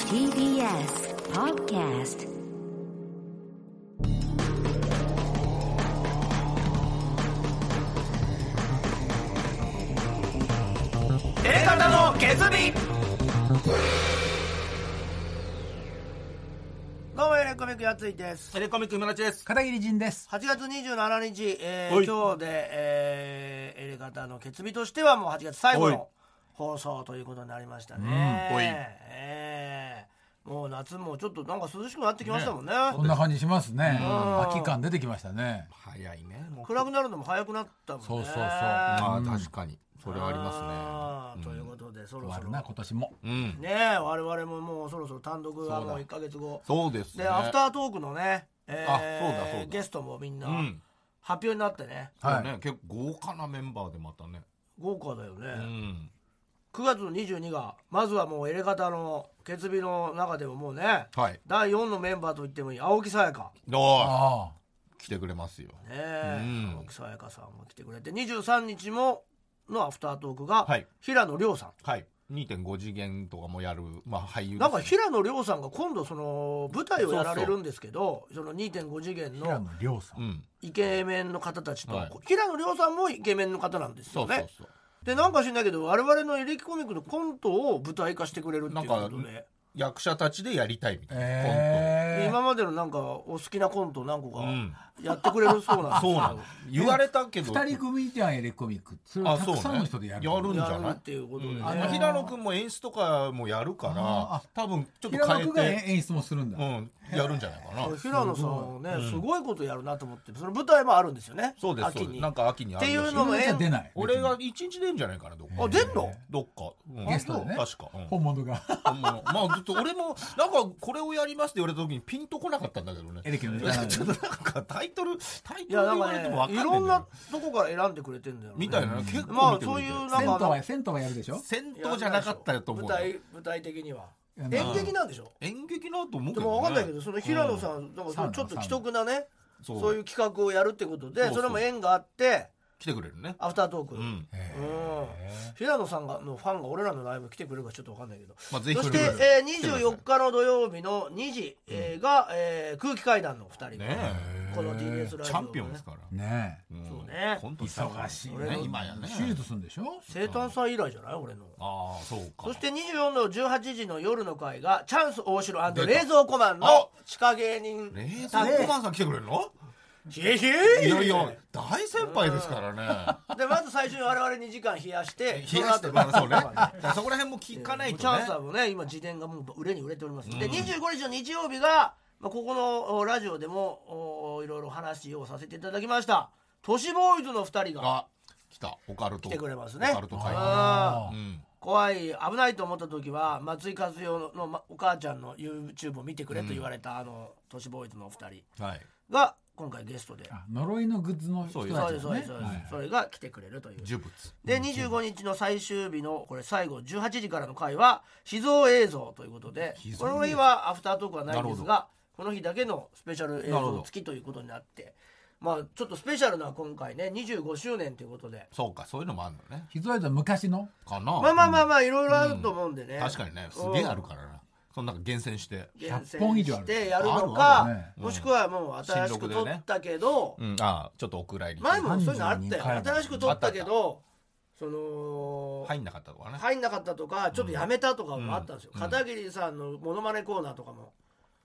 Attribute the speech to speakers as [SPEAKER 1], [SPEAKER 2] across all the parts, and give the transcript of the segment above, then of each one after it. [SPEAKER 1] TBS Podcast
[SPEAKER 2] 方の決意
[SPEAKER 3] どうもエレコミックやついです
[SPEAKER 2] エレコミック村地です
[SPEAKER 4] 片桐仁です。
[SPEAKER 3] 8月27日、えー
[SPEAKER 2] はい
[SPEAKER 3] 今日で、えーエレガタの決日としてはもう8月最後
[SPEAKER 2] はい
[SPEAKER 3] の放送ということになりましたね、
[SPEAKER 2] うんはい
[SPEAKER 3] えーもう夏もちょっとなんか涼しくなってきましたもんね
[SPEAKER 4] こんな感じしますね。
[SPEAKER 3] ん
[SPEAKER 4] 秋感出てきましたね。
[SPEAKER 2] 早いねもう
[SPEAKER 3] 暗くなるのも早くなったもんね
[SPEAKER 4] そうそうそう
[SPEAKER 2] まあ確かにそれはあり
[SPEAKER 3] あ
[SPEAKER 2] ま
[SPEAKER 3] ー
[SPEAKER 2] す
[SPEAKER 3] と
[SPEAKER 2] ね
[SPEAKER 3] いうことでそ
[SPEAKER 4] 終
[SPEAKER 3] ろ
[SPEAKER 4] わ
[SPEAKER 3] そろ
[SPEAKER 4] るな今年も。
[SPEAKER 2] うん、うん
[SPEAKER 3] ねえ我々ももうそろそろ単独が
[SPEAKER 2] そう
[SPEAKER 3] もう
[SPEAKER 2] だ
[SPEAKER 3] 1か月後
[SPEAKER 2] そうですね
[SPEAKER 3] でアフタートークのね、えー
[SPEAKER 2] あそうだそうだ
[SPEAKER 3] ゲストもみんな
[SPEAKER 2] うん
[SPEAKER 3] 発表になってね、
[SPEAKER 2] は
[SPEAKER 4] はいい
[SPEAKER 2] ね結構豪華なメンバーでまたね
[SPEAKER 3] 豪華だよね、
[SPEAKER 2] うん
[SPEAKER 3] 9月の22がまずはもうエレガタの決日の中でももうね
[SPEAKER 2] はい
[SPEAKER 3] 第4のメンバーと言ってもいい青木さやか、
[SPEAKER 2] あ
[SPEAKER 4] あ
[SPEAKER 2] 来てくれますよ
[SPEAKER 3] ねえ
[SPEAKER 2] うん
[SPEAKER 3] 青木さやかさんも来てくれて23日ものアフタートークが
[SPEAKER 2] はい
[SPEAKER 3] 平野亮さん、
[SPEAKER 2] はい2.5次元とかもやるまあ俳優ですね
[SPEAKER 3] なんか平野亮さんが今度その舞台をやられるんですけどその2.5次元
[SPEAKER 4] あ平
[SPEAKER 3] の
[SPEAKER 4] 野亮さ。
[SPEAKER 2] うんん
[SPEAKER 3] イケメンの方たちと、
[SPEAKER 2] はい
[SPEAKER 3] 平野亮さんもイケメンの方なんです
[SPEAKER 2] そ
[SPEAKER 3] よ
[SPEAKER 2] う
[SPEAKER 3] ね
[SPEAKER 2] そうそう
[SPEAKER 3] でなんか知んないけど我々のエレキコミックのコントを舞台化してくれるっていうこと
[SPEAKER 2] なんか
[SPEAKER 3] で。
[SPEAKER 2] 役者たちでやりたいみたいな、
[SPEAKER 3] で
[SPEAKER 4] え
[SPEAKER 3] 今までのなんかお好きなコント何個か
[SPEAKER 2] うん
[SPEAKER 3] やってくれるそうなん
[SPEAKER 2] コ
[SPEAKER 3] で
[SPEAKER 2] ント
[SPEAKER 3] す
[SPEAKER 2] そう
[SPEAKER 3] よ
[SPEAKER 2] なの言われたけ
[SPEAKER 4] え。
[SPEAKER 2] ど
[SPEAKER 4] 二人組じゃんエレコミック。それ
[SPEAKER 2] あ
[SPEAKER 4] をた
[SPEAKER 2] そう
[SPEAKER 4] く
[SPEAKER 2] ね
[SPEAKER 4] さんの人でやる。
[SPEAKER 2] やるんだ
[SPEAKER 3] やるっていうことで、
[SPEAKER 2] うん
[SPEAKER 3] ね
[SPEAKER 2] あの平野君も演出とかもやるから
[SPEAKER 4] あー
[SPEAKER 2] 多分ちょっと
[SPEAKER 4] 平野
[SPEAKER 2] 変
[SPEAKER 4] 君が
[SPEAKER 2] えて、
[SPEAKER 4] 演出もするんだ。
[SPEAKER 2] うん、やるんじゃないかな
[SPEAKER 3] 平野さんはねすごいことやるなと思ってその舞台もあるんですよね
[SPEAKER 2] そうです
[SPEAKER 3] 秋
[SPEAKER 2] そうで
[SPEAKER 3] に
[SPEAKER 2] すなんか秋にあるらし
[SPEAKER 3] っていうの
[SPEAKER 4] 平
[SPEAKER 3] も
[SPEAKER 4] 野じゃ出ない。
[SPEAKER 2] 俺が一日出るんじゃないかなどっか
[SPEAKER 3] あ出んの
[SPEAKER 2] どっか、うん
[SPEAKER 4] ゲストでね
[SPEAKER 2] 確か、うん
[SPEAKER 4] 本物が
[SPEAKER 2] 本物まあずっと俺もなんかこれをやりますって言われた時にピンとこなかったんだけどね
[SPEAKER 4] エレキのネタな んで
[SPEAKER 2] ちょっとなんかタイトルタイ
[SPEAKER 3] い
[SPEAKER 2] トル
[SPEAKER 3] や
[SPEAKER 2] で
[SPEAKER 3] な
[SPEAKER 2] 言
[SPEAKER 3] ん
[SPEAKER 2] わ
[SPEAKER 3] か
[SPEAKER 2] れて
[SPEAKER 3] ね
[SPEAKER 2] もわかん
[SPEAKER 3] い
[SPEAKER 2] ない
[SPEAKER 3] ろん
[SPEAKER 2] んだよ
[SPEAKER 3] なとこから選んでくれてんだよね
[SPEAKER 2] みたいなね結構見て
[SPEAKER 3] まあそ
[SPEAKER 2] くれて、
[SPEAKER 3] ういうなん
[SPEAKER 4] 銭湯
[SPEAKER 3] か
[SPEAKER 4] は銭湯はやるでしょ。
[SPEAKER 2] 戦闘じゃなかったと思うよ
[SPEAKER 3] 舞台舞台的には
[SPEAKER 4] や
[SPEAKER 3] 演
[SPEAKER 4] んない
[SPEAKER 3] 劇なんでしょ
[SPEAKER 2] 演劇なと思う
[SPEAKER 3] で
[SPEAKER 2] けど、ね、
[SPEAKER 3] も分かんないけどその平野さん、なんかそ
[SPEAKER 4] サウ
[SPEAKER 3] の
[SPEAKER 4] ナ
[SPEAKER 3] ちょっと
[SPEAKER 4] サウナ
[SPEAKER 3] 既得なね
[SPEAKER 2] そ
[SPEAKER 3] そうういう企画をやるってことで
[SPEAKER 2] そうそ
[SPEAKER 3] そうれも縁があって
[SPEAKER 2] 来てくれるね
[SPEAKER 3] アフタートーク、
[SPEAKER 2] うん
[SPEAKER 4] へ
[SPEAKER 3] うん平野さんがのファンが俺らのライブ来てくれるかちょっと分かんないけど
[SPEAKER 2] まあぜひ
[SPEAKER 3] そし
[SPEAKER 2] 来てくれ
[SPEAKER 3] て、え
[SPEAKER 2] る
[SPEAKER 3] ー、24日の土曜日の2時、えーが、えー空気階段の2人が、
[SPEAKER 2] ね
[SPEAKER 3] この TBS ラジオのね
[SPEAKER 2] チャンピオンですから、
[SPEAKER 4] え。ねえ。
[SPEAKER 2] ん
[SPEAKER 3] そうね
[SPEAKER 2] 本当に
[SPEAKER 4] 忙しい
[SPEAKER 2] ね今やね
[SPEAKER 4] 手術するんでしょ。
[SPEAKER 3] 生誕祭以来じゃない俺の
[SPEAKER 2] ああそうか
[SPEAKER 3] そして24の18時の夜の会がチャンス大城
[SPEAKER 2] 出た
[SPEAKER 3] 冷蔵庫マン
[SPEAKER 2] あ
[SPEAKER 3] の地下芸人
[SPEAKER 2] 冷蔵庫マンさん来てくれるの
[SPEAKER 3] ひえひ
[SPEAKER 2] い
[SPEAKER 3] え
[SPEAKER 2] やいや大先輩ですからね
[SPEAKER 3] でまず最初に我々2時間冷やして
[SPEAKER 2] 冷やして
[SPEAKER 3] その後
[SPEAKER 2] まあそ うね
[SPEAKER 3] 冷蔵庫マン
[SPEAKER 2] だからそこら辺も聞かない
[SPEAKER 3] チ
[SPEAKER 2] と
[SPEAKER 3] ャン
[SPEAKER 2] ね
[SPEAKER 3] スはもうね今自伝がもう売れに売れております、で25日の日曜日が、まあ、ここのおラジオでもおいろいろ話をさせていただきました都市ボーイズの2人が
[SPEAKER 2] あ来たオカルト
[SPEAKER 3] 来てくれますね
[SPEAKER 2] オカルト会
[SPEAKER 3] あ
[SPEAKER 2] う
[SPEAKER 4] ー
[SPEAKER 2] ん
[SPEAKER 3] 怖い危ないと思った時は松井和代の、ま、お母ちゃんの YouTube を見てくれと言われた、あの都市ボーイズのお二人
[SPEAKER 2] はい
[SPEAKER 3] が今回ゲストで
[SPEAKER 4] あ呪いのグッズの
[SPEAKER 2] そ
[SPEAKER 4] 人
[SPEAKER 2] う
[SPEAKER 4] た
[SPEAKER 2] で
[SPEAKER 4] ち
[SPEAKER 2] す
[SPEAKER 3] そうで
[SPEAKER 4] だね。
[SPEAKER 3] すそうです、そうです
[SPEAKER 4] はい
[SPEAKER 3] それが来てくれるという
[SPEAKER 2] 呪物
[SPEAKER 3] で25日の最終日のこれ最後18時からの回は秘蔵映像ということで
[SPEAKER 2] 秘
[SPEAKER 3] こ
[SPEAKER 2] 蔵映像
[SPEAKER 3] の日はアフタートークはないんです
[SPEAKER 2] な
[SPEAKER 3] がこの日だけのスペシャル映像付きということになってまあちょっとスペシャルな今回ね25周年ということで
[SPEAKER 2] そうかそういうのもあるのね
[SPEAKER 4] ひどいぞ昔の。
[SPEAKER 2] かな
[SPEAKER 3] まあまあまあまあいろいろあると思うんでね、
[SPEAKER 2] 確かにねすげえあるからなそのなんか厳選して
[SPEAKER 3] 厳
[SPEAKER 4] 100本
[SPEAKER 3] 選
[SPEAKER 4] 以上あ
[SPEAKER 3] し
[SPEAKER 4] る
[SPEAKER 3] てやるの
[SPEAKER 4] あ
[SPEAKER 3] か
[SPEAKER 4] るあるね
[SPEAKER 3] もしくはもう新しく撮ったけど、
[SPEAKER 2] うんああちょっとお蔵入り
[SPEAKER 3] 前もそういうのあったよ
[SPEAKER 4] 32回
[SPEAKER 3] 新しく撮ったけどその
[SPEAKER 2] 入んなかったとかね
[SPEAKER 3] 入んなかったとかちょっとやめたとかもあったんですよ、
[SPEAKER 2] うん
[SPEAKER 3] 片桐さんのモノマネコーナーとかも、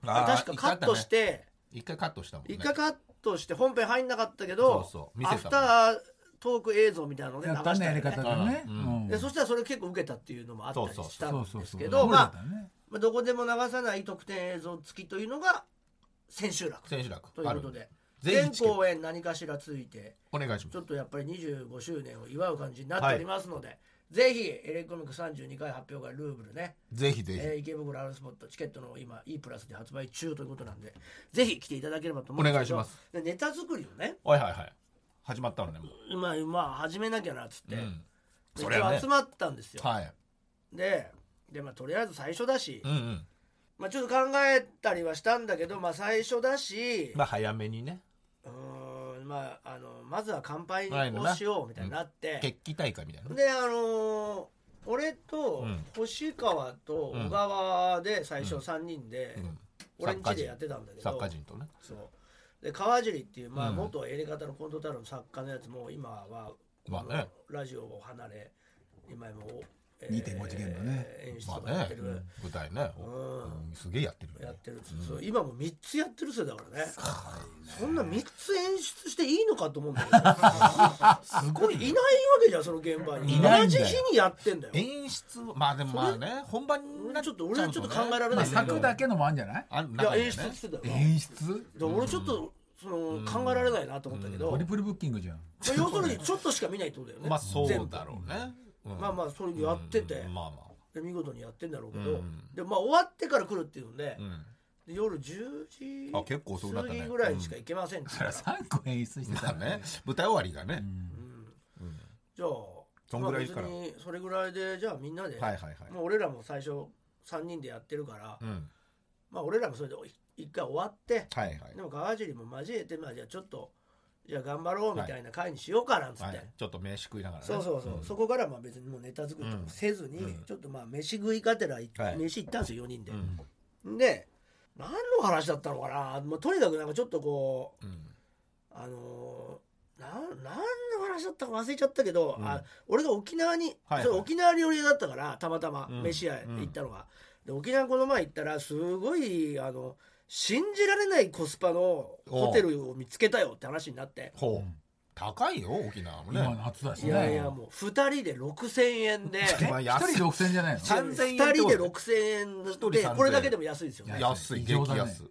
[SPEAKER 2] あー
[SPEAKER 3] 確かカットし
[SPEAKER 2] いたね
[SPEAKER 3] て
[SPEAKER 2] 一回カットしたもんね
[SPEAKER 3] 一回カットして本編入んなかったけど
[SPEAKER 2] そうそう見せた
[SPEAKER 3] ア
[SPEAKER 2] もん
[SPEAKER 3] フタートーク映像みたいなので流
[SPEAKER 4] や
[SPEAKER 3] し
[SPEAKER 4] ったた
[SPEAKER 3] り
[SPEAKER 4] ね
[SPEAKER 3] ね
[SPEAKER 4] やり方でね。
[SPEAKER 2] う
[SPEAKER 4] うんん
[SPEAKER 3] でそしたらそれ結構受けたっていうのもあったりしたんですけ
[SPEAKER 4] そ
[SPEAKER 3] ど
[SPEAKER 4] う
[SPEAKER 3] ま
[SPEAKER 4] だ
[SPEAKER 3] あ
[SPEAKER 4] ったね
[SPEAKER 3] まあどこでも流さない特典映像付きというのが千秋楽
[SPEAKER 2] 千秋楽
[SPEAKER 3] ということで
[SPEAKER 2] あるぜ
[SPEAKER 3] 全
[SPEAKER 2] ひチケット
[SPEAKER 3] 公演何かしらついて
[SPEAKER 2] お願いします
[SPEAKER 3] ちょっとやっぱり25周年を祝う感じになっておりますので、ぜひエレコミック32回発表会ルーブルね、
[SPEAKER 2] ぜひぜひ
[SPEAKER 3] えー池袋アルスポットチケットの今 E プラスで発売中ということなんでぜひ来ていただければと思うんですけど
[SPEAKER 2] お願いします
[SPEAKER 3] でネタ作りをね
[SPEAKER 2] はいはいはい始まったのねもう
[SPEAKER 3] 今今始めなきゃなっつって、
[SPEAKER 2] うん
[SPEAKER 3] 一
[SPEAKER 2] そりゃね
[SPEAKER 3] 応集まったんですよ、
[SPEAKER 2] はい
[SPEAKER 3] でで、まあ、とりあえず最初だし、
[SPEAKER 2] うんうん
[SPEAKER 3] まあ、ちょっと考えたりはしたんだけど、まあ、最初だし、
[SPEAKER 2] まあ早めにね
[SPEAKER 3] うーんまあ、あのまずは乾杯
[SPEAKER 2] はい
[SPEAKER 3] をしようみたいになって、
[SPEAKER 2] 決起大会みたいなね
[SPEAKER 3] であのー俺と
[SPEAKER 2] うん
[SPEAKER 3] 星川と小川で最初3人で
[SPEAKER 2] うん
[SPEAKER 3] 俺ん家でやってたんだけど
[SPEAKER 2] 作家人とね
[SPEAKER 3] そうで川尻っていう、まあ、
[SPEAKER 2] うん
[SPEAKER 3] 元エレガタのコント太郎の作家のやつも今は、
[SPEAKER 2] まあね
[SPEAKER 3] ラジオを離れ今も、え
[SPEAKER 4] 2.5次元のね
[SPEAKER 3] 演出
[SPEAKER 2] ま
[SPEAKER 3] と
[SPEAKER 2] あ
[SPEAKER 3] かやっ
[SPEAKER 2] ね
[SPEAKER 3] てる、
[SPEAKER 2] 舞台ねお
[SPEAKER 3] うん
[SPEAKER 2] うんすげえやってるよ
[SPEAKER 3] やっ
[SPEAKER 2] ね
[SPEAKER 3] てるっつうそう今も3つやってるせいだからねそんな3つ演出していいのかと思うんだけど
[SPEAKER 2] す
[SPEAKER 3] こ
[SPEAKER 2] ご
[SPEAKER 3] れい
[SPEAKER 2] い
[SPEAKER 3] ない
[SPEAKER 2] ね
[SPEAKER 3] わけじゃんその現場に
[SPEAKER 2] いない
[SPEAKER 3] 同
[SPEAKER 2] ん
[SPEAKER 3] じ
[SPEAKER 2] だよ
[SPEAKER 3] 日にやってんだよ
[SPEAKER 2] 演出まあでもまあね本番にな
[SPEAKER 3] ちょっと俺はちょっと考えられな
[SPEAKER 4] まあ
[SPEAKER 3] いんだけど
[SPEAKER 4] 作だけのもあんじゃない
[SPEAKER 2] あ
[SPEAKER 3] いや
[SPEAKER 2] 中にはね
[SPEAKER 3] 演出っつってたよな
[SPEAKER 4] 演出
[SPEAKER 3] で俺ちょっとその考えられないなと思ったけど、
[SPEAKER 4] ト
[SPEAKER 3] ま
[SPEAKER 4] リプルブッキングじゃん
[SPEAKER 3] あ、要するにちょっとしか見ないってことだよね、
[SPEAKER 2] まあそう
[SPEAKER 3] 全部
[SPEAKER 2] だろうねうん
[SPEAKER 3] まあまあそれでやってて、
[SPEAKER 2] うんまあま
[SPEAKER 3] で見事にやってんだろうけど、
[SPEAKER 2] うん
[SPEAKER 3] でまあ終わってから来るっていうんで
[SPEAKER 2] あう、ん
[SPEAKER 3] で夜10時
[SPEAKER 2] あ結構遅くな
[SPEAKER 3] 過
[SPEAKER 2] ったね
[SPEAKER 3] ぎぐらいにしか行けませんって言うから、
[SPEAKER 4] 3個演出して
[SPEAKER 2] まあ
[SPEAKER 4] たら
[SPEAKER 2] ね舞台終わりがね
[SPEAKER 3] じゃあ
[SPEAKER 2] そんぐらいから
[SPEAKER 3] まあ別にそれぐらいでじゃあみんなで、
[SPEAKER 2] はいはいはい
[SPEAKER 3] もう俺らも最初3人でやってるから、
[SPEAKER 2] うん
[SPEAKER 3] まあ俺らもそれで一回終わって、
[SPEAKER 2] はいはい
[SPEAKER 3] でも川尻も交えてまあじゃあちょっとじゃあ頑張ろうみたいな会にしようかなんつって。
[SPEAKER 2] はいちょっと飯食いながらね
[SPEAKER 3] そうそうそう、そこからまあ別にもうネタ作りとかもせずに、
[SPEAKER 2] うん
[SPEAKER 3] ちょっとまあ飯食いかてらい、
[SPEAKER 2] はい
[SPEAKER 3] 飯行ったんですよ4人で、
[SPEAKER 2] うん
[SPEAKER 3] で何の話だったのかな、まあ、とにかくなんかちょっとこう
[SPEAKER 2] うん
[SPEAKER 3] あのー、なん何の話だったか忘れちゃったけど、
[SPEAKER 2] うん
[SPEAKER 3] あ俺が沖縄に、
[SPEAKER 2] はいはい
[SPEAKER 3] それ沖縄料理屋だったからたまたま
[SPEAKER 2] うん
[SPEAKER 3] 飯屋行ったのが、で沖縄この前行ったらすごいあの信じられないコスパのホテルを見つけたよって話になって。
[SPEAKER 2] ほう高いよ沖縄もね
[SPEAKER 4] 今夏だし
[SPEAKER 3] い
[SPEAKER 4] ね
[SPEAKER 3] やいやもう2人で6000円で
[SPEAKER 2] 一番安い
[SPEAKER 4] 1人6000じゃないの
[SPEAKER 2] 3000円
[SPEAKER 3] 2人
[SPEAKER 2] って
[SPEAKER 3] で
[SPEAKER 2] こ
[SPEAKER 3] 6000円で
[SPEAKER 2] 人3000
[SPEAKER 3] これだけでも安いですよ
[SPEAKER 2] と
[SPEAKER 3] ね
[SPEAKER 4] い
[SPEAKER 2] 安い
[SPEAKER 4] 異
[SPEAKER 2] 激
[SPEAKER 4] 常だね
[SPEAKER 2] 安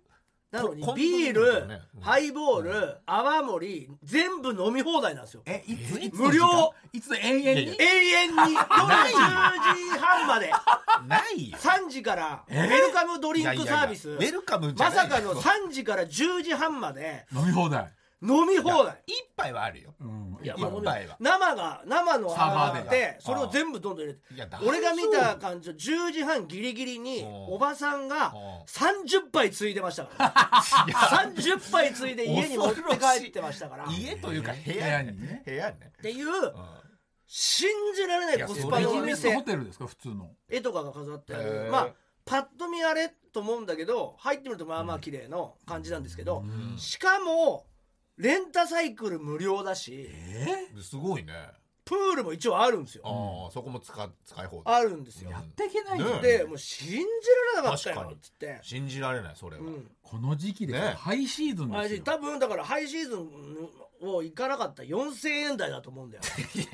[SPEAKER 3] なのに
[SPEAKER 2] コンビニ
[SPEAKER 3] ビー
[SPEAKER 2] だよ
[SPEAKER 3] ル
[SPEAKER 2] ねうん
[SPEAKER 3] ハイボール泡盛り全部飲み放題なんですよ
[SPEAKER 4] えいついつ
[SPEAKER 3] 無料
[SPEAKER 4] いつ延々
[SPEAKER 2] いや
[SPEAKER 4] に
[SPEAKER 2] い
[SPEAKER 3] 永遠に夜10時 半まで
[SPEAKER 2] ないよ
[SPEAKER 3] 3時からウェルカムドリンクサービス
[SPEAKER 2] いやいやいやウェルカムじゃ
[SPEAKER 3] ま
[SPEAKER 2] ない
[SPEAKER 3] さかの3時から10時半まで
[SPEAKER 4] 飲み放題
[SPEAKER 3] 飲み放題
[SPEAKER 2] 一杯はあるよ
[SPEAKER 4] うん
[SPEAKER 2] いや
[SPEAKER 3] いやまあ
[SPEAKER 2] 一杯は
[SPEAKER 3] 生が生の
[SPEAKER 4] サーバーで
[SPEAKER 3] 泡でそれを全部どんどん入れて
[SPEAKER 2] いや
[SPEAKER 3] 俺が見た感じ10時半ギリギリに
[SPEAKER 2] うん
[SPEAKER 3] おばさんが
[SPEAKER 2] うん
[SPEAKER 3] 30杯ついでましたから30杯ついで家に持って帰ってましたからっ
[SPEAKER 2] 家というか部
[SPEAKER 4] 部
[SPEAKER 2] 屋
[SPEAKER 4] 屋
[SPEAKER 2] に
[SPEAKER 4] にね
[SPEAKER 2] 部屋ね
[SPEAKER 3] ていう
[SPEAKER 2] うん
[SPEAKER 3] 信じられないコスパ
[SPEAKER 2] い
[SPEAKER 3] の
[SPEAKER 2] やそれ
[SPEAKER 3] お
[SPEAKER 2] は
[SPEAKER 4] ビジネスホ
[SPEAKER 3] 店
[SPEAKER 4] テルですか普通の
[SPEAKER 3] 絵とかが飾ってあ
[SPEAKER 2] へ
[SPEAKER 3] る
[SPEAKER 2] ー
[SPEAKER 3] まあパッと見あれと思うんだけど入ってみるとまあまあ綺麗の感じなんですけどしかもレンタサイクル無料だし
[SPEAKER 2] すごいね
[SPEAKER 3] プールも一応あるんです
[SPEAKER 2] あ
[SPEAKER 3] よ
[SPEAKER 2] あそこも使使い放題
[SPEAKER 3] あるんですよ
[SPEAKER 2] や
[SPEAKER 4] できない
[SPEAKER 2] よ
[SPEAKER 4] よ
[SPEAKER 2] ね
[SPEAKER 3] でもう信じられなかったよっつって
[SPEAKER 2] 信じられないそれは
[SPEAKER 3] うん
[SPEAKER 4] この時期で
[SPEAKER 2] ね
[SPEAKER 4] ハイシーズン
[SPEAKER 3] あれ
[SPEAKER 4] です
[SPEAKER 3] し
[SPEAKER 4] よ
[SPEAKER 3] 多分だからハイシーズンを行かなかったら4000円台だと思うんだよ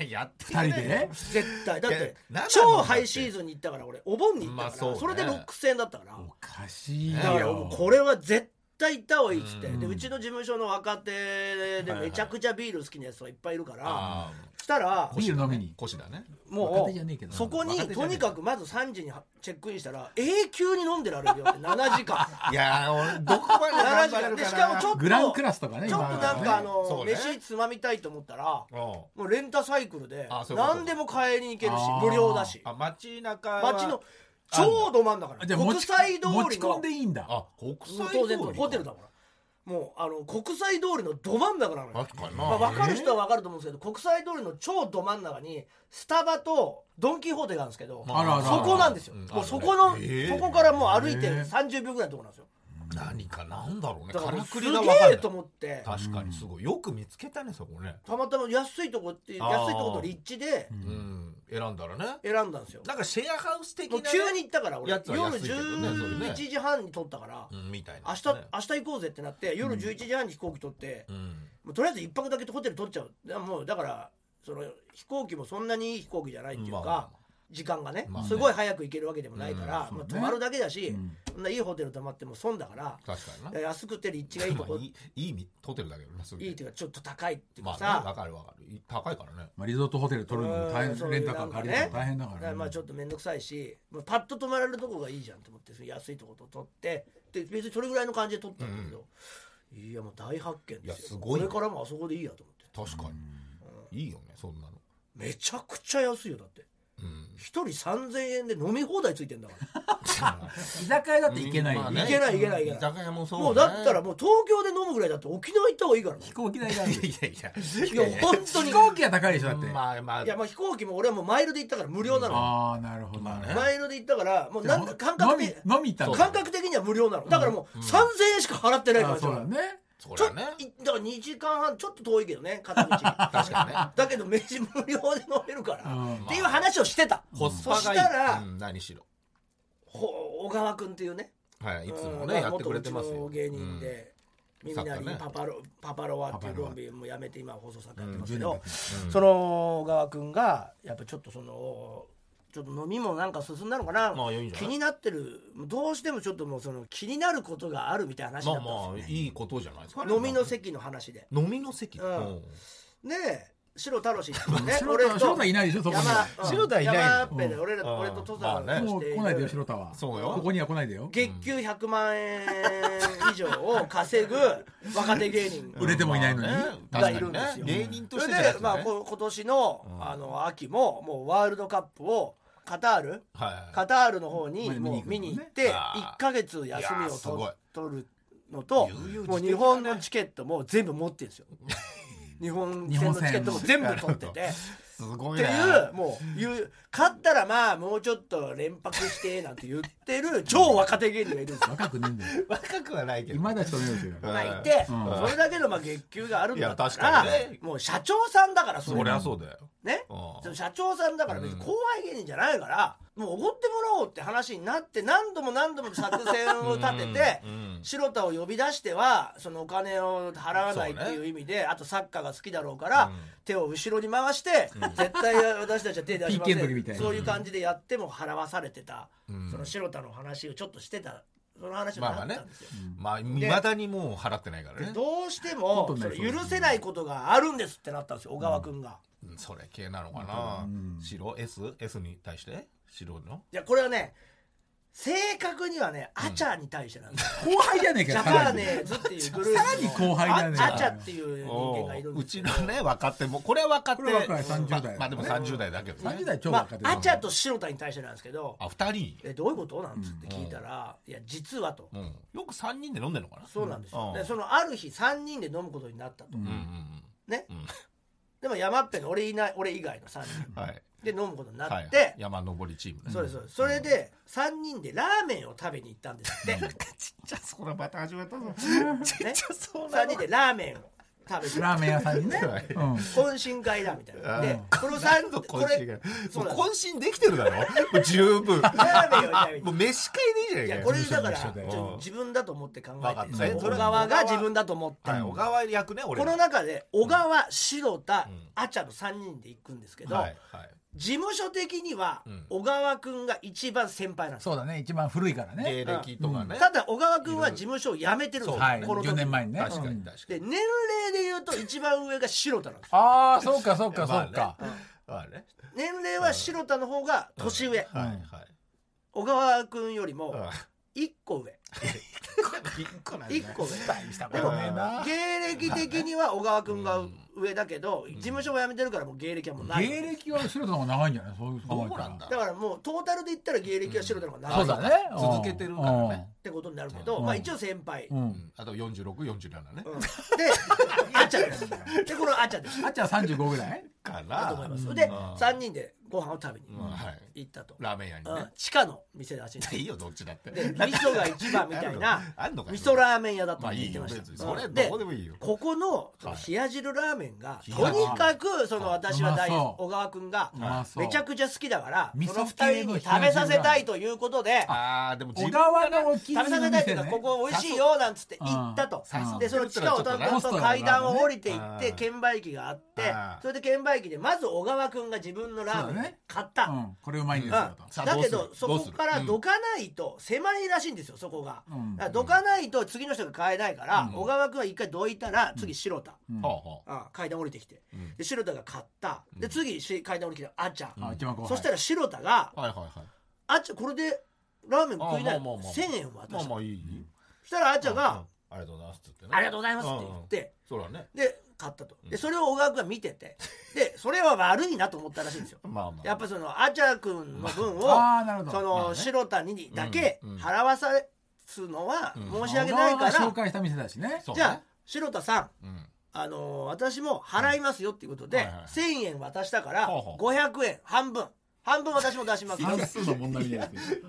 [SPEAKER 2] いややって
[SPEAKER 4] 2人でね
[SPEAKER 3] 絶対だって
[SPEAKER 2] えなんだろう
[SPEAKER 3] 超
[SPEAKER 2] だって
[SPEAKER 3] ハイシーズンに行ったから俺お盆に行った
[SPEAKER 2] まあ
[SPEAKER 3] から、
[SPEAKER 2] そうね
[SPEAKER 3] それで6000円だったから
[SPEAKER 4] おかしい
[SPEAKER 2] ね
[SPEAKER 3] だからも
[SPEAKER 4] よ
[SPEAKER 3] うこれは絶対行った方がいいっつって
[SPEAKER 2] うん
[SPEAKER 3] でうちの事務所の若手でめちゃくちゃビール好きなやつがいっぱいいるから、
[SPEAKER 2] ああ
[SPEAKER 3] したら
[SPEAKER 4] ビール飲みに
[SPEAKER 2] 腰だね
[SPEAKER 3] も
[SPEAKER 4] 若手じゃねえけど
[SPEAKER 3] う
[SPEAKER 4] な
[SPEAKER 3] そこに
[SPEAKER 2] 若手じゃ
[SPEAKER 3] と
[SPEAKER 2] ねえ
[SPEAKER 3] にかくまず3時にチェックインしたら永久に飲んでられるよって7時 間
[SPEAKER 2] いやー俺どこまで
[SPEAKER 3] 7
[SPEAKER 2] 頑
[SPEAKER 3] 時
[SPEAKER 2] 張
[SPEAKER 3] 間
[SPEAKER 2] れるか
[SPEAKER 3] で
[SPEAKER 2] な
[SPEAKER 3] しかもちょっと
[SPEAKER 4] グランクラスとかね
[SPEAKER 3] ちょっと
[SPEAKER 4] 今
[SPEAKER 3] なんかあ
[SPEAKER 2] そ
[SPEAKER 3] の、
[SPEAKER 2] うね
[SPEAKER 3] 飯つまみたいと思ったら
[SPEAKER 2] うん
[SPEAKER 3] もうレンタサイクルで
[SPEAKER 2] あそういうこと
[SPEAKER 3] 何でも買いに行けるし
[SPEAKER 4] あー
[SPEAKER 3] 無料だし
[SPEAKER 2] あ街中は
[SPEAKER 3] 街のちょうど真ん中
[SPEAKER 4] あ
[SPEAKER 3] な
[SPEAKER 4] じゃあ
[SPEAKER 3] の
[SPEAKER 4] 持
[SPEAKER 3] 国
[SPEAKER 4] ち
[SPEAKER 3] 際通
[SPEAKER 4] 持ち
[SPEAKER 3] り
[SPEAKER 4] 込
[SPEAKER 3] の
[SPEAKER 4] んでいいんだ
[SPEAKER 2] あ国
[SPEAKER 3] もう
[SPEAKER 2] 際
[SPEAKER 3] 当然
[SPEAKER 2] 通り
[SPEAKER 3] ホテルだからもうあの国際通りのど真ん中なのよ
[SPEAKER 2] 確かに
[SPEAKER 3] まあ、
[SPEAKER 2] な
[SPEAKER 3] 分かる人は分かると思うんですけど国際通りの超ど真ん中にスタバとドン・キホーテがあるんですけど
[SPEAKER 2] まあ
[SPEAKER 4] あるあるあ
[SPEAKER 3] そ
[SPEAKER 4] る
[SPEAKER 3] こなんですよ、
[SPEAKER 2] うん
[SPEAKER 3] もうそこの、
[SPEAKER 2] あるねえー
[SPEAKER 3] そこからもう歩いて
[SPEAKER 4] えー
[SPEAKER 3] 30秒ぐらいのところなんですよ
[SPEAKER 2] 何かなんだろうね
[SPEAKER 3] だから
[SPEAKER 2] から
[SPEAKER 3] す
[SPEAKER 2] く
[SPEAKER 3] げ
[SPEAKER 2] りが分か
[SPEAKER 3] え
[SPEAKER 2] る
[SPEAKER 3] と思って
[SPEAKER 2] 確かにすごいよく見つけたねそこね
[SPEAKER 3] たまたま安いとこって
[SPEAKER 2] あー
[SPEAKER 3] 安いところの立地で
[SPEAKER 2] うんん選んだらね
[SPEAKER 3] 選んだんですよ
[SPEAKER 2] なんかシェアハウス的
[SPEAKER 3] も
[SPEAKER 2] な
[SPEAKER 3] う
[SPEAKER 2] ね
[SPEAKER 3] 急に行ったから俺
[SPEAKER 2] やつは
[SPEAKER 3] 夜
[SPEAKER 2] 安いけどねそれね
[SPEAKER 3] 11時半に撮ったから、
[SPEAKER 2] うんみたいな
[SPEAKER 3] 明日明日行こうぜってなって夜11時半に飛行機取って、
[SPEAKER 2] うん
[SPEAKER 3] もうとりあえず一泊だけホテル取っちゃうだからもうだからその飛行機もそんなにいい飛行機じゃないっていうか、
[SPEAKER 2] まあまあまあ
[SPEAKER 3] 時間がね,、
[SPEAKER 2] まあね
[SPEAKER 3] すごい早く行けるわけでもないから、
[SPEAKER 4] うん
[SPEAKER 3] まあ、
[SPEAKER 4] そう
[SPEAKER 3] 泊
[SPEAKER 4] ね
[SPEAKER 3] まるだけだし、
[SPEAKER 4] うん
[SPEAKER 3] そんないいホテル泊まっても損だから、
[SPEAKER 2] 確かにな
[SPEAKER 3] 安くて立地がいいと
[SPEAKER 2] ま
[SPEAKER 3] こ
[SPEAKER 2] あいいいいみホテルだけどなすげえ
[SPEAKER 3] いいっていうかちょっと高いっていう
[SPEAKER 2] ま
[SPEAKER 3] か
[SPEAKER 2] あ
[SPEAKER 3] さ、
[SPEAKER 2] ねわかるわかるい高いからね
[SPEAKER 4] まあリゾートホテル取るのも大
[SPEAKER 3] うんそ
[SPEAKER 4] 変
[SPEAKER 3] う
[SPEAKER 4] レンタカー借りるのも大変だ
[SPEAKER 3] だ
[SPEAKER 4] か
[SPEAKER 3] かららまあちょっと面倒くさいし、まあ、パッと泊まれるとこがいいじゃんと思ってその安いとこと取ってで別にそれぐらいの感じで取ったんだけど、いやもう大発見ですよ
[SPEAKER 2] いやすごいね
[SPEAKER 3] これからもあそこでいいやと思って
[SPEAKER 2] 確かにいいよねそんなの
[SPEAKER 3] めちゃくちゃ安いよだって 一人3000円で飲み放題ついてんだから
[SPEAKER 4] 居酒屋だって行けないよ
[SPEAKER 3] ね
[SPEAKER 4] ね
[SPEAKER 3] いけないいけないいけない
[SPEAKER 2] 居酒屋もそうね
[SPEAKER 3] もうだったらもう東京で飲むぐらいだって沖縄行った方がいいからね
[SPEAKER 4] 飛行機代がある
[SPEAKER 2] いやいや
[SPEAKER 3] いや本当に
[SPEAKER 4] 飛行機は高いでしょだって
[SPEAKER 2] まあまあ
[SPEAKER 3] いやまあ飛行機も俺はもうマイルで行ったから無料なの
[SPEAKER 4] ああなるほど
[SPEAKER 2] まあね
[SPEAKER 3] マイルで行ったからもうなんか感覚
[SPEAKER 4] 飲み
[SPEAKER 3] 的
[SPEAKER 4] 飲み行ったの
[SPEAKER 3] 感覚的には無料なのだからもう3000円しか払ってないか
[SPEAKER 4] あ
[SPEAKER 3] ら
[SPEAKER 4] ーそうだね
[SPEAKER 2] そ
[SPEAKER 3] ち
[SPEAKER 2] り
[SPEAKER 3] ょ
[SPEAKER 2] ゃ
[SPEAKER 3] っと
[SPEAKER 2] ね
[SPEAKER 3] いだから2時間半ちょっと遠いけどね片道
[SPEAKER 2] 確かにね
[SPEAKER 3] だけど飯無料で飲めるから、
[SPEAKER 4] うん
[SPEAKER 3] っていう話をしてた、
[SPEAKER 2] コスパ
[SPEAKER 3] そ
[SPEAKER 2] が
[SPEAKER 3] し
[SPEAKER 2] いい
[SPEAKER 3] たら、
[SPEAKER 2] うん何しろ
[SPEAKER 3] ほ小川君っていうね
[SPEAKER 2] はいいつも
[SPEAKER 3] う
[SPEAKER 2] ね
[SPEAKER 3] ん
[SPEAKER 2] やってくれてます
[SPEAKER 3] 元うち
[SPEAKER 2] よ
[SPEAKER 3] の芸人で、みんな
[SPEAKER 2] 作
[SPEAKER 3] に
[SPEAKER 2] 家ね
[SPEAKER 3] パパロ、パパロワっていう
[SPEAKER 4] パパロ
[SPEAKER 3] コ
[SPEAKER 4] ワ
[SPEAKER 3] ンビもやめて今放送作家やってますけ
[SPEAKER 4] う
[SPEAKER 3] ど
[SPEAKER 4] ん、
[SPEAKER 2] うん
[SPEAKER 3] その小川君がやっぱちょっとそのちょっと飲みもなんか進んだのかな
[SPEAKER 2] まあいいんじゃな
[SPEAKER 3] 気
[SPEAKER 2] い
[SPEAKER 3] になってるどうしてもちょっともうその気になることがあるみたいな話
[SPEAKER 2] ま
[SPEAKER 3] にな
[SPEAKER 2] あ
[SPEAKER 3] ったんですよ、
[SPEAKER 2] まあいいことじゃないですかね
[SPEAKER 3] 飲みの席の話で
[SPEAKER 2] 飲みの席
[SPEAKER 3] う
[SPEAKER 2] うんん
[SPEAKER 3] ねえ白太郎氏っていうね
[SPEAKER 4] 白
[SPEAKER 3] 俺
[SPEAKER 4] 田白
[SPEAKER 3] と
[SPEAKER 4] 田いないでしょそこには
[SPEAKER 3] 山
[SPEAKER 2] 白田いないの
[SPEAKER 3] 山っぺで俺ら
[SPEAKER 2] うん
[SPEAKER 3] 俺と登山
[SPEAKER 2] まあね
[SPEAKER 4] も
[SPEAKER 3] し
[SPEAKER 4] う
[SPEAKER 3] てい
[SPEAKER 4] 来ないでよ白
[SPEAKER 3] る
[SPEAKER 4] 田は
[SPEAKER 2] そう
[SPEAKER 4] こ
[SPEAKER 2] よ
[SPEAKER 4] こには来ないでよ
[SPEAKER 3] 月給100万円以上を稼ぐ若手芸人
[SPEAKER 4] 売れてもいないのに
[SPEAKER 2] まあ
[SPEAKER 3] がい
[SPEAKER 2] ね
[SPEAKER 3] る
[SPEAKER 2] 確
[SPEAKER 3] んで
[SPEAKER 2] か
[SPEAKER 3] すよ
[SPEAKER 2] にね芸人とし
[SPEAKER 3] そ
[SPEAKER 2] て
[SPEAKER 3] れ
[SPEAKER 2] じ
[SPEAKER 3] で
[SPEAKER 2] ゃない、です
[SPEAKER 3] ま
[SPEAKER 2] よ
[SPEAKER 3] あ、
[SPEAKER 2] ね
[SPEAKER 3] こ今年の
[SPEAKER 2] うん
[SPEAKER 3] あの秋ももうワールドカップをカタール
[SPEAKER 2] はい
[SPEAKER 3] カタールの方に
[SPEAKER 4] まあ
[SPEAKER 3] もう見
[SPEAKER 4] 見
[SPEAKER 3] に
[SPEAKER 4] に
[SPEAKER 3] 行
[SPEAKER 4] 行
[SPEAKER 3] っ
[SPEAKER 4] く
[SPEAKER 3] て
[SPEAKER 2] あー
[SPEAKER 3] 1か月休み
[SPEAKER 2] いやー
[SPEAKER 3] を
[SPEAKER 2] すごい
[SPEAKER 3] と取るのと
[SPEAKER 2] 悠々自適だね
[SPEAKER 3] もう日本のチケットも全部持ってるんですよ日本戦のチケットも全部取ってて。
[SPEAKER 2] すご
[SPEAKER 3] っ
[SPEAKER 2] い
[SPEAKER 3] て
[SPEAKER 2] ね
[SPEAKER 3] いうもう言う勝ったらまあもうちょっと連泊してなんて言ってる超若手芸人がいるんですよ。
[SPEAKER 4] 若くねえんだよ
[SPEAKER 2] 若くはないけど
[SPEAKER 4] 今だちとめるけど
[SPEAKER 2] うん
[SPEAKER 3] まあいて、
[SPEAKER 4] うん
[SPEAKER 3] それだけのまあ月給があるんだった
[SPEAKER 2] いや
[SPEAKER 3] ら、
[SPEAKER 2] 確かにね
[SPEAKER 3] もう社長さんだからそ
[SPEAKER 2] そ
[SPEAKER 3] れ
[SPEAKER 2] りゃ
[SPEAKER 3] は
[SPEAKER 2] そうだよ
[SPEAKER 3] ね
[SPEAKER 2] うん
[SPEAKER 3] その社長さんだから別に後輩芸人じゃないから、もうおごってもらおうって話になって何度も何度も作戦を立てて
[SPEAKER 2] うんうん
[SPEAKER 3] 白田を呼び出してはそのお金を払わないっていう意味で、あとサッカーが好きだろうから、手を後ろに回して、絶対私たちは手出しませ
[SPEAKER 4] PK の時み
[SPEAKER 3] ん
[SPEAKER 4] たいな
[SPEAKER 3] そういう感じでやっても払わされてた、
[SPEAKER 2] うん
[SPEAKER 3] その白田の話をちょっとしてたその話になったんですよ。
[SPEAKER 2] まあまあねまあいまだにもう払ってないから
[SPEAKER 3] で
[SPEAKER 2] ね
[SPEAKER 3] どうしても
[SPEAKER 4] ことに
[SPEAKER 3] そ
[SPEAKER 4] な
[SPEAKER 3] れ
[SPEAKER 4] りそう
[SPEAKER 3] 許せないことがあるんですってなったんですよ小川君が、
[SPEAKER 2] うんそれ系なのかな
[SPEAKER 4] うん
[SPEAKER 2] 白 SS に対して白の
[SPEAKER 3] いやこれはね正確にはねアチャに対してなんですよ、
[SPEAKER 4] 後輩じゃねえか
[SPEAKER 3] ジ
[SPEAKER 4] よ
[SPEAKER 3] ャ
[SPEAKER 4] さ
[SPEAKER 3] パー
[SPEAKER 4] らに
[SPEAKER 3] ネーズっていうグループの
[SPEAKER 4] さらに後輩だね
[SPEAKER 3] アアチャっていう人間がいるん
[SPEAKER 2] う
[SPEAKER 3] です
[SPEAKER 2] ち
[SPEAKER 3] け
[SPEAKER 2] の
[SPEAKER 3] ど
[SPEAKER 2] ね若手もこれは若手
[SPEAKER 4] これは若い30代
[SPEAKER 2] まあまあでも30代だけどね
[SPEAKER 4] 30代超
[SPEAKER 3] ま
[SPEAKER 4] 若手
[SPEAKER 3] あ、アチャと白田に対してなんですけど
[SPEAKER 2] あ二人
[SPEAKER 3] えどういうことなんつって聞いたら、いや実はと、
[SPEAKER 2] うんよく三人で飲んでるのかな
[SPEAKER 3] そうなんですよ、
[SPEAKER 2] う
[SPEAKER 3] でそのある日3人で飲むことになったと、
[SPEAKER 2] うんうん
[SPEAKER 3] ね
[SPEAKER 2] うん
[SPEAKER 3] でも山っぺの俺いない俺以外の3
[SPEAKER 2] うんはい
[SPEAKER 3] 人で飲むことにな
[SPEAKER 2] は
[SPEAKER 3] っ
[SPEAKER 2] い
[SPEAKER 3] て、
[SPEAKER 2] 山登りチームね
[SPEAKER 3] そうですそうですそれで3人でラーメンを食べに行ったんですって、ね、
[SPEAKER 2] ちっちゃそうなまた始まったぞ
[SPEAKER 3] 3人でラーメンを食べて
[SPEAKER 4] ラーメン屋さんにね
[SPEAKER 2] はい
[SPEAKER 4] うん
[SPEAKER 3] 懇親会だみたいな。で
[SPEAKER 2] うん、
[SPEAKER 3] この三
[SPEAKER 2] と
[SPEAKER 3] これ
[SPEAKER 2] 渾身
[SPEAKER 3] そうな
[SPEAKER 2] がも
[SPEAKER 3] ん
[SPEAKER 2] う渾身できてるだろもう十分
[SPEAKER 3] ラーメンより
[SPEAKER 2] もう飯会でいい
[SPEAKER 3] い
[SPEAKER 2] じゃ
[SPEAKER 3] や
[SPEAKER 2] ない
[SPEAKER 3] こ
[SPEAKER 2] か
[SPEAKER 3] れだから
[SPEAKER 4] 事務所と一緒で
[SPEAKER 3] ちょ自分だと思って考
[SPEAKER 2] わか
[SPEAKER 3] え
[SPEAKER 2] ってた
[SPEAKER 3] そう
[SPEAKER 2] ね
[SPEAKER 3] 小川が自分だと思って、
[SPEAKER 2] はい小川役ね俺
[SPEAKER 3] この中で小川白田、
[SPEAKER 2] うん
[SPEAKER 3] あちゃの3人で行くんですけど、
[SPEAKER 2] はいはい
[SPEAKER 3] 事務所的には
[SPEAKER 2] うん
[SPEAKER 3] 小川君が一番先輩なんですよ
[SPEAKER 4] そうだね一番古いから
[SPEAKER 2] 芸
[SPEAKER 4] ね
[SPEAKER 2] 歴とかね
[SPEAKER 3] ただ小川君は事務所を辞めてるんですよ、
[SPEAKER 4] はい
[SPEAKER 3] この時
[SPEAKER 4] 4年前にね
[SPEAKER 2] 確か
[SPEAKER 4] う
[SPEAKER 2] に
[SPEAKER 4] ん
[SPEAKER 2] 確か
[SPEAKER 3] で
[SPEAKER 2] に
[SPEAKER 3] 年齢で言うと一番上が白田なんですよ
[SPEAKER 4] ああそうかそうかそ
[SPEAKER 2] まあ
[SPEAKER 4] うか
[SPEAKER 2] ねまあね
[SPEAKER 3] 年齢は白田の方が年上、
[SPEAKER 2] はいはい
[SPEAKER 3] 小川君より
[SPEAKER 2] うん
[SPEAKER 3] も1個上
[SPEAKER 2] 一個なんだ
[SPEAKER 3] 1個上
[SPEAKER 4] 大したこ
[SPEAKER 3] で
[SPEAKER 4] と
[SPEAKER 3] も
[SPEAKER 4] ねえな
[SPEAKER 3] 芸歴的には小川君が上だけど事務所も辞めてるからもう芸歴はもうない
[SPEAKER 4] 芸歴は白田の方が長いんじゃないそういう
[SPEAKER 2] どう
[SPEAKER 4] 考えたら
[SPEAKER 2] なんだ
[SPEAKER 3] だからもうトータルで言ったら芸歴は白田の方が
[SPEAKER 4] そ
[SPEAKER 3] 長
[SPEAKER 4] う
[SPEAKER 3] い
[SPEAKER 4] だ
[SPEAKER 3] っ
[SPEAKER 4] ね
[SPEAKER 2] 続けてるからね
[SPEAKER 3] てことになるけど
[SPEAKER 4] うん
[SPEAKER 3] まあ一応先輩う
[SPEAKER 4] う
[SPEAKER 3] ん
[SPEAKER 4] んう
[SPEAKER 2] うんんあと46、47ね
[SPEAKER 3] であちゃですでこのあちゃです
[SPEAKER 4] あっちは35ぐらい
[SPEAKER 2] か
[SPEAKER 3] だ
[SPEAKER 2] な
[SPEAKER 3] と思います
[SPEAKER 2] うん
[SPEAKER 3] で
[SPEAKER 2] うん
[SPEAKER 3] 3人でご飯を食べに
[SPEAKER 2] うんはい
[SPEAKER 3] 行ったと
[SPEAKER 2] ラーメン屋に
[SPEAKER 3] うん
[SPEAKER 2] ね
[SPEAKER 3] 地下の店らしいんです
[SPEAKER 2] い いよどっちだって
[SPEAKER 3] で味噌が一番み たいな
[SPEAKER 2] あんのかよ
[SPEAKER 3] 味噌ラーメン屋だと
[SPEAKER 2] ま
[SPEAKER 3] 言
[SPEAKER 2] あい
[SPEAKER 3] っ
[SPEAKER 2] い
[SPEAKER 3] て
[SPEAKER 2] よ
[SPEAKER 3] まし
[SPEAKER 2] 別に
[SPEAKER 3] た
[SPEAKER 2] それ
[SPEAKER 3] う
[SPEAKER 2] ど
[SPEAKER 3] んで
[SPEAKER 2] こでもいいよ
[SPEAKER 3] ここのその
[SPEAKER 2] はい
[SPEAKER 3] 冷や汁ラーメンが
[SPEAKER 2] 冷
[SPEAKER 3] と
[SPEAKER 2] や
[SPEAKER 3] にかくその
[SPEAKER 2] はい
[SPEAKER 3] 私は大
[SPEAKER 4] うまそう
[SPEAKER 3] 小川君が
[SPEAKER 4] うまそう
[SPEAKER 3] めちゃくちゃ好きだから
[SPEAKER 4] 味噌
[SPEAKER 3] その二
[SPEAKER 4] 系
[SPEAKER 3] 人
[SPEAKER 4] の
[SPEAKER 3] に
[SPEAKER 4] 冷や汁
[SPEAKER 3] 食べさせたいということで
[SPEAKER 2] ああでも
[SPEAKER 4] 小
[SPEAKER 2] 自分
[SPEAKER 4] 川のお気に
[SPEAKER 3] 食べさ
[SPEAKER 4] 入り
[SPEAKER 3] せ
[SPEAKER 4] の
[SPEAKER 3] たいとい
[SPEAKER 4] 店
[SPEAKER 3] うか
[SPEAKER 4] ね
[SPEAKER 3] ここ美味しいよなんつって行ったと
[SPEAKER 4] 誘誘
[SPEAKER 3] でその地下をたど
[SPEAKER 4] ホ
[SPEAKER 3] っ
[SPEAKER 4] スト
[SPEAKER 3] と
[SPEAKER 4] だから
[SPEAKER 3] 階段を降りてい
[SPEAKER 2] あ
[SPEAKER 3] って
[SPEAKER 2] ー
[SPEAKER 3] 券売機があって
[SPEAKER 2] あー
[SPEAKER 3] それで券売機でまず小川君が自分のラーメンを買った。
[SPEAKER 4] うんこれうまいんですよと
[SPEAKER 2] さあ
[SPEAKER 3] だけ
[SPEAKER 2] ど
[SPEAKER 3] ど
[SPEAKER 2] うす
[SPEAKER 3] そ
[SPEAKER 2] るどう
[SPEAKER 3] こ
[SPEAKER 2] する
[SPEAKER 3] から
[SPEAKER 2] うん
[SPEAKER 3] どかないと狭いらしいんですよそこが、
[SPEAKER 4] うん
[SPEAKER 3] だからどかないと次の人が買えないから、
[SPEAKER 4] うん
[SPEAKER 3] 小川君は一回どいたら次白田、
[SPEAKER 4] うん
[SPEAKER 2] ほうほう
[SPEAKER 3] あ階段降りてきて、
[SPEAKER 2] うん
[SPEAKER 3] で白田が買ったで次し階段降りてきたあっちゃん、
[SPEAKER 4] あ一番後輩
[SPEAKER 3] そしたら白田が
[SPEAKER 2] はいはいはい
[SPEAKER 3] 「あっちゃんこれでラーメン食いな
[SPEAKER 2] あ
[SPEAKER 3] い
[SPEAKER 2] まあまあまあ
[SPEAKER 3] 1,000円渡
[SPEAKER 2] まあ
[SPEAKER 3] した
[SPEAKER 2] まあいい
[SPEAKER 3] そしたらあっちゃん
[SPEAKER 2] うん
[SPEAKER 3] が
[SPEAKER 2] ありがとうございますっつっ
[SPEAKER 3] 「
[SPEAKER 2] てね
[SPEAKER 3] ありがとうございます」って言って
[SPEAKER 2] そうだね
[SPEAKER 3] で買ったとでそれを小川君が見ててでそれは悪いなと思ったらしいんですよ
[SPEAKER 2] まあまあ
[SPEAKER 3] やっぱそのあちゃくんの分を、
[SPEAKER 4] あーなるほど
[SPEAKER 3] そ
[SPEAKER 2] まあ
[SPEAKER 3] の、
[SPEAKER 2] ね
[SPEAKER 3] 白谷にだけ
[SPEAKER 2] うんうん
[SPEAKER 3] 払わさすのは申し訳な
[SPEAKER 4] 小川
[SPEAKER 3] いか
[SPEAKER 4] が
[SPEAKER 3] ら、
[SPEAKER 4] 紹介した店だしね
[SPEAKER 2] そう
[SPEAKER 3] じゃあ白田さん
[SPEAKER 2] うん
[SPEAKER 3] あのー私も払いますよっていうことで、
[SPEAKER 2] はいはいはい
[SPEAKER 3] 1,000円渡したから
[SPEAKER 2] ほうほう
[SPEAKER 3] 500円半分半分私も出しますよ
[SPEAKER 5] 算数の問題みたいなやつ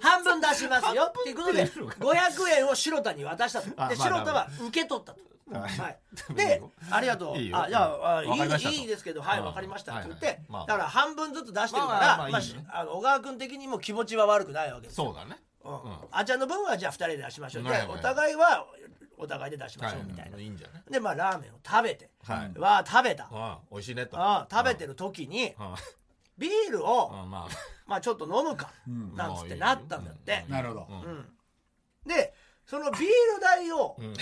[SPEAKER 3] 半分出しますよっていうことで
[SPEAKER 2] 半分っていう
[SPEAKER 3] 500円を白田に渡したと
[SPEAKER 2] あ
[SPEAKER 3] で
[SPEAKER 2] まあ
[SPEAKER 3] 白田は受け取ったと。
[SPEAKER 2] はい
[SPEAKER 3] はい、
[SPEAKER 2] いい
[SPEAKER 3] で
[SPEAKER 2] よ
[SPEAKER 3] 「ありがとう
[SPEAKER 2] いいよ
[SPEAKER 3] あじゃああい
[SPEAKER 2] わかりましたと
[SPEAKER 3] いいいですけどはい
[SPEAKER 2] うん
[SPEAKER 3] わかりました」って言っ
[SPEAKER 2] はい
[SPEAKER 3] て
[SPEAKER 2] はいまあ
[SPEAKER 3] だから半分ずつ出してるか
[SPEAKER 2] まあま
[SPEAKER 3] ら
[SPEAKER 2] あま
[SPEAKER 3] ま
[SPEAKER 2] あ
[SPEAKER 3] あ
[SPEAKER 2] いいよね
[SPEAKER 3] あの小川君的にも気持ちは悪くないわけですよ
[SPEAKER 2] そうだね
[SPEAKER 3] うん
[SPEAKER 2] ん
[SPEAKER 3] あちゃんの分はじゃあ2人で出しましょうで
[SPEAKER 2] はいはい
[SPEAKER 3] お互いはお互いで出しましょうみたいな
[SPEAKER 2] はいいいんじゃない
[SPEAKER 3] でまあラーメンを食べて
[SPEAKER 2] はい
[SPEAKER 3] わあ食べた
[SPEAKER 2] ああ美味しいねと
[SPEAKER 3] ああ食べてる時に
[SPEAKER 2] あ
[SPEAKER 3] ビールを
[SPEAKER 2] あまあ
[SPEAKER 3] まあちょっと飲むか
[SPEAKER 4] うん
[SPEAKER 3] なんつってなったんだって
[SPEAKER 4] なるほど
[SPEAKER 2] うん
[SPEAKER 3] うんでそのビール代を
[SPEAKER 2] うん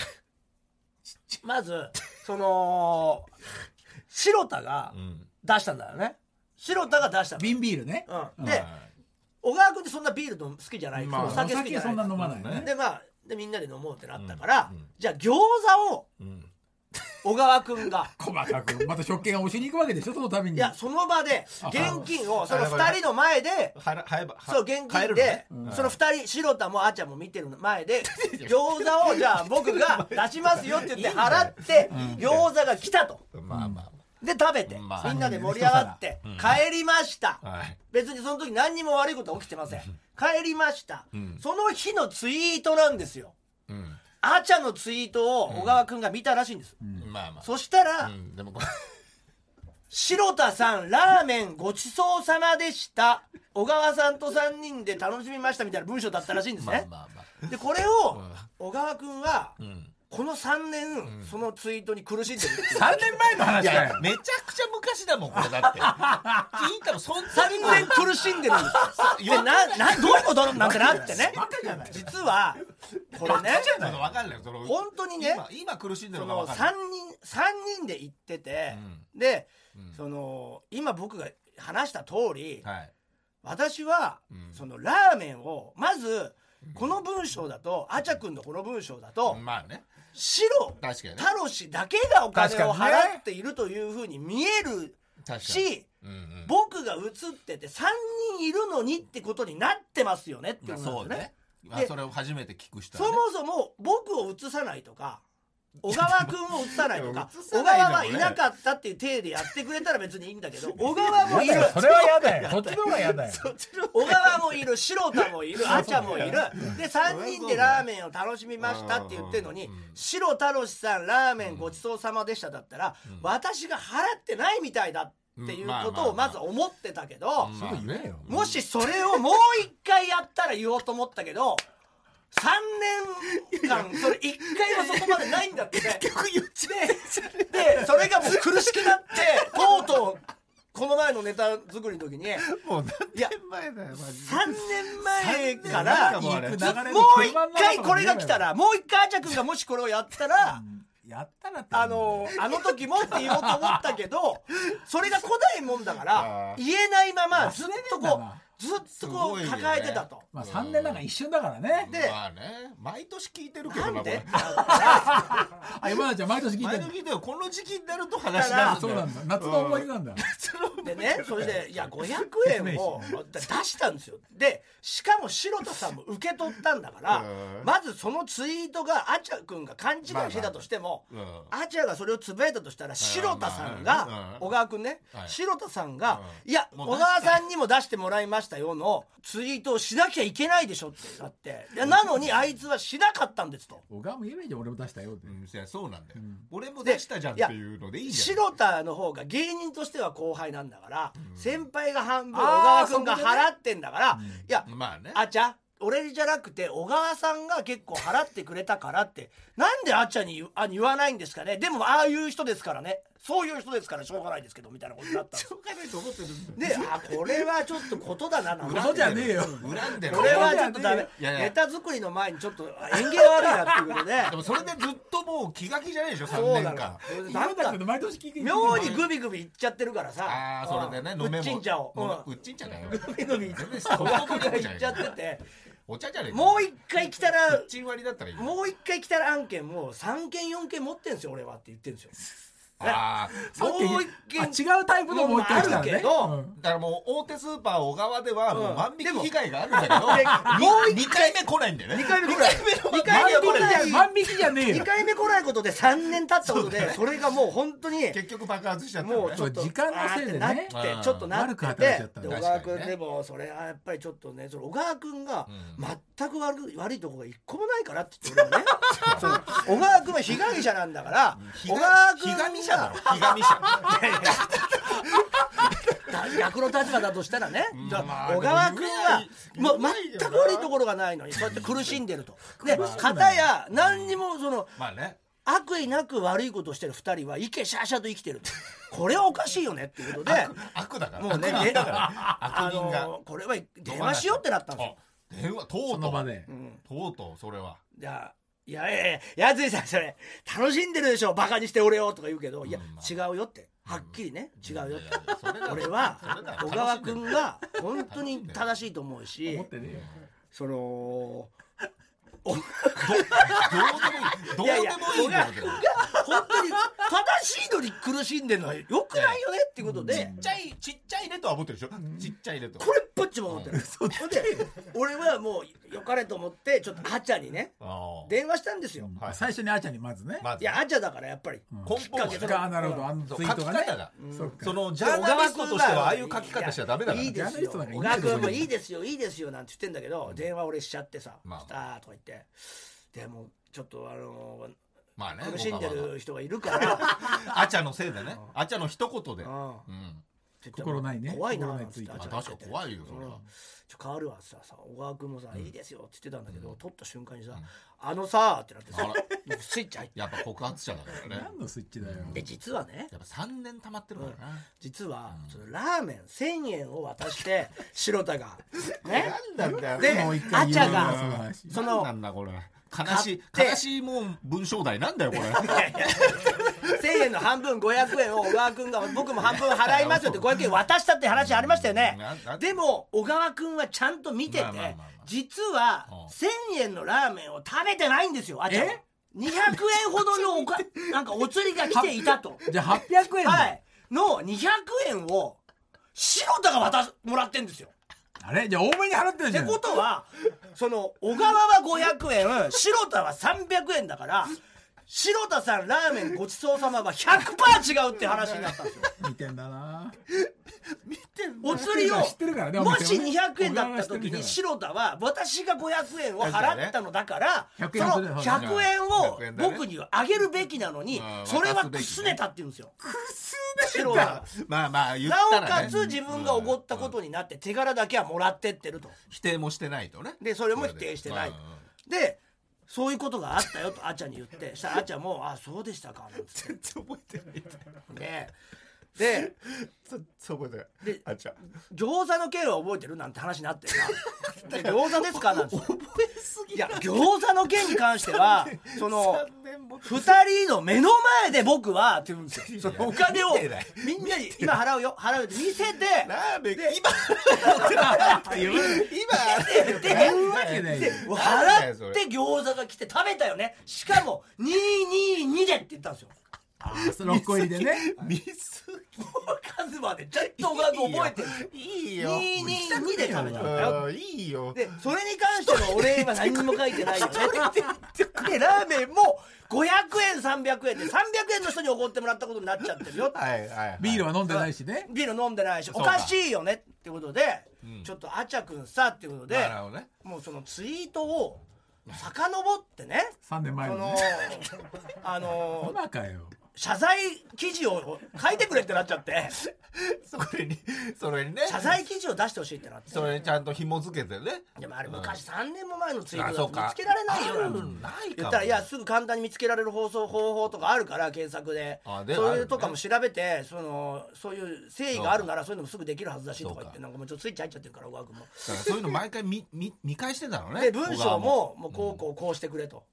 [SPEAKER 3] まずその白田が
[SPEAKER 2] うん
[SPEAKER 3] 出したんだよね白田が出したの
[SPEAKER 4] 瓶ビールね
[SPEAKER 3] うん、
[SPEAKER 2] は
[SPEAKER 3] で小川君ってそんなビールの好きじゃない、
[SPEAKER 2] まあ
[SPEAKER 3] お
[SPEAKER 4] お
[SPEAKER 3] 酒好きじ
[SPEAKER 4] 酒
[SPEAKER 3] ゃな
[SPEAKER 4] そ
[SPEAKER 3] い
[SPEAKER 4] んな飲まな
[SPEAKER 2] う
[SPEAKER 4] い
[SPEAKER 2] ん
[SPEAKER 4] ね
[SPEAKER 3] でまあでみんなで飲もうってなったから、
[SPEAKER 2] うんうん
[SPEAKER 3] じゃあ餃子を
[SPEAKER 2] いうん
[SPEAKER 3] 小川君が
[SPEAKER 4] 細かくまた食券が押しに行くわけでしょそのため
[SPEAKER 3] い
[SPEAKER 4] に
[SPEAKER 3] やその場で現金をその2人の前で
[SPEAKER 2] はらはえばは
[SPEAKER 3] そう現
[SPEAKER 2] 買
[SPEAKER 3] 金
[SPEAKER 2] えるのね
[SPEAKER 3] で
[SPEAKER 2] うん
[SPEAKER 3] その2人白田もあーちゃんも見てるの前 で餃子をじゃあ僕が出しますよって言って払って餃子が来たと。
[SPEAKER 2] まあま
[SPEAKER 3] で食べて、
[SPEAKER 2] まあ
[SPEAKER 3] みんなで盛り上がって、帰りました、
[SPEAKER 2] あはい
[SPEAKER 3] 別にその時何にも悪いことは起きてません帰りました、
[SPEAKER 2] ん
[SPEAKER 3] その日のツイートなんですよ
[SPEAKER 2] うん
[SPEAKER 3] あーちゃんのツイートを小川君が見たらしいんです、
[SPEAKER 2] まあまあ
[SPEAKER 3] そしたら、
[SPEAKER 2] うんでもこれ
[SPEAKER 3] 白田さんラーメンごちそうさまでした小川さんと3人で楽しみましたみたいな文章だったらしいんです
[SPEAKER 2] まあ
[SPEAKER 3] ね、
[SPEAKER 2] まあまあ
[SPEAKER 3] でこれを小川君は、
[SPEAKER 2] うん
[SPEAKER 3] この3年、そのツイートに苦しんでるっていう
[SPEAKER 4] 3年前の
[SPEAKER 2] い
[SPEAKER 4] 話だ
[SPEAKER 2] や
[SPEAKER 4] よ
[SPEAKER 2] めちゃくちゃ昔だもんこれ だって聞いたのそんな
[SPEAKER 3] 3年苦しんでるんですよ。でなな どういうことなんかなってね。実はこれね
[SPEAKER 2] なんかわかんないよその
[SPEAKER 3] 本当にね
[SPEAKER 2] 今今苦しんで
[SPEAKER 3] そ
[SPEAKER 2] るのが
[SPEAKER 3] の
[SPEAKER 2] わか
[SPEAKER 3] 3
[SPEAKER 2] んない
[SPEAKER 3] 人三人で行ってて、で、その今僕が話した通り、
[SPEAKER 2] はい
[SPEAKER 3] 私は、
[SPEAKER 2] ん
[SPEAKER 3] そのラーメンをまずこの文章だと、あちゃくんのこの文章だと、
[SPEAKER 2] まあね
[SPEAKER 3] 白
[SPEAKER 2] 確かにね
[SPEAKER 3] たろしだけがお金を
[SPEAKER 4] 確かにね
[SPEAKER 3] 払っているというふうに見える
[SPEAKER 2] 確かに
[SPEAKER 3] し、
[SPEAKER 2] うんうん
[SPEAKER 3] 僕が写ってて3人いるのにってことになってますよねって
[SPEAKER 2] まあ
[SPEAKER 3] ことなんですよ
[SPEAKER 2] そう
[SPEAKER 3] ね
[SPEAKER 2] ね。まあ
[SPEAKER 3] で
[SPEAKER 2] それを初めて聞く人
[SPEAKER 3] そ
[SPEAKER 2] は
[SPEAKER 3] も
[SPEAKER 2] ね
[SPEAKER 3] そも僕を写さないとか小川君を写さないと
[SPEAKER 2] いや
[SPEAKER 3] か
[SPEAKER 2] 写さ
[SPEAKER 3] 小
[SPEAKER 2] ないの
[SPEAKER 3] 川
[SPEAKER 2] もね
[SPEAKER 3] がいなかったっていう体でやってくれたら別にいいんだけ ど小川もいる
[SPEAKER 4] それは嫌だよそっちの方が嫌だよ
[SPEAKER 3] 小川もいる白田もいるあちゃもいるで3人でラーメンを楽しみましたって言ってるのに
[SPEAKER 2] う
[SPEAKER 3] 「
[SPEAKER 2] ん
[SPEAKER 3] 白太郎さんラーメンごちそうさまでした」だったら私が払ってないみたいだっていうことをまず思ってたけど
[SPEAKER 2] まあね
[SPEAKER 4] 言えよ
[SPEAKER 3] もしそれをもう一回やったら言おうと思ったけど3年間それ一回もそこまでないんだって結局言ってでそれがもう苦しくなってとうとうこの前のネタ作りの時に
[SPEAKER 2] もう
[SPEAKER 3] いや
[SPEAKER 2] 前だよマジ
[SPEAKER 3] 3年前か
[SPEAKER 2] なん
[SPEAKER 3] ら
[SPEAKER 2] か
[SPEAKER 3] も
[SPEAKER 2] もうあれ
[SPEAKER 4] 行く流れで
[SPEAKER 3] う一回これが来たらもう一回あちゃくんがもしこれをやったら
[SPEAKER 4] やったらって
[SPEAKER 3] あのあの時もって言おうと思ったけどそれが来ないもんだから言えないままずっとこうずっとこ
[SPEAKER 2] すごいうよね
[SPEAKER 3] 抱えてたと。
[SPEAKER 4] まあ3年なんか一瞬だからね
[SPEAKER 3] で
[SPEAKER 2] まあね毎年聞いてるけど
[SPEAKER 3] なん
[SPEAKER 2] こ
[SPEAKER 3] で
[SPEAKER 2] れ
[SPEAKER 4] あ今田ちゃん毎年聞いて
[SPEAKER 2] 毎
[SPEAKER 4] る
[SPEAKER 2] 年聞いてるよこの時期になると話
[SPEAKER 3] だか
[SPEAKER 2] が
[SPEAKER 3] ら
[SPEAKER 4] そうなんだ夏の終わりなんだ
[SPEAKER 3] でねそれでい や500円を出したんですよでしかも白田さんも受け取ったんだから
[SPEAKER 2] うん
[SPEAKER 3] まずそのツイートがあちゃくんが勘違いしてたとしても、
[SPEAKER 2] まあま
[SPEAKER 3] あちゃがそれをつぶやいたとしたら白田さんが、
[SPEAKER 2] まあうん
[SPEAKER 3] 小川君ね、
[SPEAKER 2] はい
[SPEAKER 3] 白田さんが、いや
[SPEAKER 2] も
[SPEAKER 3] 小
[SPEAKER 2] う出し
[SPEAKER 3] 川さんにも出してもらいましたよのツイートをしなきゃいけないでしょってなっていやなのにあいつはしなかったんですと。
[SPEAKER 4] 小川も言えばいいじゃん俺も出したよって
[SPEAKER 2] うんいやそうなんだよ俺も出したじゃんっていうのでいいじゃん
[SPEAKER 3] 白田の方が芸人としては後輩なんだから、先輩が半分小
[SPEAKER 4] あ
[SPEAKER 3] 川
[SPEAKER 4] ー
[SPEAKER 3] 君が
[SPEAKER 4] そこでね
[SPEAKER 3] 払ってんだから、いや、
[SPEAKER 2] まあね
[SPEAKER 3] あちゃ俺じゃなくて小川さんが結構払ってくれたからって なんであっちゃんに言うあ言わないんですかねでもああいう人ですからねそういう人ですからしょうがないですけどみたいなことになったんですよ
[SPEAKER 2] かないと思ってるんだよ
[SPEAKER 3] であこれはちょっとことだななんて
[SPEAKER 4] ことじゃねえよ
[SPEAKER 2] 恨んでる
[SPEAKER 3] これはちょっとダメ
[SPEAKER 2] いやいや
[SPEAKER 3] ネタ作りの前にちょっと演芸悪いなっていうことで
[SPEAKER 2] でもそれでずっともう気が気じゃないでしょ3
[SPEAKER 3] そう
[SPEAKER 2] 年
[SPEAKER 3] なの
[SPEAKER 2] 間
[SPEAKER 3] それでな
[SPEAKER 4] 今
[SPEAKER 3] ん
[SPEAKER 4] 田
[SPEAKER 3] か
[SPEAKER 4] 君毎年聞いてる
[SPEAKER 3] 妙にグビグビいっちゃってるからさ
[SPEAKER 2] ああそれでね
[SPEAKER 3] うん
[SPEAKER 2] 飲め
[SPEAKER 3] うっちんちゃを、う、
[SPEAKER 2] うんっちんちゃだよ
[SPEAKER 3] グビグビいっちゃって小
[SPEAKER 2] 小
[SPEAKER 3] 学
[SPEAKER 2] 学
[SPEAKER 3] が
[SPEAKER 2] 校
[SPEAKER 3] い
[SPEAKER 2] じゃ
[SPEAKER 3] っ
[SPEAKER 2] ない
[SPEAKER 3] ちゃってて
[SPEAKER 2] お茶じゃねえか
[SPEAKER 3] もう一回来たら
[SPEAKER 2] うっちん割りだったらいいよ
[SPEAKER 3] もう一回来たら案件もう3件4件持ってんすよ俺はって言ってるんですよ
[SPEAKER 2] ああ
[SPEAKER 4] さっき
[SPEAKER 3] もう一軒
[SPEAKER 4] あ違うタイプのもう一
[SPEAKER 3] あ
[SPEAKER 4] 回
[SPEAKER 3] る
[SPEAKER 4] 来たの
[SPEAKER 3] け
[SPEAKER 4] ね
[SPEAKER 3] ど
[SPEAKER 4] うん
[SPEAKER 2] だからもう大手スーパー小川ではもう万
[SPEAKER 3] で
[SPEAKER 2] 引
[SPEAKER 3] も
[SPEAKER 2] き被害があるんだけど、2回目来ないんだよね。
[SPEAKER 3] 2回目来ない2回目は来ない
[SPEAKER 4] 万引きじゃねえ
[SPEAKER 3] 2
[SPEAKER 4] よ
[SPEAKER 3] 回目来ないことで3年経ったことでそれがもう本当に
[SPEAKER 2] 結局爆発しちゃった
[SPEAKER 3] も
[SPEAKER 2] の
[SPEAKER 3] う
[SPEAKER 2] ね
[SPEAKER 3] ちょっと
[SPEAKER 4] 時間のせいでね
[SPEAKER 3] あーってなってちょっとな
[SPEAKER 4] 悪く
[SPEAKER 3] って
[SPEAKER 4] 働いちゃった
[SPEAKER 3] てで
[SPEAKER 4] んだ
[SPEAKER 3] 小川
[SPEAKER 2] 確か
[SPEAKER 3] 君
[SPEAKER 2] に
[SPEAKER 3] で
[SPEAKER 2] ね
[SPEAKER 3] もそれはやっぱりちょっとねその小川君が
[SPEAKER 2] うん
[SPEAKER 3] 全く悪く悪いとこが一個もないからって言って俺 はねその小川君は被害者なんだから
[SPEAKER 2] ひ
[SPEAKER 3] 小
[SPEAKER 2] が
[SPEAKER 3] 川君
[SPEAKER 2] ひ
[SPEAKER 3] が
[SPEAKER 2] がみ者だろ。ひがみ者。
[SPEAKER 3] 逆の立場だとしたらね、
[SPEAKER 2] ん
[SPEAKER 3] だ
[SPEAKER 2] まあ
[SPEAKER 3] 小川君は
[SPEAKER 2] で
[SPEAKER 3] も
[SPEAKER 2] も
[SPEAKER 3] う
[SPEAKER 2] うまいよな
[SPEAKER 3] 全く悪いところがないのにそうやって苦しんでると。で
[SPEAKER 4] 苦しくない
[SPEAKER 3] 片や何にもその
[SPEAKER 2] まあね。
[SPEAKER 3] 悪意なく悪いことしてる2人はイケシャーシャーと生きてるとこれはおかしいよねっていうことで
[SPEAKER 2] 悪悪だから。
[SPEAKER 3] もうね
[SPEAKER 2] 悪人だから。
[SPEAKER 3] あ
[SPEAKER 2] 悪人が
[SPEAKER 3] の。これは電話しようってなったんですよ。
[SPEAKER 2] あ電話、と
[SPEAKER 4] そうの
[SPEAKER 2] と
[SPEAKER 4] 場
[SPEAKER 2] う。
[SPEAKER 4] で
[SPEAKER 3] うん
[SPEAKER 2] とうとう、それは。
[SPEAKER 3] じゃあいやいやいや、やついさん、それ、楽しんでるでしょ、バカにして俺をとか言うけど、いや
[SPEAKER 2] うんま、
[SPEAKER 3] 違うよって、はっきりね、違うよっ
[SPEAKER 2] い
[SPEAKER 3] て
[SPEAKER 2] やい。やそれだ
[SPEAKER 3] 俺は
[SPEAKER 2] それだ
[SPEAKER 3] 小川
[SPEAKER 2] 楽しん
[SPEAKER 3] 君
[SPEAKER 2] でる
[SPEAKER 3] が本当に正しいと思うし
[SPEAKER 4] 思ってねえよ
[SPEAKER 3] その
[SPEAKER 2] どう
[SPEAKER 3] い
[SPEAKER 2] でも
[SPEAKER 3] や
[SPEAKER 2] い
[SPEAKER 3] い
[SPEAKER 2] い。
[SPEAKER 3] や
[SPEAKER 2] どうでもいいんだけど。
[SPEAKER 3] 本当に正しいのに苦しんでるのはよくないよねっていうことで
[SPEAKER 2] ちっちゃい、ちっちゃいレとは思ってるでしょちっちゃいレと。
[SPEAKER 3] これっぽっちも思ってるほんで俺はもうよかれと思ってちょっとあちゃにね
[SPEAKER 2] ああ。
[SPEAKER 3] 電話したんですよ
[SPEAKER 2] はい
[SPEAKER 4] 最初にあーちゃんにまずね
[SPEAKER 2] まず
[SPEAKER 3] いやあちゃだからやっぱり
[SPEAKER 2] 根本はね
[SPEAKER 3] きっかけ
[SPEAKER 2] その
[SPEAKER 4] ああなるほどあのツイートが
[SPEAKER 2] 書
[SPEAKER 4] ね
[SPEAKER 2] き方が
[SPEAKER 4] そっか
[SPEAKER 2] そのジャーナリストとしてはああいう書き方しちゃダメだから
[SPEAKER 3] いい
[SPEAKER 2] ね
[SPEAKER 3] ですよ
[SPEAKER 4] ジャーナリスト
[SPEAKER 3] 小
[SPEAKER 4] なんか
[SPEAKER 3] 川
[SPEAKER 4] いない
[SPEAKER 3] 君も
[SPEAKER 4] ですよ
[SPEAKER 3] いいですよいいですよなんて言ってんだけど電話俺しちゃってさ「
[SPEAKER 2] まあ
[SPEAKER 3] 来た」とか言ってでもちょっとあの
[SPEAKER 2] まあね
[SPEAKER 3] 苦しんでる人がいるから
[SPEAKER 2] アチャのせいでねアチャの一言でう
[SPEAKER 3] うん
[SPEAKER 2] ん
[SPEAKER 4] 心ないね
[SPEAKER 3] 怖いな
[SPEAKER 4] 心
[SPEAKER 3] な
[SPEAKER 4] なんい
[SPEAKER 3] て
[SPEAKER 4] つ
[SPEAKER 3] 言
[SPEAKER 4] い
[SPEAKER 3] ってて
[SPEAKER 4] ま
[SPEAKER 2] あ
[SPEAKER 4] あ
[SPEAKER 2] 確かに怖いよそれ
[SPEAKER 3] うん
[SPEAKER 2] は
[SPEAKER 3] ちょ変わるわささ小川君もさ、いいですよって言ってたんだけど、取った瞬間にさ、
[SPEAKER 2] ん
[SPEAKER 3] あのさーってなってさ
[SPEAKER 2] あら
[SPEAKER 3] スイッチ入って
[SPEAKER 2] やっぱ告発者だからね
[SPEAKER 4] 何のスイッチだよ
[SPEAKER 3] で実はね
[SPEAKER 2] やっぱ三年溜まってるからな
[SPEAKER 3] 実は、そのラーメン1000円を渡 して白田がね
[SPEAKER 2] なんだよ
[SPEAKER 3] で
[SPEAKER 4] もう一回
[SPEAKER 3] あち
[SPEAKER 4] 言
[SPEAKER 3] ゃ
[SPEAKER 4] う
[SPEAKER 3] が
[SPEAKER 4] なその話
[SPEAKER 3] そ
[SPEAKER 2] 何な
[SPEAKER 3] の
[SPEAKER 2] んだこれ悲しい
[SPEAKER 3] 買って
[SPEAKER 2] 悲しいもん文章題なんだよこれ
[SPEAKER 3] 1000円の半分500円を小川君が僕も半分払いますよって500円渡したって話ありましたよね
[SPEAKER 2] なな
[SPEAKER 3] でも小川君はちゃんと見てて
[SPEAKER 2] まあまあまあまあ
[SPEAKER 3] 実は
[SPEAKER 2] うん
[SPEAKER 3] 1000円のラーメンを食べてないんですよあちゃんは
[SPEAKER 4] え
[SPEAKER 3] 200円ほどのおかなんかお釣りが来ていたと
[SPEAKER 4] じゃあ800円だ
[SPEAKER 3] はいの200円を白田が渡すもらってんですよ
[SPEAKER 4] あれじゃあ多めに払って
[SPEAKER 3] っ
[SPEAKER 4] るじ
[SPEAKER 3] て
[SPEAKER 4] ゃん
[SPEAKER 3] ことはその小川は500円白田は300円だから白田さんラーメンごちそうさまは100%違うって話になったんですよ
[SPEAKER 4] 見てんだな
[SPEAKER 3] お釣りを
[SPEAKER 4] 知ってるからね
[SPEAKER 3] もし
[SPEAKER 4] お店はね
[SPEAKER 3] 200円だった時に白田は私が500円を払ったのだからその
[SPEAKER 4] 100円の
[SPEAKER 3] 100円を
[SPEAKER 2] 100円だね
[SPEAKER 3] 僕にあげるべきなのに
[SPEAKER 2] うん
[SPEAKER 3] それは
[SPEAKER 2] 渡すべきね
[SPEAKER 3] くすねたって言うんですよ。白田
[SPEAKER 2] ま
[SPEAKER 3] は
[SPEAKER 2] あまあ言っ
[SPEAKER 3] なお
[SPEAKER 2] たらね
[SPEAKER 3] かつ自分がおごったことになって手柄だけはもらってってると。
[SPEAKER 2] 否定もしてないとね
[SPEAKER 3] でそれも否定してない
[SPEAKER 2] うんうん
[SPEAKER 3] でそういうことがあったよとあちゃんに言ってしたらあちゃんも「あそうでしたか」なんつっ
[SPEAKER 2] 全然覚えてない
[SPEAKER 3] てねで
[SPEAKER 2] 全然覚えて
[SPEAKER 3] で
[SPEAKER 2] ないあちゃ
[SPEAKER 3] 餃子の件は覚えてるなんて話になってさ で餃子ですかなんつって
[SPEAKER 2] 覚えすぎ
[SPEAKER 3] いや餃子の件に関して はその
[SPEAKER 2] 三年も
[SPEAKER 3] 二人の目の前で僕はって言うんですよそのお金を
[SPEAKER 2] 見てない
[SPEAKER 3] みんなに今払うよ払うよって見せて
[SPEAKER 2] ラーメン
[SPEAKER 3] で
[SPEAKER 2] 今
[SPEAKER 4] 言う
[SPEAKER 2] 今
[SPEAKER 3] で
[SPEAKER 4] わけないよ
[SPEAKER 3] で払って餃子が来て食べたよねしかも222でって言ったんですよ
[SPEAKER 4] あーその6個入りでね
[SPEAKER 2] 見す
[SPEAKER 3] 数までちゃんと覚えてる
[SPEAKER 2] ぎいいよ
[SPEAKER 3] 222で食べたんだよ
[SPEAKER 2] うんいいよ
[SPEAKER 3] でそれに関してのお礼は何にも書いて ないよねでラーメンも500円300円で300円の人におごってもらったことになっちゃってるよ
[SPEAKER 2] はいはいはい
[SPEAKER 4] ビールは飲んでないしね
[SPEAKER 3] ビール飲んでないしお
[SPEAKER 2] うか
[SPEAKER 3] かしいよねってことで、
[SPEAKER 2] ん
[SPEAKER 3] ちょっとあちゃくんさっていうことで
[SPEAKER 2] なるほどね
[SPEAKER 3] もうそのツイートを遡ってね
[SPEAKER 4] 3年
[SPEAKER 3] そ
[SPEAKER 4] 前の
[SPEAKER 3] の
[SPEAKER 4] ね
[SPEAKER 3] あ の
[SPEAKER 4] 今かよ
[SPEAKER 3] 謝罪記事を書いてくれってなっちゃって
[SPEAKER 2] それにそれにね
[SPEAKER 3] 謝罪記事を出してほしいってなって
[SPEAKER 2] それにちゃんと紐付けてね
[SPEAKER 3] でもあれ昔3年も前のツイ
[SPEAKER 2] あ
[SPEAKER 3] ート
[SPEAKER 2] そ
[SPEAKER 3] だと
[SPEAKER 2] うか
[SPEAKER 3] 見つけられないよ
[SPEAKER 2] あ
[SPEAKER 3] な
[SPEAKER 2] る
[SPEAKER 3] んて
[SPEAKER 2] ないか
[SPEAKER 3] 言
[SPEAKER 2] も
[SPEAKER 3] ったらいやすぐ簡単に見つけられる放送方法とかあるから検索で
[SPEAKER 2] あで
[SPEAKER 3] そう
[SPEAKER 2] あ
[SPEAKER 3] い
[SPEAKER 2] る
[SPEAKER 3] う
[SPEAKER 2] ね
[SPEAKER 3] とかも調べてそのそういう誠意があるならそういうのもすぐできるはずだしと
[SPEAKER 2] そう
[SPEAKER 3] か
[SPEAKER 2] か
[SPEAKER 3] 言ってなんかもうちょっとスイッチ入っちゃってるから小川君も。
[SPEAKER 2] だからそういうの毎回見 見見返してんだろうね
[SPEAKER 3] で文
[SPEAKER 2] 小川
[SPEAKER 3] 章ももうこうこうこうしてくれと。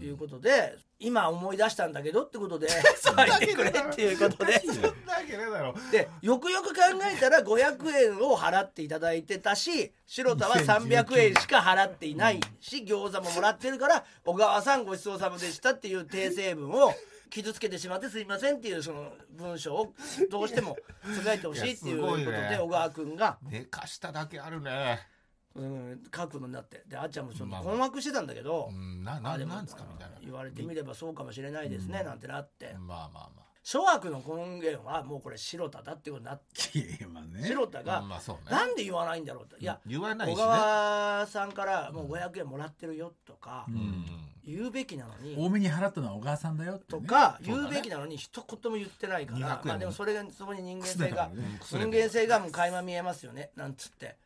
[SPEAKER 3] いうことで今思い出したんだけどってこと で 書いてくれっていうことで
[SPEAKER 2] そんなわけねえだろ
[SPEAKER 3] でよくよく考えたら500円を払っていただいてたし白田は300円しか払っていないし餃子ももらってるから小川さんごちそうさまでしたっていう訂正文を傷つけてしまってすいませんっていうその文章をどうしても書いてほしいっていうこと
[SPEAKER 2] いやすごいね
[SPEAKER 3] で小川君が、
[SPEAKER 2] 寝かしただけあるね。
[SPEAKER 3] うん、書くのになってであっちゃんもちょっと
[SPEAKER 2] まあまあ
[SPEAKER 3] 困惑してたんだけど、
[SPEAKER 2] うん、な、な、
[SPEAKER 3] あでも
[SPEAKER 2] なんですかみたいな。
[SPEAKER 3] 言われてみればそうかもしれないですね、なんてなって
[SPEAKER 2] まあまあま
[SPEAKER 3] 諸悪の根源はもうこれ白田だってことになって
[SPEAKER 4] いやいやまあね
[SPEAKER 3] 白田
[SPEAKER 2] あ。
[SPEAKER 3] が、
[SPEAKER 2] うんまあそうね。
[SPEAKER 3] なんで言わないんだろうといや
[SPEAKER 2] 言わない
[SPEAKER 3] 小
[SPEAKER 2] しね。
[SPEAKER 3] 川さんからもう500円もらってるよとか
[SPEAKER 2] うん
[SPEAKER 3] 言うべきなのに
[SPEAKER 4] 多めに払ったのは小川さんだよって
[SPEAKER 3] と
[SPEAKER 4] ね
[SPEAKER 3] か
[SPEAKER 2] そう
[SPEAKER 3] 言
[SPEAKER 2] だ
[SPEAKER 3] う
[SPEAKER 2] ね
[SPEAKER 3] べきなのに一言も言ってないから、
[SPEAKER 2] 200円
[SPEAKER 3] まあでもそれがそこに人間
[SPEAKER 4] だ
[SPEAKER 3] 性
[SPEAKER 4] から
[SPEAKER 3] が
[SPEAKER 4] ね
[SPEAKER 2] う
[SPEAKER 3] 人
[SPEAKER 2] ん。
[SPEAKER 3] 間性がもう垣間見えますよねなんつって、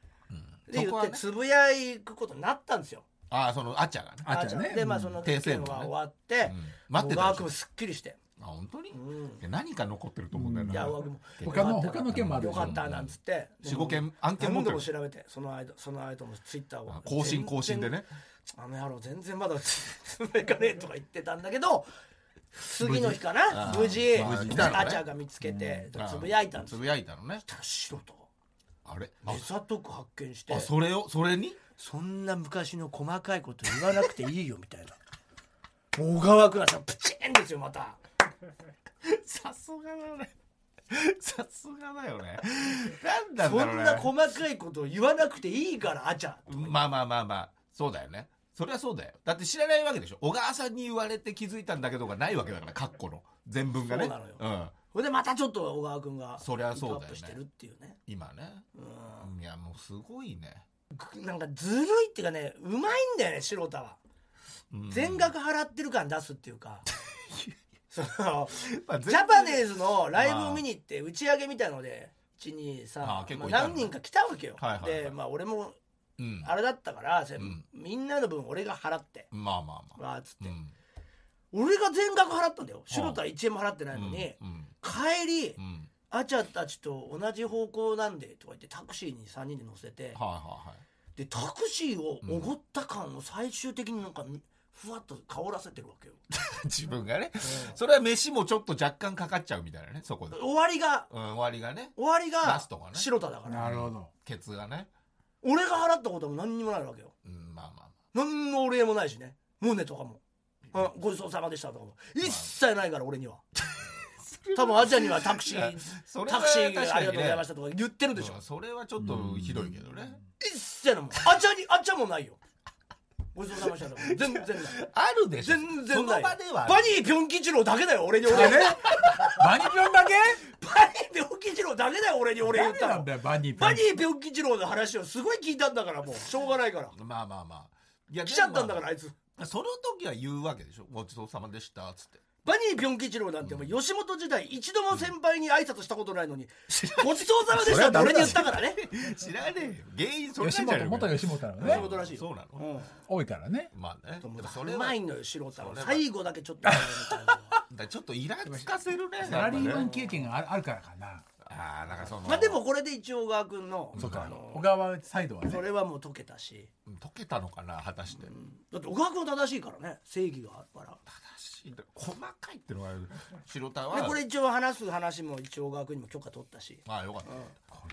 [SPEAKER 3] で
[SPEAKER 2] そ
[SPEAKER 3] 言
[SPEAKER 2] こ
[SPEAKER 3] っ
[SPEAKER 2] は
[SPEAKER 3] て
[SPEAKER 2] ね
[SPEAKER 3] つぶやくことになったんですよ
[SPEAKER 2] ああ、その、あっちゃんがね。
[SPEAKER 4] あっちゃんね
[SPEAKER 3] でまあその
[SPEAKER 2] 訂
[SPEAKER 3] 事
[SPEAKER 2] 正
[SPEAKER 3] 件
[SPEAKER 2] 文ね
[SPEAKER 3] は終わって
[SPEAKER 2] うん待って
[SPEAKER 3] 小
[SPEAKER 2] た
[SPEAKER 3] 川
[SPEAKER 2] でしょ
[SPEAKER 3] 君もすっきりして、
[SPEAKER 2] あ、本当に
[SPEAKER 3] うん、
[SPEAKER 2] 何か残ってると思うんだよ
[SPEAKER 3] いや小川
[SPEAKER 2] な。
[SPEAKER 3] 君も
[SPEAKER 4] 他の他の件もある
[SPEAKER 3] よ
[SPEAKER 4] でし
[SPEAKER 3] か
[SPEAKER 4] ょ
[SPEAKER 3] ったなんつって
[SPEAKER 2] 四五件案件持
[SPEAKER 3] 何
[SPEAKER 2] っ
[SPEAKER 3] 度
[SPEAKER 2] てる
[SPEAKER 3] も調べてその間その間もツイッターを
[SPEAKER 2] あ更新更新でね。
[SPEAKER 3] あの野郎全然まだ つぶやかねえとか言ってたんだけど次の日かな無
[SPEAKER 2] 無
[SPEAKER 3] 事
[SPEAKER 2] 事
[SPEAKER 3] あ
[SPEAKER 2] あー無事来たのね
[SPEAKER 3] ーちゃんが見つけてつぶやいたんです
[SPEAKER 2] つ
[SPEAKER 3] よ
[SPEAKER 2] ぶやいたの
[SPEAKER 3] そ
[SPEAKER 2] ね
[SPEAKER 3] したら白と
[SPEAKER 2] あれあ
[SPEAKER 3] 目ざとく発見して
[SPEAKER 2] あそれをそれに
[SPEAKER 3] そんな昔の細かいこと言わなくていいよみたいな小川君はさプチーンですよまた
[SPEAKER 2] さすがだね さすがだよねなんだ
[SPEAKER 3] そ
[SPEAKER 2] ろうんね
[SPEAKER 3] な細かいことを言わなくていいからあーちゃん
[SPEAKER 2] まあまあまあまあそうだよねそれはそうだよだって知らないわけでしょ小川さんに言われて気づいたんだけどがないわけだから括弧の全文がね
[SPEAKER 3] そうなのよ
[SPEAKER 2] ん、
[SPEAKER 3] それでまたちょっと小川君が
[SPEAKER 2] そりゃそうだよ
[SPEAKER 3] ヒップア
[SPEAKER 2] ね
[SPEAKER 3] ップしてるっていうね
[SPEAKER 2] 今ねいやもうすごいね、
[SPEAKER 3] うんなんかずるいっていうかねうまいんだよね白田は
[SPEAKER 2] うん
[SPEAKER 3] 全額払ってる感出すっていう かその
[SPEAKER 2] まあ
[SPEAKER 3] ジャパネーズのライブを見に行って打ち上げみたいので123、
[SPEAKER 2] あ
[SPEAKER 3] ま
[SPEAKER 2] あ
[SPEAKER 3] あ
[SPEAKER 2] 結構いたんだ
[SPEAKER 3] 何人か来たわけよ、
[SPEAKER 2] はいはいはい
[SPEAKER 3] でまあ俺も
[SPEAKER 2] うん
[SPEAKER 3] あれだったから、せ
[SPEAKER 2] ん
[SPEAKER 3] みんなの分俺が払って
[SPEAKER 2] まあまあまあ、
[SPEAKER 3] わーっつって
[SPEAKER 2] う、ん
[SPEAKER 3] 俺が全額払ったんだよ白田は1円も払ってないのに、
[SPEAKER 2] うん
[SPEAKER 3] 帰り、
[SPEAKER 2] うんうん
[SPEAKER 3] あちゃたちと同じ方向なんでとか言ってタクシーに3人で乗せて、
[SPEAKER 2] はいはいはい
[SPEAKER 3] でタクシーをおごった感を最終的になんかふわっと香らせてるわけよ、
[SPEAKER 2] 自分がね、それは飯もちょっと若干かかっちゃうみたいなねそこで、
[SPEAKER 3] 終わりが
[SPEAKER 2] うん、終わりがね
[SPEAKER 3] 終わりが
[SPEAKER 2] ラストがね
[SPEAKER 3] 白田だから、
[SPEAKER 4] なるほど
[SPEAKER 2] ケツがね、
[SPEAKER 3] 俺が払ったことも何にもないわけよ
[SPEAKER 2] うん、まあまあ
[SPEAKER 3] 何のお礼もないしね胸とかも、あごちそうさまでしたとかも一切ないから俺に は多分あちゃんにはタクシー
[SPEAKER 2] それは
[SPEAKER 3] タクシーあ
[SPEAKER 2] 確かに
[SPEAKER 3] りがとう
[SPEAKER 2] ね
[SPEAKER 3] ございましたとか言ってる
[SPEAKER 2] ま
[SPEAKER 3] で
[SPEAKER 2] あ
[SPEAKER 3] しょ、
[SPEAKER 2] うんそれはちょっとひどいけどね
[SPEAKER 3] 一切のもんあちゃんにあちゃんもないよごちそうさまでしたとか 全然ない
[SPEAKER 2] あるでしょ
[SPEAKER 3] 全然
[SPEAKER 2] そ
[SPEAKER 3] な
[SPEAKER 2] の
[SPEAKER 3] い
[SPEAKER 2] 場では
[SPEAKER 3] バニーピョン吉郎だけだよ俺に俺ね
[SPEAKER 4] バニピョンだけ
[SPEAKER 3] バニーピョン吉郎だけだよ俺に俺言っ
[SPEAKER 4] 誰
[SPEAKER 3] た
[SPEAKER 4] なん
[SPEAKER 3] の
[SPEAKER 4] だよバニピョ
[SPEAKER 3] バ
[SPEAKER 4] ン
[SPEAKER 3] ニーピョン吉郎の話をすごい聞いたんだからもうしょうがないから
[SPEAKER 2] まあまあまあいや
[SPEAKER 3] 来ちゃったんだか
[SPEAKER 2] でも
[SPEAKER 3] らあいつ
[SPEAKER 2] まあその時は言うわけでしょごちそうさまでしたっつって
[SPEAKER 3] バニー・ピョン吉郎なんて、お前吉本時代一度も先輩に挨拶したことないのに、ごちそうさまでしたって俺に言ったからね。
[SPEAKER 2] 知らねえよ原因それな
[SPEAKER 4] 吉
[SPEAKER 2] んじゃね
[SPEAKER 4] 本
[SPEAKER 2] え
[SPEAKER 4] 元吉本なの
[SPEAKER 3] 吉
[SPEAKER 4] ね
[SPEAKER 3] 本らしいよ
[SPEAKER 2] そうな
[SPEAKER 3] う
[SPEAKER 2] の
[SPEAKER 3] ん。
[SPEAKER 4] 多いからね
[SPEAKER 2] まあねでもそれ
[SPEAKER 3] う
[SPEAKER 2] は
[SPEAKER 3] まい
[SPEAKER 2] だか
[SPEAKER 3] のよ、白田は。
[SPEAKER 2] それは
[SPEAKER 3] 最後だけちょっと。みたいな
[SPEAKER 2] らちょっとイラつかせるね
[SPEAKER 4] サラリーマ
[SPEAKER 2] なん
[SPEAKER 4] ン
[SPEAKER 2] かね
[SPEAKER 4] 経験があるあるからかな
[SPEAKER 2] ああなんかその
[SPEAKER 3] まあでもこれで一応小川君の、
[SPEAKER 4] そう
[SPEAKER 3] あ
[SPEAKER 4] か小
[SPEAKER 3] の、
[SPEAKER 4] 川サイドはね
[SPEAKER 3] それはもう解けたし。
[SPEAKER 2] うん解けたのかな果たして
[SPEAKER 3] だって小川君は正しいからね、正義があるから。
[SPEAKER 2] 正しいんだ細かいってのがある白田
[SPEAKER 3] で、
[SPEAKER 2] は
[SPEAKER 3] これ一応話す話も一応小川君にも許可取ったし。
[SPEAKER 2] まあよかった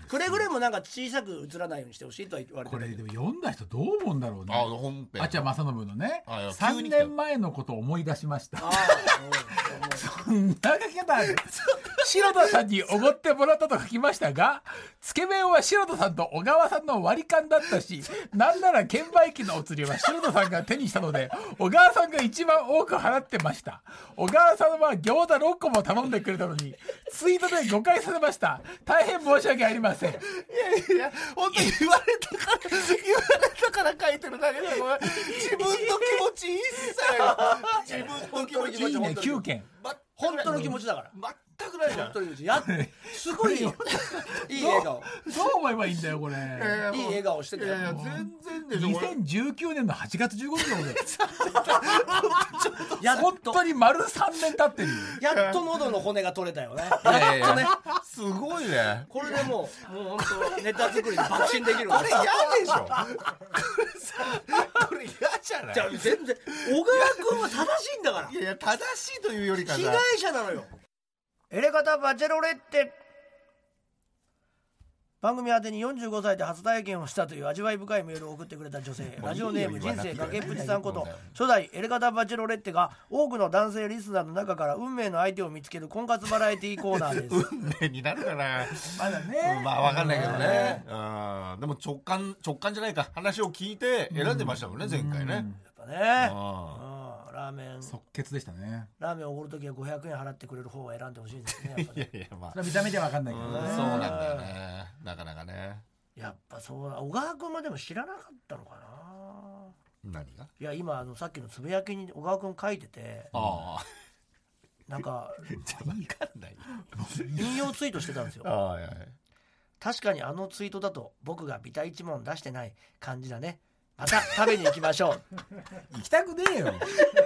[SPEAKER 3] くれぐれもなんか小さく映らないようにしてほしいとは言われて
[SPEAKER 4] こ
[SPEAKER 3] る
[SPEAKER 4] れ
[SPEAKER 3] け
[SPEAKER 4] で
[SPEAKER 3] ど。
[SPEAKER 4] も読んだ人どう思うんだろうね
[SPEAKER 2] あ本編
[SPEAKER 4] あちゃ正信のね
[SPEAKER 2] あいや急
[SPEAKER 4] 3
[SPEAKER 2] に来たよ
[SPEAKER 4] 年前のことを思い出しました
[SPEAKER 3] ああ、うんもう
[SPEAKER 4] そんな書き方ある白田さんにおごってもらったと書きましたがつけ麺は白田さんと小川さんの割り勘だったしなんなら券売機のお釣りは白田さんが手にしたので小川さんが一番多く払ってました小川さんは餃子6個も頼んでくれたのにツイートで誤解されました大変申し訳ありません
[SPEAKER 2] いや本当に言われたから言われたから書いてるだけだよ自分の気持ち一切自分の気持ち
[SPEAKER 3] いい
[SPEAKER 4] いい
[SPEAKER 3] ね
[SPEAKER 4] ね9件
[SPEAKER 3] 本当の気持ちだから。
[SPEAKER 2] 全くないじゃ
[SPEAKER 3] 本
[SPEAKER 2] ん
[SPEAKER 3] 当に嬉しいやっすごいよ いい笑顔
[SPEAKER 4] どう思えばいいんだよこれ
[SPEAKER 3] いい笑顔してた
[SPEAKER 2] いやいや
[SPEAKER 3] よ
[SPEAKER 2] 全然でしょこれ
[SPEAKER 4] 2019年の8月15日の ことだよ
[SPEAKER 3] や
[SPEAKER 4] 本
[SPEAKER 3] っと
[SPEAKER 4] 当に丸3年経ってるよ
[SPEAKER 3] やっと喉の骨が取れたよね
[SPEAKER 2] いやいやいやすごいね
[SPEAKER 3] これでもうもう本当ネタ作りに爆心できるわ
[SPEAKER 2] これ嫌でしょこれさこれ嫌じゃない
[SPEAKER 3] じゃあ全然小川君は正しいんだから
[SPEAKER 2] いやいや正しいというよりかさ
[SPEAKER 3] 被害者なのよエレガタバチェロレッテ番組宛てに45歳で初体験をしたという味わい深いメールを送ってくれた女性
[SPEAKER 4] もういいよ
[SPEAKER 3] ラジオネーム
[SPEAKER 4] 言わ
[SPEAKER 3] 人
[SPEAKER 4] なくて
[SPEAKER 3] 生崖っぷちさんこと
[SPEAKER 4] いいよ
[SPEAKER 3] 初代エレガタ・バチェロレッテが多くの男性リスナーの中から運命の相手を見つける婚活バラエティーコーナーです
[SPEAKER 2] 運命になるかな。
[SPEAKER 4] まだね、
[SPEAKER 2] うんまあわかんないけどね。うん。でも直感、直感じゃないか。話を聞いて選んでましたもんね、前回ね。
[SPEAKER 3] やっぱね
[SPEAKER 2] あ
[SPEAKER 3] うんラーメン
[SPEAKER 4] 即決でしたね
[SPEAKER 3] ラーメンおごるときは500円払ってくれる方を選んでほしいですねやっぱ
[SPEAKER 2] いや
[SPEAKER 3] ね
[SPEAKER 2] いや、まあ。
[SPEAKER 4] それは見た目じゃわかんな
[SPEAKER 2] う
[SPEAKER 4] いけ
[SPEAKER 2] ん
[SPEAKER 4] ど
[SPEAKER 2] そう
[SPEAKER 4] ね
[SPEAKER 2] なんだよね。なかなかね。
[SPEAKER 3] やっぱそうだ小川君がでも知らなかったのかな
[SPEAKER 2] 何が
[SPEAKER 3] いや今あのさっきのつぶやきに小川君書いてて
[SPEAKER 2] ああ。
[SPEAKER 3] なんか
[SPEAKER 2] じゃあわかんない。
[SPEAKER 3] 引用ツイートしてたんです よ
[SPEAKER 2] ああ、はいはい。
[SPEAKER 3] 確かにあのツイートだと僕がビタ一問出してない感じだねまた食べに行きまし ょう
[SPEAKER 4] 行きたくねえよ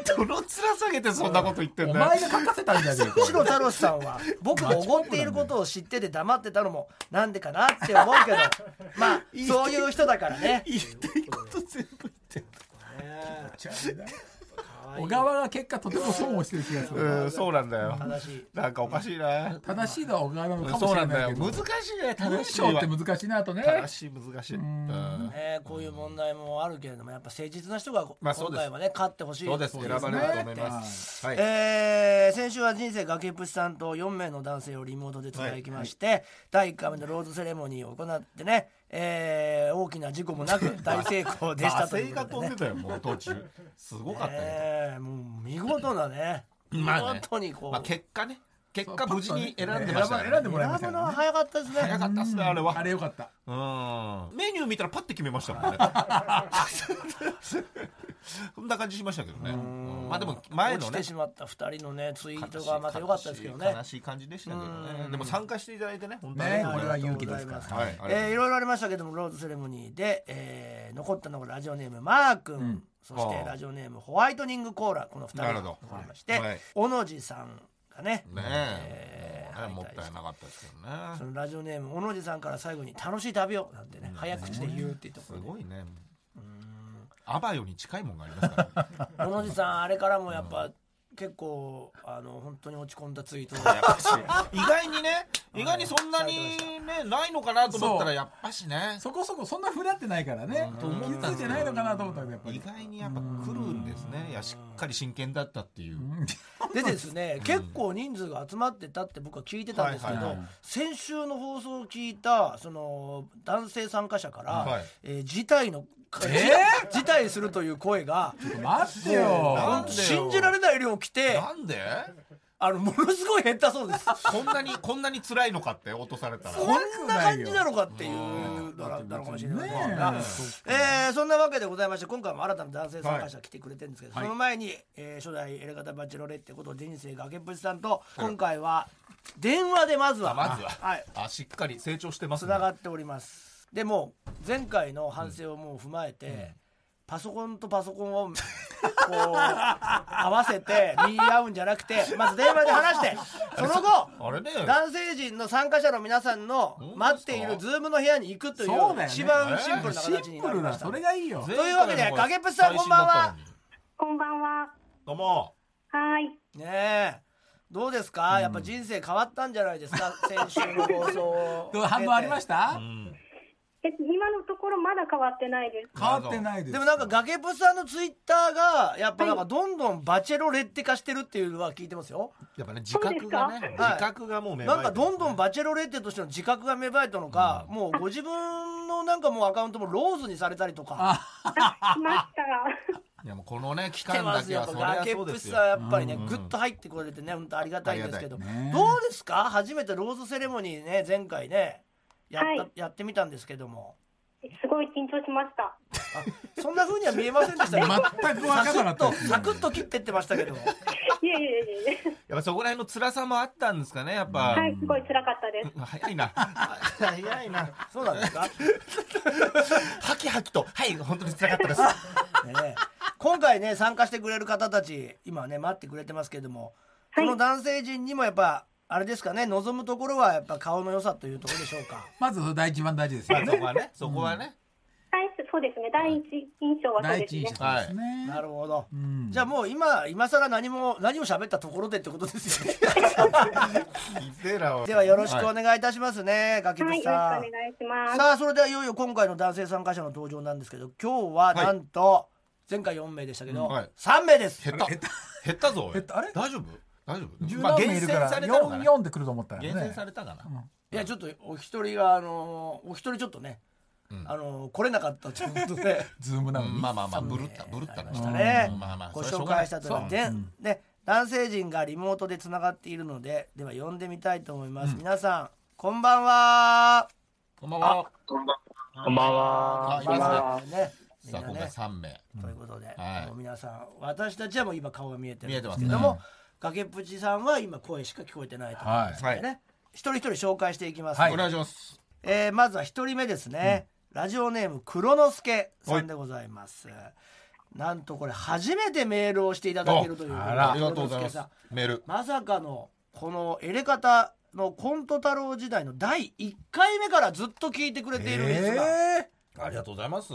[SPEAKER 2] どの面下げてそんなこと言ってん
[SPEAKER 4] お
[SPEAKER 2] だ
[SPEAKER 4] 前
[SPEAKER 2] よ。
[SPEAKER 4] が書かせたんじゃねえ
[SPEAKER 3] 白
[SPEAKER 4] か
[SPEAKER 3] 太郎さんは僕がおごっていることを知ってて黙ってたのもなんでかなって思うけ どまあそういう人だからね
[SPEAKER 2] 言いたいこと全部言って
[SPEAKER 4] 小川が結果とても損をしてる気がする
[SPEAKER 2] る。うん、そうなんだよ。
[SPEAKER 3] 話し
[SPEAKER 2] なんかおかしいな。
[SPEAKER 4] 正しいのは小川なのかも
[SPEAKER 2] そう
[SPEAKER 4] し
[SPEAKER 2] な
[SPEAKER 4] れ
[SPEAKER 2] んだ
[SPEAKER 4] な
[SPEAKER 2] よ。
[SPEAKER 4] いけど
[SPEAKER 2] 難しいね、
[SPEAKER 4] 文
[SPEAKER 2] 正しい
[SPEAKER 4] 章
[SPEAKER 2] わ
[SPEAKER 4] って。難しいなとね
[SPEAKER 2] 正しい、難しい。うん
[SPEAKER 3] ね、こういう問題もあるけれどもやっぱ誠実な人が
[SPEAKER 2] まあそう
[SPEAKER 3] 今
[SPEAKER 2] です
[SPEAKER 3] 回はね勝ってほしい
[SPEAKER 2] そうです。選ばれると思います。はい。
[SPEAKER 3] えー先週は人生崖っぷちさんと4名の男性をリモートでつないきまして、第1回目のローズセレモニーを行ってね、えー大きな事故もなく大成功でしたと
[SPEAKER 2] 声
[SPEAKER 3] いうこ
[SPEAKER 2] が
[SPEAKER 3] と
[SPEAKER 2] 飛
[SPEAKER 3] で、
[SPEAKER 2] ん
[SPEAKER 3] ね
[SPEAKER 2] でたよ、もう途中。すごかったね。
[SPEAKER 3] えーもう見事なね見
[SPEAKER 2] まあね
[SPEAKER 3] 事にこう、
[SPEAKER 2] まあ結果ね、結果無事に選んでま
[SPEAKER 4] 選
[SPEAKER 2] した
[SPEAKER 4] ば
[SPEAKER 2] から
[SPEAKER 4] 選んでもらいまし
[SPEAKER 3] 選ぶの
[SPEAKER 4] たか
[SPEAKER 3] は
[SPEAKER 4] らね
[SPEAKER 3] 早かったですね
[SPEAKER 2] 早かったっすね、あれ
[SPEAKER 4] あ
[SPEAKER 2] は。
[SPEAKER 4] れよかった
[SPEAKER 2] うん。メニュー見たらパッて決めましたもんね。そんな感じしましたけどね。うんまあでも前の
[SPEAKER 3] 落ち
[SPEAKER 2] ね
[SPEAKER 3] て、しまった2人のねツイート
[SPEAKER 2] 悲しい
[SPEAKER 3] がまた良かったですけどね
[SPEAKER 2] 悲しい感じでしたけどね。でも参加していただいてね、本当に
[SPEAKER 4] ね
[SPEAKER 2] あり
[SPEAKER 4] これ
[SPEAKER 2] が
[SPEAKER 4] は
[SPEAKER 2] とう
[SPEAKER 4] 勇気ですから
[SPEAKER 2] はいありがとうございます
[SPEAKER 3] えーいろいろありましたけどもローズセレモニーで、えー残ったのがラジオネームマー君、
[SPEAKER 4] ん
[SPEAKER 3] そして
[SPEAKER 2] ああ
[SPEAKER 3] ラジオネームホワイトニングコーラこの2人
[SPEAKER 2] な
[SPEAKER 3] が
[SPEAKER 2] るほど
[SPEAKER 3] 残りまして、
[SPEAKER 2] はい
[SPEAKER 3] 小野寺さんがね
[SPEAKER 2] ね
[SPEAKER 3] え
[SPEAKER 2] え
[SPEAKER 3] ー、
[SPEAKER 2] もうねもったいなかったですけど
[SPEAKER 3] そ
[SPEAKER 2] ね。
[SPEAKER 3] のラジオネーム小野寺さんから最後に「楽しい旅を」なんてね早口で言うっていうとこ
[SPEAKER 2] す
[SPEAKER 3] ろで
[SPEAKER 2] ごいね。アバよに近いもんがありますから。
[SPEAKER 3] 小野寺さんあれからもやっぱ、結構あの本当に落ち込んだツイートを
[SPEAKER 2] やっぱし 意外にね意外にそんなにねないのかなと思ったらやっぱしね
[SPEAKER 4] そこそこそんなふらってないからね気づいてないのかなと思ったけどやっぱ
[SPEAKER 2] 意
[SPEAKER 4] り
[SPEAKER 2] 外にやっぱ来るんですねいやしっかり真剣だったっていう
[SPEAKER 3] でですね結構人数が集まってたって僕は聞いてたんですけ
[SPEAKER 2] はいは
[SPEAKER 3] ど
[SPEAKER 2] いはい
[SPEAKER 3] 先週の放送を聞いたその男性参加者から、
[SPEAKER 2] はい
[SPEAKER 3] えー辞退の、辞退するという声が
[SPEAKER 4] 待ってよ
[SPEAKER 2] なんでよ
[SPEAKER 3] 信じられない量来て
[SPEAKER 2] なんで
[SPEAKER 3] あのものすごい減ったそうです
[SPEAKER 2] こんなにこんなに辛いのかって落とされたら
[SPEAKER 3] こんな感じなのかっていうのだったのかもしれないですね
[SPEAKER 4] ね
[SPEAKER 3] えーそんなわけでございまして今回も新たな男性参加者来てくれてるんですけど、その前に、えー初代エレガタ・バチェロレってこと人生崖っぷちさんと今回は電話でまずは
[SPEAKER 2] あまずは
[SPEAKER 3] はい、
[SPEAKER 2] あしっかり成長してます
[SPEAKER 3] つ
[SPEAKER 2] ね
[SPEAKER 3] ながっておりますでもう前回の反省をもう踏まえて、パソコンとパソコンをこう合わせて見合うんじゃなくてまず電話で話して その後
[SPEAKER 2] あれね
[SPEAKER 3] 男性陣の参加者の皆さんの待っているズームの部屋に行くという
[SPEAKER 4] そうだよね
[SPEAKER 3] 一番シンプルな
[SPEAKER 4] シ
[SPEAKER 3] 形に
[SPEAKER 4] ンプ
[SPEAKER 3] なり
[SPEAKER 4] ル
[SPEAKER 3] ま
[SPEAKER 4] な
[SPEAKER 3] した
[SPEAKER 4] それがいいよ
[SPEAKER 2] 前
[SPEAKER 3] というわけで
[SPEAKER 2] 回の
[SPEAKER 3] 崖っぷちさんこんばんは
[SPEAKER 2] 最新だったのに
[SPEAKER 5] こんばんは。
[SPEAKER 2] どうも
[SPEAKER 5] はい。
[SPEAKER 3] ねえどうですか、やっぱ人生変わったんじゃないですか先週の放送を
[SPEAKER 4] どう反応ありました
[SPEAKER 5] え、今のところまだ変わってないです。
[SPEAKER 4] 変わってないです
[SPEAKER 3] でもなんか崖プさんのツイッターがやっぱなんかどんどんバチェロレッテ化してるっていうのは聞いてますよ
[SPEAKER 2] やっぱね自覚が
[SPEAKER 5] そうで
[SPEAKER 2] ね
[SPEAKER 3] すか
[SPEAKER 2] 自覚がもう芽生
[SPEAKER 3] な
[SPEAKER 2] え
[SPEAKER 3] ん
[SPEAKER 2] て
[SPEAKER 3] か
[SPEAKER 2] る
[SPEAKER 3] どんどんバチェロレッテとしての自覚が芽生えたのか、もうご自分のなんかもうアカウントもローズにされたりとか
[SPEAKER 5] あ、来ました。
[SPEAKER 2] いやもうこのね期
[SPEAKER 3] 来て
[SPEAKER 2] 間
[SPEAKER 3] ま
[SPEAKER 2] だ
[SPEAKER 3] す
[SPEAKER 2] け
[SPEAKER 3] よやっ
[SPEAKER 2] はそ
[SPEAKER 3] ぱ
[SPEAKER 2] りゃ
[SPEAKER 3] 崖
[SPEAKER 2] そう
[SPEAKER 3] プ
[SPEAKER 2] ですよ
[SPEAKER 3] さんやっぱりねグッと入ってこれてね本当ありがたいんですけど、
[SPEAKER 2] あ
[SPEAKER 3] ど
[SPEAKER 2] り
[SPEAKER 4] たいね
[SPEAKER 3] うですか初めてローズセレモニーね前回ねやった、
[SPEAKER 5] はい
[SPEAKER 3] やってみたんですけども
[SPEAKER 5] すごい緊張しました。
[SPEAKER 3] あそんな風には見えませんでしたね
[SPEAKER 4] 全く分から
[SPEAKER 3] サクッ
[SPEAKER 4] なかった
[SPEAKER 3] とサクッと切ってってましたけど
[SPEAKER 5] いえいえいえいえ。
[SPEAKER 2] やっぱそこら辺の辛さもあったんですかねやっぱ
[SPEAKER 5] はい、すごい辛かったです。
[SPEAKER 2] 早いな早いな
[SPEAKER 3] そうなんですか、ね
[SPEAKER 2] ハキハキと、はい、本当に辛かったです。
[SPEAKER 3] え今回ね参加してくれる方たち今ね待ってくれてますけども、
[SPEAKER 5] はい
[SPEAKER 3] この男性陣にもやっぱあれですかね望むところはやっぱ顔の良さというところでしょうか
[SPEAKER 4] まず第一番大事ですよ
[SPEAKER 2] まあ、そ
[SPEAKER 4] ね
[SPEAKER 2] こはね、そこはね、
[SPEAKER 5] はい、そうですね。第一印象はそう
[SPEAKER 4] 第
[SPEAKER 5] です
[SPEAKER 4] 一印
[SPEAKER 5] ね。
[SPEAKER 4] 象ですね。
[SPEAKER 3] なるほど。
[SPEAKER 4] ん
[SPEAKER 3] じゃあもう今、今更何も、何を喋ったところでってことですよね。 ではよろしくお
[SPEAKER 2] い
[SPEAKER 3] 願いいたしますね、崖
[SPEAKER 5] はい、
[SPEAKER 3] 渕
[SPEAKER 5] よ
[SPEAKER 3] さ
[SPEAKER 5] ろ
[SPEAKER 3] ん
[SPEAKER 5] しくお。願いします。
[SPEAKER 3] さあ、それではいよいよ今回の男性参加者の登場なんですけど、今日はなんと、前回4名でしたけど
[SPEAKER 2] うんはい、
[SPEAKER 3] 3名です。
[SPEAKER 2] 減った減ったぞおい
[SPEAKER 4] 減ったあれ
[SPEAKER 2] 大丈夫大丈
[SPEAKER 4] 十
[SPEAKER 2] 夫
[SPEAKER 4] 何名いるから
[SPEAKER 2] 厳選されたのか
[SPEAKER 4] 四
[SPEAKER 2] な
[SPEAKER 4] 四で来ると思ったら
[SPEAKER 2] 厳選
[SPEAKER 4] ね
[SPEAKER 2] さ。れたかな
[SPEAKER 3] うんいや、ちょっとお一人が、あのー、お一人ちょっとね、あのー、来れなかったということ で。
[SPEAKER 4] ズームなのに。
[SPEAKER 2] まあまあまあブルったブルった
[SPEAKER 3] あり
[SPEAKER 2] な
[SPEAKER 3] ましたね
[SPEAKER 2] うんまあまあ
[SPEAKER 3] ご
[SPEAKER 2] そ
[SPEAKER 3] 紹
[SPEAKER 2] れはしょうがな
[SPEAKER 3] 介
[SPEAKER 2] い
[SPEAKER 3] したと
[SPEAKER 2] そ
[SPEAKER 3] いううで、ね、男性陣がリモートでつながっているので、では呼んでみたいと思います。皆さん、こんばんは。
[SPEAKER 2] こんばんは
[SPEAKER 6] こんばんは。
[SPEAKER 2] あいま
[SPEAKER 3] ね、
[SPEAKER 2] す
[SPEAKER 3] みんな
[SPEAKER 2] ねさあ今回
[SPEAKER 3] ね。
[SPEAKER 2] 三名
[SPEAKER 3] ということで、
[SPEAKER 2] はい
[SPEAKER 3] もう皆さん、私たちはもう今顔が見えてる
[SPEAKER 2] 見
[SPEAKER 3] ん
[SPEAKER 2] えて
[SPEAKER 3] で
[SPEAKER 2] ますす
[SPEAKER 3] け
[SPEAKER 2] ね
[SPEAKER 3] ども、崖っぷちさんは今声しか聞こえてないと思うんですよね。
[SPEAKER 2] は
[SPEAKER 3] 一人一人紹介していきます、
[SPEAKER 4] はい
[SPEAKER 2] お願いします
[SPEAKER 3] えーまずは一人目ですね、ラジオネーム黒之助さんでございますなんとこれ初めてメールをしていただけるということで
[SPEAKER 4] あら
[SPEAKER 2] ありがとうござい
[SPEAKER 3] 黒
[SPEAKER 2] ま
[SPEAKER 3] 之助
[SPEAKER 2] す
[SPEAKER 3] さん
[SPEAKER 2] メール
[SPEAKER 3] まさかのこのエレカタのコント太郎時代の第1回目からずっと聞いてくれているんですが、
[SPEAKER 4] え
[SPEAKER 2] ありがとうございます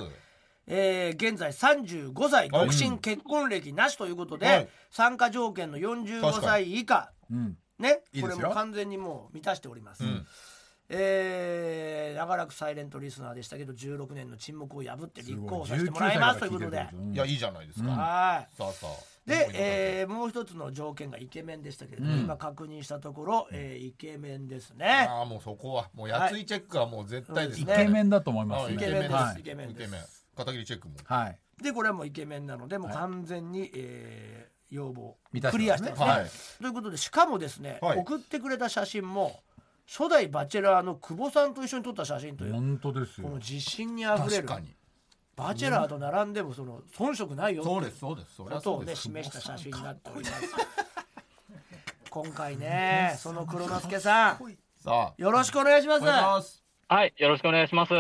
[SPEAKER 3] えー現在35歳
[SPEAKER 2] はい
[SPEAKER 3] 独身結婚歴なしということで、
[SPEAKER 2] はい
[SPEAKER 3] 参加条件の45歳以下
[SPEAKER 4] え。うん。
[SPEAKER 3] ね
[SPEAKER 2] いい
[SPEAKER 3] こ
[SPEAKER 2] で
[SPEAKER 3] れ
[SPEAKER 2] すよ
[SPEAKER 3] も完全にもう満たしております、
[SPEAKER 2] うん
[SPEAKER 3] えー長らくサイレントリスナーでしたけど16年の沈黙を破って立候補させて
[SPEAKER 4] 19
[SPEAKER 3] もらい
[SPEAKER 4] 歳か
[SPEAKER 3] ま
[SPEAKER 4] ら
[SPEAKER 3] す
[SPEAKER 4] 聞
[SPEAKER 3] と
[SPEAKER 4] い
[SPEAKER 3] いう
[SPEAKER 4] て
[SPEAKER 3] こ
[SPEAKER 4] る
[SPEAKER 3] と
[SPEAKER 4] っ
[SPEAKER 3] で
[SPEAKER 4] てこ、と
[SPEAKER 2] いやいいじゃないですか
[SPEAKER 3] はい
[SPEAKER 2] さあさあ
[SPEAKER 3] で、えーもう一つの条件がイケメンでしたけれども、今確認したところ、えーイケメンですね。
[SPEAKER 2] ああもうそこはもうやついチェックはもう絶対です
[SPEAKER 4] イ
[SPEAKER 2] ね
[SPEAKER 4] ケメンだと思いま
[SPEAKER 2] あ
[SPEAKER 4] す
[SPEAKER 2] イ
[SPEAKER 4] ね。
[SPEAKER 2] ケメンです
[SPEAKER 4] は
[SPEAKER 2] イ
[SPEAKER 4] い。
[SPEAKER 2] ケメン
[SPEAKER 3] イケメン
[SPEAKER 2] 片桐チェックも
[SPEAKER 4] はい。
[SPEAKER 3] でこれはもうイケメンなのでもう完全に、えー要望
[SPEAKER 4] 満たしてますね
[SPEAKER 3] クリアしてますね、
[SPEAKER 2] はい
[SPEAKER 3] ということでしかもですね、
[SPEAKER 2] はい
[SPEAKER 3] 送ってくれた写真も初代バチェラーの久保さんと一緒に撮った写真という、
[SPEAKER 4] 本当です
[SPEAKER 3] この
[SPEAKER 4] よ。
[SPEAKER 3] 自信にあふれ
[SPEAKER 2] 確
[SPEAKER 3] る
[SPEAKER 2] かに
[SPEAKER 3] バチェラーと並んでもその遜色ないよ
[SPEAKER 2] そうですそうですそり
[SPEAKER 3] こ
[SPEAKER 2] ゃ
[SPEAKER 3] と
[SPEAKER 2] そ
[SPEAKER 3] を
[SPEAKER 2] うで
[SPEAKER 3] ね
[SPEAKER 2] す
[SPEAKER 3] 示した写真になっております今回ねその黒之助さん
[SPEAKER 2] さあ
[SPEAKER 3] よろしくお願いしま
[SPEAKER 2] お
[SPEAKER 3] す
[SPEAKER 2] 願いします
[SPEAKER 6] はい、よろしくお願いします。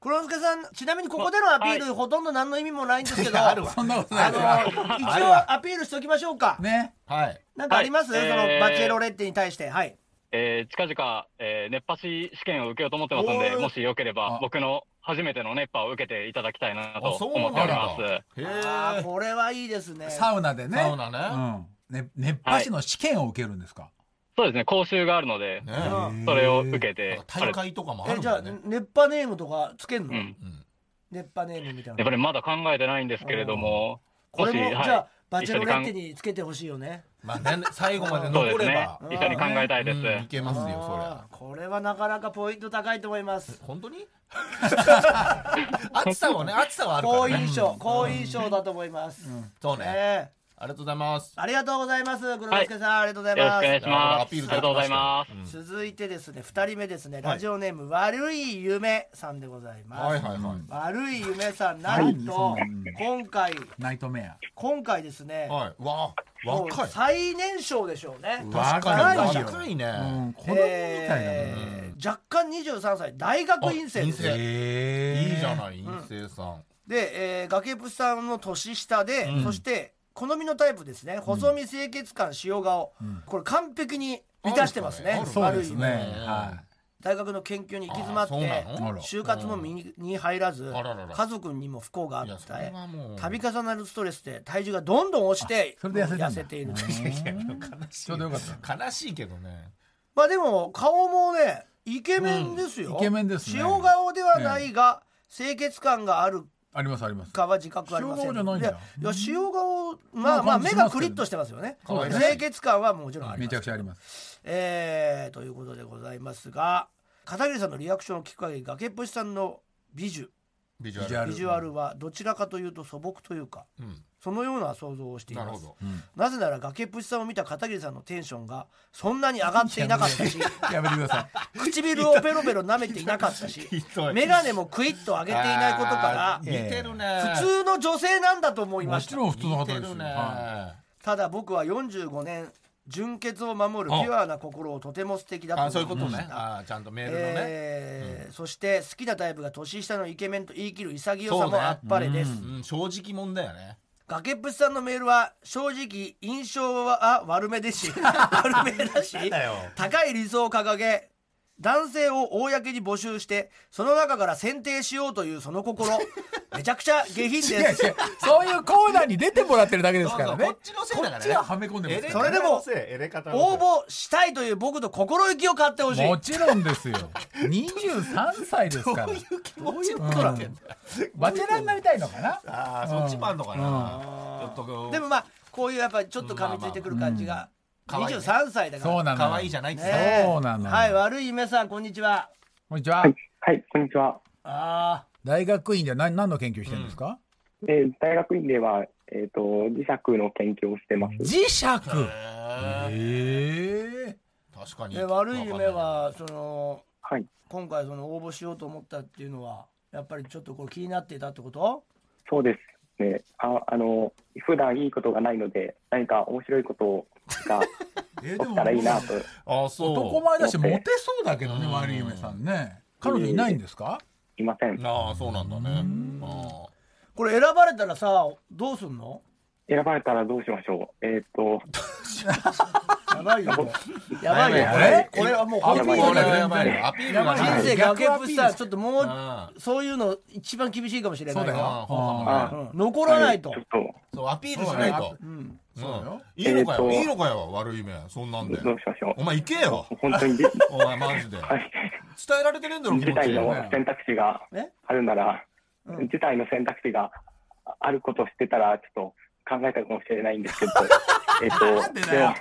[SPEAKER 3] 黒之助さんちなみにここでのアピール、ほとんど何の意味もないんですけど
[SPEAKER 2] あるわ
[SPEAKER 4] そんなことな
[SPEAKER 3] あ
[SPEAKER 4] いで
[SPEAKER 3] の
[SPEAKER 4] すわ。
[SPEAKER 3] 一応アピールしておきましょうか、
[SPEAKER 4] ね。
[SPEAKER 2] はい
[SPEAKER 3] なんかあります、
[SPEAKER 6] はい
[SPEAKER 3] その
[SPEAKER 6] えー
[SPEAKER 3] バチェロレッテに対してはい
[SPEAKER 6] えー、近々、えー、熱波師試験を受けようと思ってますん
[SPEAKER 3] お
[SPEAKER 6] で、
[SPEAKER 3] ー
[SPEAKER 6] もしよければ
[SPEAKER 4] あ、
[SPEAKER 6] 僕の初めての熱波を受けていただきたいなと
[SPEAKER 2] あそう
[SPEAKER 6] 思っております。
[SPEAKER 3] あ
[SPEAKER 2] な
[SPEAKER 3] ー
[SPEAKER 2] んだへ
[SPEAKER 3] これはいいですね
[SPEAKER 4] サウナで
[SPEAKER 2] え
[SPEAKER 4] ね。
[SPEAKER 2] サウナね
[SPEAKER 4] うん。ね熱波師の試験を受けるんですか。
[SPEAKER 6] そうですね、講習があるので、
[SPEAKER 2] ね
[SPEAKER 3] うん
[SPEAKER 6] それを受け
[SPEAKER 2] えなん
[SPEAKER 6] て
[SPEAKER 2] か、大会とかもあ
[SPEAKER 3] え
[SPEAKER 2] る
[SPEAKER 3] じゃ
[SPEAKER 2] も
[SPEAKER 3] あ
[SPEAKER 2] んね
[SPEAKER 3] 熱波ネームとかつけんの、
[SPEAKER 6] うん
[SPEAKER 2] うん
[SPEAKER 3] 熱波ネームみたい
[SPEAKER 6] やっぱ
[SPEAKER 3] な
[SPEAKER 6] りまだ考えてないんですけれども、
[SPEAKER 3] これも、
[SPEAKER 6] もしはい
[SPEAKER 3] じゃあバチェロレッテにつけてほしいよね
[SPEAKER 2] まあね最後まで
[SPEAKER 6] そうで
[SPEAKER 2] 残れ
[SPEAKER 6] すね
[SPEAKER 2] ば、
[SPEAKER 6] 一緒に考えたいです。
[SPEAKER 2] うんいけますよそりゃ
[SPEAKER 3] あーこれはなかなかポイント高いと思います
[SPEAKER 2] 本当に暑さはね暑さはあるか
[SPEAKER 3] 好
[SPEAKER 2] らね
[SPEAKER 3] 印象好印象だと思います、
[SPEAKER 2] そうね
[SPEAKER 3] ええ
[SPEAKER 2] ありがとうございます
[SPEAKER 3] ありがとうございます黒之助さん、ありがとうござい
[SPEAKER 6] よろしく
[SPEAKER 3] ま
[SPEAKER 6] お願い
[SPEAKER 3] す
[SPEAKER 6] します。
[SPEAKER 2] ア
[SPEAKER 6] あ
[SPEAKER 2] ピー
[SPEAKER 6] り
[SPEAKER 2] ル
[SPEAKER 6] がとうございます。
[SPEAKER 2] うん
[SPEAKER 3] 続いてですね2人目ですねラジオネーム、悪い夢さんでございます、
[SPEAKER 2] はいはいはい
[SPEAKER 3] 悪い夢さんなんと
[SPEAKER 4] はいうん
[SPEAKER 3] 今回
[SPEAKER 4] ナイトメア。
[SPEAKER 3] 今回ですね、
[SPEAKER 2] はいわあ
[SPEAKER 3] もう
[SPEAKER 2] 若い
[SPEAKER 3] 最年少でしょうね
[SPEAKER 4] う。
[SPEAKER 2] 確か
[SPEAKER 4] 若い
[SPEAKER 2] に
[SPEAKER 4] よ
[SPEAKER 2] 若いね
[SPEAKER 4] うん。子供みたいなもんね。
[SPEAKER 3] えー若干23歳大学院生です
[SPEAKER 2] あ
[SPEAKER 3] ね
[SPEAKER 2] 院生
[SPEAKER 4] ええ。
[SPEAKER 2] いいじゃない陰性さん
[SPEAKER 3] で、えー、崖っぷちさんの年下で、そして好みのタイプですね細身清潔感塩顔、これ完璧に満たしてますね
[SPEAKER 2] あるか
[SPEAKER 4] そう
[SPEAKER 2] ね
[SPEAKER 4] ですね。
[SPEAKER 2] あ
[SPEAKER 3] 悪い
[SPEAKER 2] る
[SPEAKER 3] 夢
[SPEAKER 2] よね
[SPEAKER 4] は
[SPEAKER 3] 大学の研究に行き詰まっ
[SPEAKER 2] あそう
[SPEAKER 3] て
[SPEAKER 2] なの
[SPEAKER 4] あら
[SPEAKER 3] 就活も身にに入らず
[SPEAKER 2] あららら
[SPEAKER 3] 家族にも不幸があっ
[SPEAKER 2] いやそ
[SPEAKER 3] た
[SPEAKER 2] れはもう
[SPEAKER 3] 度重なるストレスで体重がどんどん落ちて
[SPEAKER 4] それで痩せたんだ
[SPEAKER 3] 痩せているという
[SPEAKER 2] いやいや悲しい
[SPEAKER 4] ちょうどよかった
[SPEAKER 2] 悲しいけどね
[SPEAKER 3] まあでも顔もねイケメンですよ、
[SPEAKER 4] うんイケメンですね
[SPEAKER 3] 塩顔ではないが、清潔感がある
[SPEAKER 4] い。ありますあります。
[SPEAKER 3] かは自覚はありません
[SPEAKER 4] 塩顔じゃないんだ
[SPEAKER 3] いやいや塩顔まあまあ
[SPEAKER 4] まあ感じ
[SPEAKER 3] 目
[SPEAKER 4] しま
[SPEAKER 3] が
[SPEAKER 4] すけど
[SPEAKER 3] クリッとしてますよね
[SPEAKER 2] 可愛らしい
[SPEAKER 3] 清潔感はもちろんあり
[SPEAKER 4] め
[SPEAKER 3] ま
[SPEAKER 4] ちゃ
[SPEAKER 3] す
[SPEAKER 4] くちゃあります。
[SPEAKER 3] えーということでございますが片桐さんのリアクションを聞く限り崖っぷちさんの美女
[SPEAKER 2] ビジュアル
[SPEAKER 4] ビジュア
[SPEAKER 3] ビ
[SPEAKER 4] ル
[SPEAKER 3] ジュアルはどちらかというと素朴というか
[SPEAKER 2] うん
[SPEAKER 3] そのような想像をしてい
[SPEAKER 2] なる
[SPEAKER 3] ま
[SPEAKER 2] ほ
[SPEAKER 3] す
[SPEAKER 2] ど
[SPEAKER 3] なぜなら崖っぷちさんを見た片桐さんのテンションがそんなに上がっていなかったし
[SPEAKER 4] やめてください。
[SPEAKER 3] 唇をペロペロ舐めていなかったし
[SPEAKER 2] ひどい
[SPEAKER 3] 眼鏡もクイッと上げていないことか
[SPEAKER 2] あー似てるね
[SPEAKER 3] ら普通の女性なんだと思いま
[SPEAKER 4] も
[SPEAKER 3] し
[SPEAKER 4] ち
[SPEAKER 3] た
[SPEAKER 4] ろん普通の方
[SPEAKER 2] 似て
[SPEAKER 4] です
[SPEAKER 2] る
[SPEAKER 4] よ。
[SPEAKER 2] ね
[SPEAKER 4] は
[SPEAKER 3] ただ僕は45年純潔を守るピュアな心をとても素敵だと
[SPEAKER 2] あそういう
[SPEAKER 3] 思
[SPEAKER 2] こ
[SPEAKER 3] い
[SPEAKER 2] と
[SPEAKER 3] まし
[SPEAKER 2] ね
[SPEAKER 3] た
[SPEAKER 2] あーちゃんとメールのね
[SPEAKER 3] えーそして好きなタイプが年下のイケメンと言い切る潔さもあっぱれです、
[SPEAKER 2] うん正直もんだよね
[SPEAKER 3] 崖っぷちさんのメールは正直 印象は悪めですし悪めだし
[SPEAKER 2] だよ
[SPEAKER 3] 高い理想を掲げ男性を公に募集してその中から選定しようというその心めちゃくちゃ下品で
[SPEAKER 4] いやい
[SPEAKER 3] す
[SPEAKER 4] やそういうコーナーに出てもらってるだけです
[SPEAKER 2] そう
[SPEAKER 4] か
[SPEAKER 2] そ
[SPEAKER 4] ら
[SPEAKER 2] う
[SPEAKER 4] ね
[SPEAKER 2] こっちのせいだからね
[SPEAKER 4] こっちははめ込んでます
[SPEAKER 3] そ
[SPEAKER 4] か
[SPEAKER 3] れでも
[SPEAKER 2] エレカタのせい
[SPEAKER 3] 応募したいという僕の心意気を買ってほしい
[SPEAKER 4] らもちろんですよ23歳ですから
[SPEAKER 2] どういうことなんだよ
[SPEAKER 4] バチェラーになりたいのかな
[SPEAKER 2] ああそっちもあんのかなちょっと
[SPEAKER 3] でもまあこういうやっぱりちょっと噛みついてくる感じが、
[SPEAKER 2] まあまあうん
[SPEAKER 3] 23歳だから
[SPEAKER 4] そうなの
[SPEAKER 2] 可愛いじゃないって
[SPEAKER 3] ねえ
[SPEAKER 4] そうなの
[SPEAKER 3] はい悪い夢さんこんにちは
[SPEAKER 4] こんにちは
[SPEAKER 7] はい、はい、こんにちは。
[SPEAKER 3] あ
[SPEAKER 4] 大学院で何何の研究してるんですか
[SPEAKER 7] えー大学院では、えっ、と、磁石の研究をしてます。
[SPEAKER 4] 磁石
[SPEAKER 2] へえ
[SPEAKER 4] ええ
[SPEAKER 2] 確か
[SPEAKER 3] ー
[SPEAKER 2] に
[SPEAKER 3] で悪い夢はその
[SPEAKER 7] はい、
[SPEAKER 3] 今回その応募しようと思ったっていうのはやっぱりちょっとこう気になっていたってこと
[SPEAKER 7] そうです。ね、あ、あの、普段いいことがないので、何か面白いことが
[SPEAKER 4] え
[SPEAKER 7] 起きたらいいなと。
[SPEAKER 2] あそう
[SPEAKER 4] 男前だしモテそうだけどね
[SPEAKER 2] うん
[SPEAKER 4] 悪い夢さんね彼女いないんですか
[SPEAKER 7] いません。
[SPEAKER 2] ああそうなんだねあ
[SPEAKER 3] これ選ばれたらさどうすんの
[SPEAKER 7] 選ばれたらどうしましょう。えっ、と、
[SPEAKER 3] やばいよこれやばいよ
[SPEAKER 2] や
[SPEAKER 3] こ
[SPEAKER 2] ばい
[SPEAKER 3] れ
[SPEAKER 2] ね
[SPEAKER 3] これはもう
[SPEAKER 2] あ
[SPEAKER 3] 本
[SPEAKER 2] ア
[SPEAKER 3] 当
[SPEAKER 2] ピ
[SPEAKER 3] に
[SPEAKER 2] ールが
[SPEAKER 3] 人
[SPEAKER 2] やばいねアピールがない
[SPEAKER 3] 生
[SPEAKER 4] 逆
[SPEAKER 3] 崖っ
[SPEAKER 4] ア
[SPEAKER 3] ぷ
[SPEAKER 4] ピ
[SPEAKER 3] ち
[SPEAKER 4] ール
[SPEAKER 3] さちょっともう
[SPEAKER 2] あ
[SPEAKER 3] そういうの一番厳しいかもしれな
[SPEAKER 4] そう
[SPEAKER 3] い
[SPEAKER 4] だよ
[SPEAKER 2] あそうかもね
[SPEAKER 7] あ
[SPEAKER 3] うん残らないと
[SPEAKER 7] ちょっと、
[SPEAKER 2] そうアピールしないと
[SPEAKER 3] うん
[SPEAKER 2] うん
[SPEAKER 4] そうよ
[SPEAKER 2] いいのかよ
[SPEAKER 7] えーと
[SPEAKER 2] いいのかよ悪い夢そんなんで
[SPEAKER 7] どうしましょ
[SPEAKER 2] お前行けよ
[SPEAKER 7] う。本当にじ、 は
[SPEAKER 2] お前マジで伝
[SPEAKER 7] い、
[SPEAKER 2] えられてるんだろ気持
[SPEAKER 7] 事
[SPEAKER 2] ち
[SPEAKER 7] 態の選択肢が
[SPEAKER 3] ね
[SPEAKER 7] あるなら、
[SPEAKER 3] うん
[SPEAKER 7] 事態の選択肢があることを知ってたら、ちょっと考えたかもしれないんですけど、えっ
[SPEAKER 4] なんで
[SPEAKER 7] と、
[SPEAKER 4] だ
[SPEAKER 7] で
[SPEAKER 4] よ
[SPEAKER 7] も、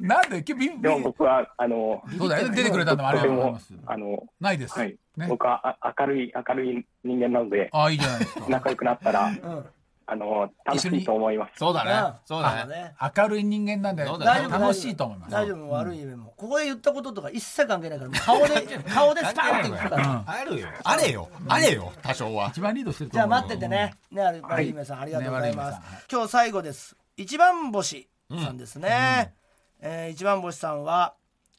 [SPEAKER 4] なんで君
[SPEAKER 7] でも僕は、あの、
[SPEAKER 4] そうだよね出てくれたのもあり
[SPEAKER 7] と
[SPEAKER 4] がと
[SPEAKER 7] て
[SPEAKER 4] うござい
[SPEAKER 7] も
[SPEAKER 4] ます、
[SPEAKER 7] あの、
[SPEAKER 4] ないです
[SPEAKER 7] はい、
[SPEAKER 4] ね
[SPEAKER 7] 僕はあ明るい、明るい人間なので、
[SPEAKER 4] ああいいじゃないです か
[SPEAKER 7] 仲良くなったら、
[SPEAKER 3] うん
[SPEAKER 7] あの、楽しいと思います。
[SPEAKER 2] そうだねそうだ
[SPEAKER 3] あ
[SPEAKER 2] ね
[SPEAKER 4] 明るい人間なんで
[SPEAKER 2] そうだ
[SPEAKER 3] 大丈夫
[SPEAKER 4] 楽しいと思います
[SPEAKER 3] 大丈夫悪い夢もここで言ったこととか一切関係ないからもう顔で顔でスパーンっていくから
[SPEAKER 2] あるよあれよあれよ多少は
[SPEAKER 4] 一番リードしてると
[SPEAKER 3] じゃ
[SPEAKER 4] 思
[SPEAKER 3] あ
[SPEAKER 4] う
[SPEAKER 3] 待っててねねある悪い夢さんありがとうございます
[SPEAKER 4] ね悪い夢さんはい
[SPEAKER 3] 今日最後です一番星さんですねえー一番星さんは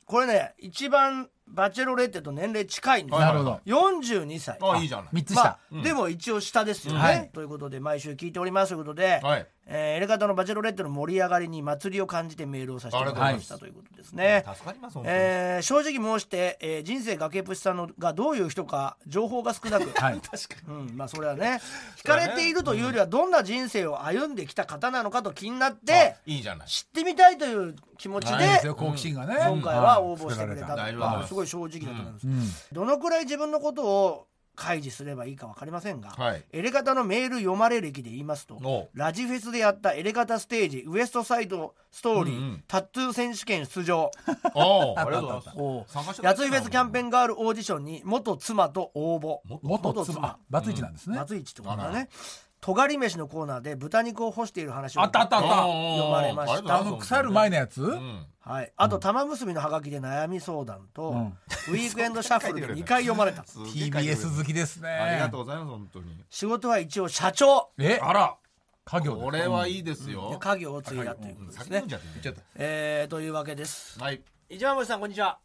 [SPEAKER 3] これね一番バチェロレッテと年齢近いんです
[SPEAKER 4] なるほど
[SPEAKER 3] 42歳
[SPEAKER 2] あいいじゃない
[SPEAKER 4] 三つ
[SPEAKER 3] ま
[SPEAKER 4] 下
[SPEAKER 3] あ、でも一応下ですよね、
[SPEAKER 4] はい
[SPEAKER 3] ということで毎週聞いておりますということで、
[SPEAKER 2] はい
[SPEAKER 3] えーエレガタのバチェロレッテの盛り上がりに祭りを感じてメールをさせてもらいました
[SPEAKER 2] あ
[SPEAKER 3] ということですね。
[SPEAKER 2] 助かります本当に
[SPEAKER 3] えー正直申して、えー人生崖っぷちさんのがどういう人か情報が少なく、
[SPEAKER 4] はい
[SPEAKER 3] うん、まあそれはね惹かれているというよりはどんな人生を歩んできた方なのかと気になって
[SPEAKER 2] あいいじゃない
[SPEAKER 3] 知ってみたいという気持ち
[SPEAKER 4] いいです
[SPEAKER 3] で
[SPEAKER 4] よ好奇心がね
[SPEAKER 3] 今回は応募してくれた
[SPEAKER 2] うん
[SPEAKER 3] と、
[SPEAKER 2] うん
[SPEAKER 3] まあ、すごい正直だと思います、
[SPEAKER 4] うん
[SPEAKER 3] どのくらい自分のことを開示すればいいか分かりませんが、
[SPEAKER 2] はい
[SPEAKER 3] エレガタのメール読まれ歴で言います
[SPEAKER 2] お
[SPEAKER 3] とラジフェスでやったエレガタステージウエストサイドストーリー、
[SPEAKER 2] うんうん
[SPEAKER 3] タットゥー選手権出場
[SPEAKER 2] おーありがとうござい
[SPEAKER 3] お
[SPEAKER 2] ます参加してくれ
[SPEAKER 3] や
[SPEAKER 2] た
[SPEAKER 3] ついフェスキャンペーンガールオーディションに元妻と応募
[SPEAKER 4] 元妻あバツイチなんですね
[SPEAKER 3] 松市ってことだね尖り飯のコーナーで豚肉を干している話を
[SPEAKER 4] あったあったあった
[SPEAKER 3] 読まれました
[SPEAKER 2] おー
[SPEAKER 4] あの腐る前のやつ
[SPEAKER 2] うん
[SPEAKER 3] はい、あと玉結びのハガキで悩み相談と、
[SPEAKER 4] うん
[SPEAKER 3] ウィークエンドシャッフルで2回読まれた
[SPEAKER 2] すげえ書いてくれる
[SPEAKER 4] TBS 好きですね
[SPEAKER 2] ありがとうございます本当に
[SPEAKER 3] 仕事は一応社長
[SPEAKER 4] え
[SPEAKER 2] あら
[SPEAKER 4] 家業
[SPEAKER 2] これはいいですよ
[SPEAKER 3] 家業を継いだということです
[SPEAKER 2] 先
[SPEAKER 3] ね
[SPEAKER 2] 飲んじゃっていいちょっ
[SPEAKER 3] えー、というわけです
[SPEAKER 2] とはい
[SPEAKER 3] 一番星さんこんにちは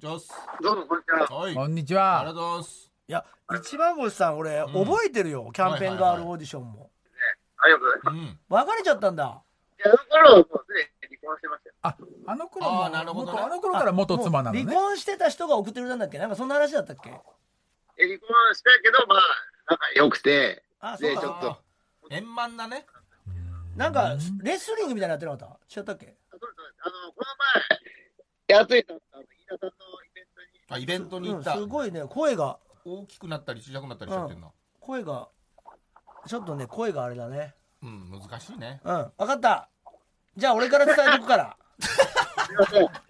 [SPEAKER 2] ジョス
[SPEAKER 7] どうも、こんにちは。
[SPEAKER 2] はい
[SPEAKER 4] こんに
[SPEAKER 2] あり
[SPEAKER 4] ち
[SPEAKER 2] が
[SPEAKER 4] は
[SPEAKER 2] とうございます
[SPEAKER 3] いや一番星さん俺、
[SPEAKER 2] ん
[SPEAKER 3] 覚えてるよキャンペーンガールオーディションも、
[SPEAKER 7] ありがとうございま
[SPEAKER 2] うん
[SPEAKER 3] 別れちゃったんだ
[SPEAKER 7] す。いや、その頃、もうすでに離婚してましたよ。
[SPEAKER 4] ああの頃
[SPEAKER 2] あーなるほ
[SPEAKER 4] も
[SPEAKER 2] どね
[SPEAKER 4] 元あの頃から元妻なのね
[SPEAKER 3] もう離婚してた人が送ってくれたんだっけなんかそんな話だったっけ
[SPEAKER 7] え離婚したけど、まあ、仲良くて、
[SPEAKER 3] あそう
[SPEAKER 7] で、ちょ
[SPEAKER 3] か
[SPEAKER 7] っと、
[SPEAKER 2] 円満なね
[SPEAKER 3] なんかレスリングみたいなのやってなかった違ったっけ
[SPEAKER 7] そうですそうですあの、この前、やついた、あの、飯田さんのイベントに、
[SPEAKER 2] あイベントに行
[SPEAKER 3] う
[SPEAKER 2] っ
[SPEAKER 3] ん、
[SPEAKER 2] た
[SPEAKER 3] すごいね声が
[SPEAKER 2] 大きくなったり小さくなったりしちゃってんの
[SPEAKER 3] 声がちょっとね声があれだね
[SPEAKER 2] うん難しいね
[SPEAKER 3] うん分かったじゃあ俺から伝えとくから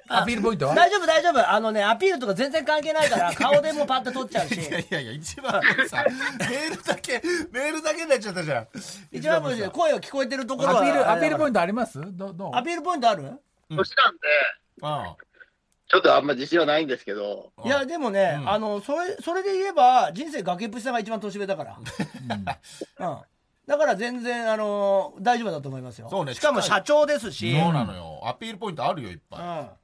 [SPEAKER 4] アピールポイントは
[SPEAKER 3] 大丈夫大丈夫あのねアピールとか全然関係ないから顔でもうパッと取っちゃうし
[SPEAKER 2] いやいやいや一番さメールだけメールだけになっちゃったじゃん
[SPEAKER 3] 一番星で声が聞こえてるとこ
[SPEAKER 4] ア
[SPEAKER 3] ろは
[SPEAKER 4] ピール
[SPEAKER 3] あ
[SPEAKER 4] ア
[SPEAKER 3] れだから
[SPEAKER 4] ピールポイントありますどどう
[SPEAKER 3] アピールポイントある
[SPEAKER 7] 年なんで、
[SPEAKER 2] あ
[SPEAKER 7] ちょっとあんま自信はないんですけど、
[SPEAKER 2] あ
[SPEAKER 3] いやでもね、
[SPEAKER 2] うん
[SPEAKER 3] あのそれそれで言えば人生崖っぷちさんが一番年上だから、うん、だから全然あの大丈夫だと思いますよ
[SPEAKER 2] そうね
[SPEAKER 3] しかも
[SPEAKER 2] 近い
[SPEAKER 3] 社長ですし
[SPEAKER 2] そうなのよアピールポイントあるよいっぱ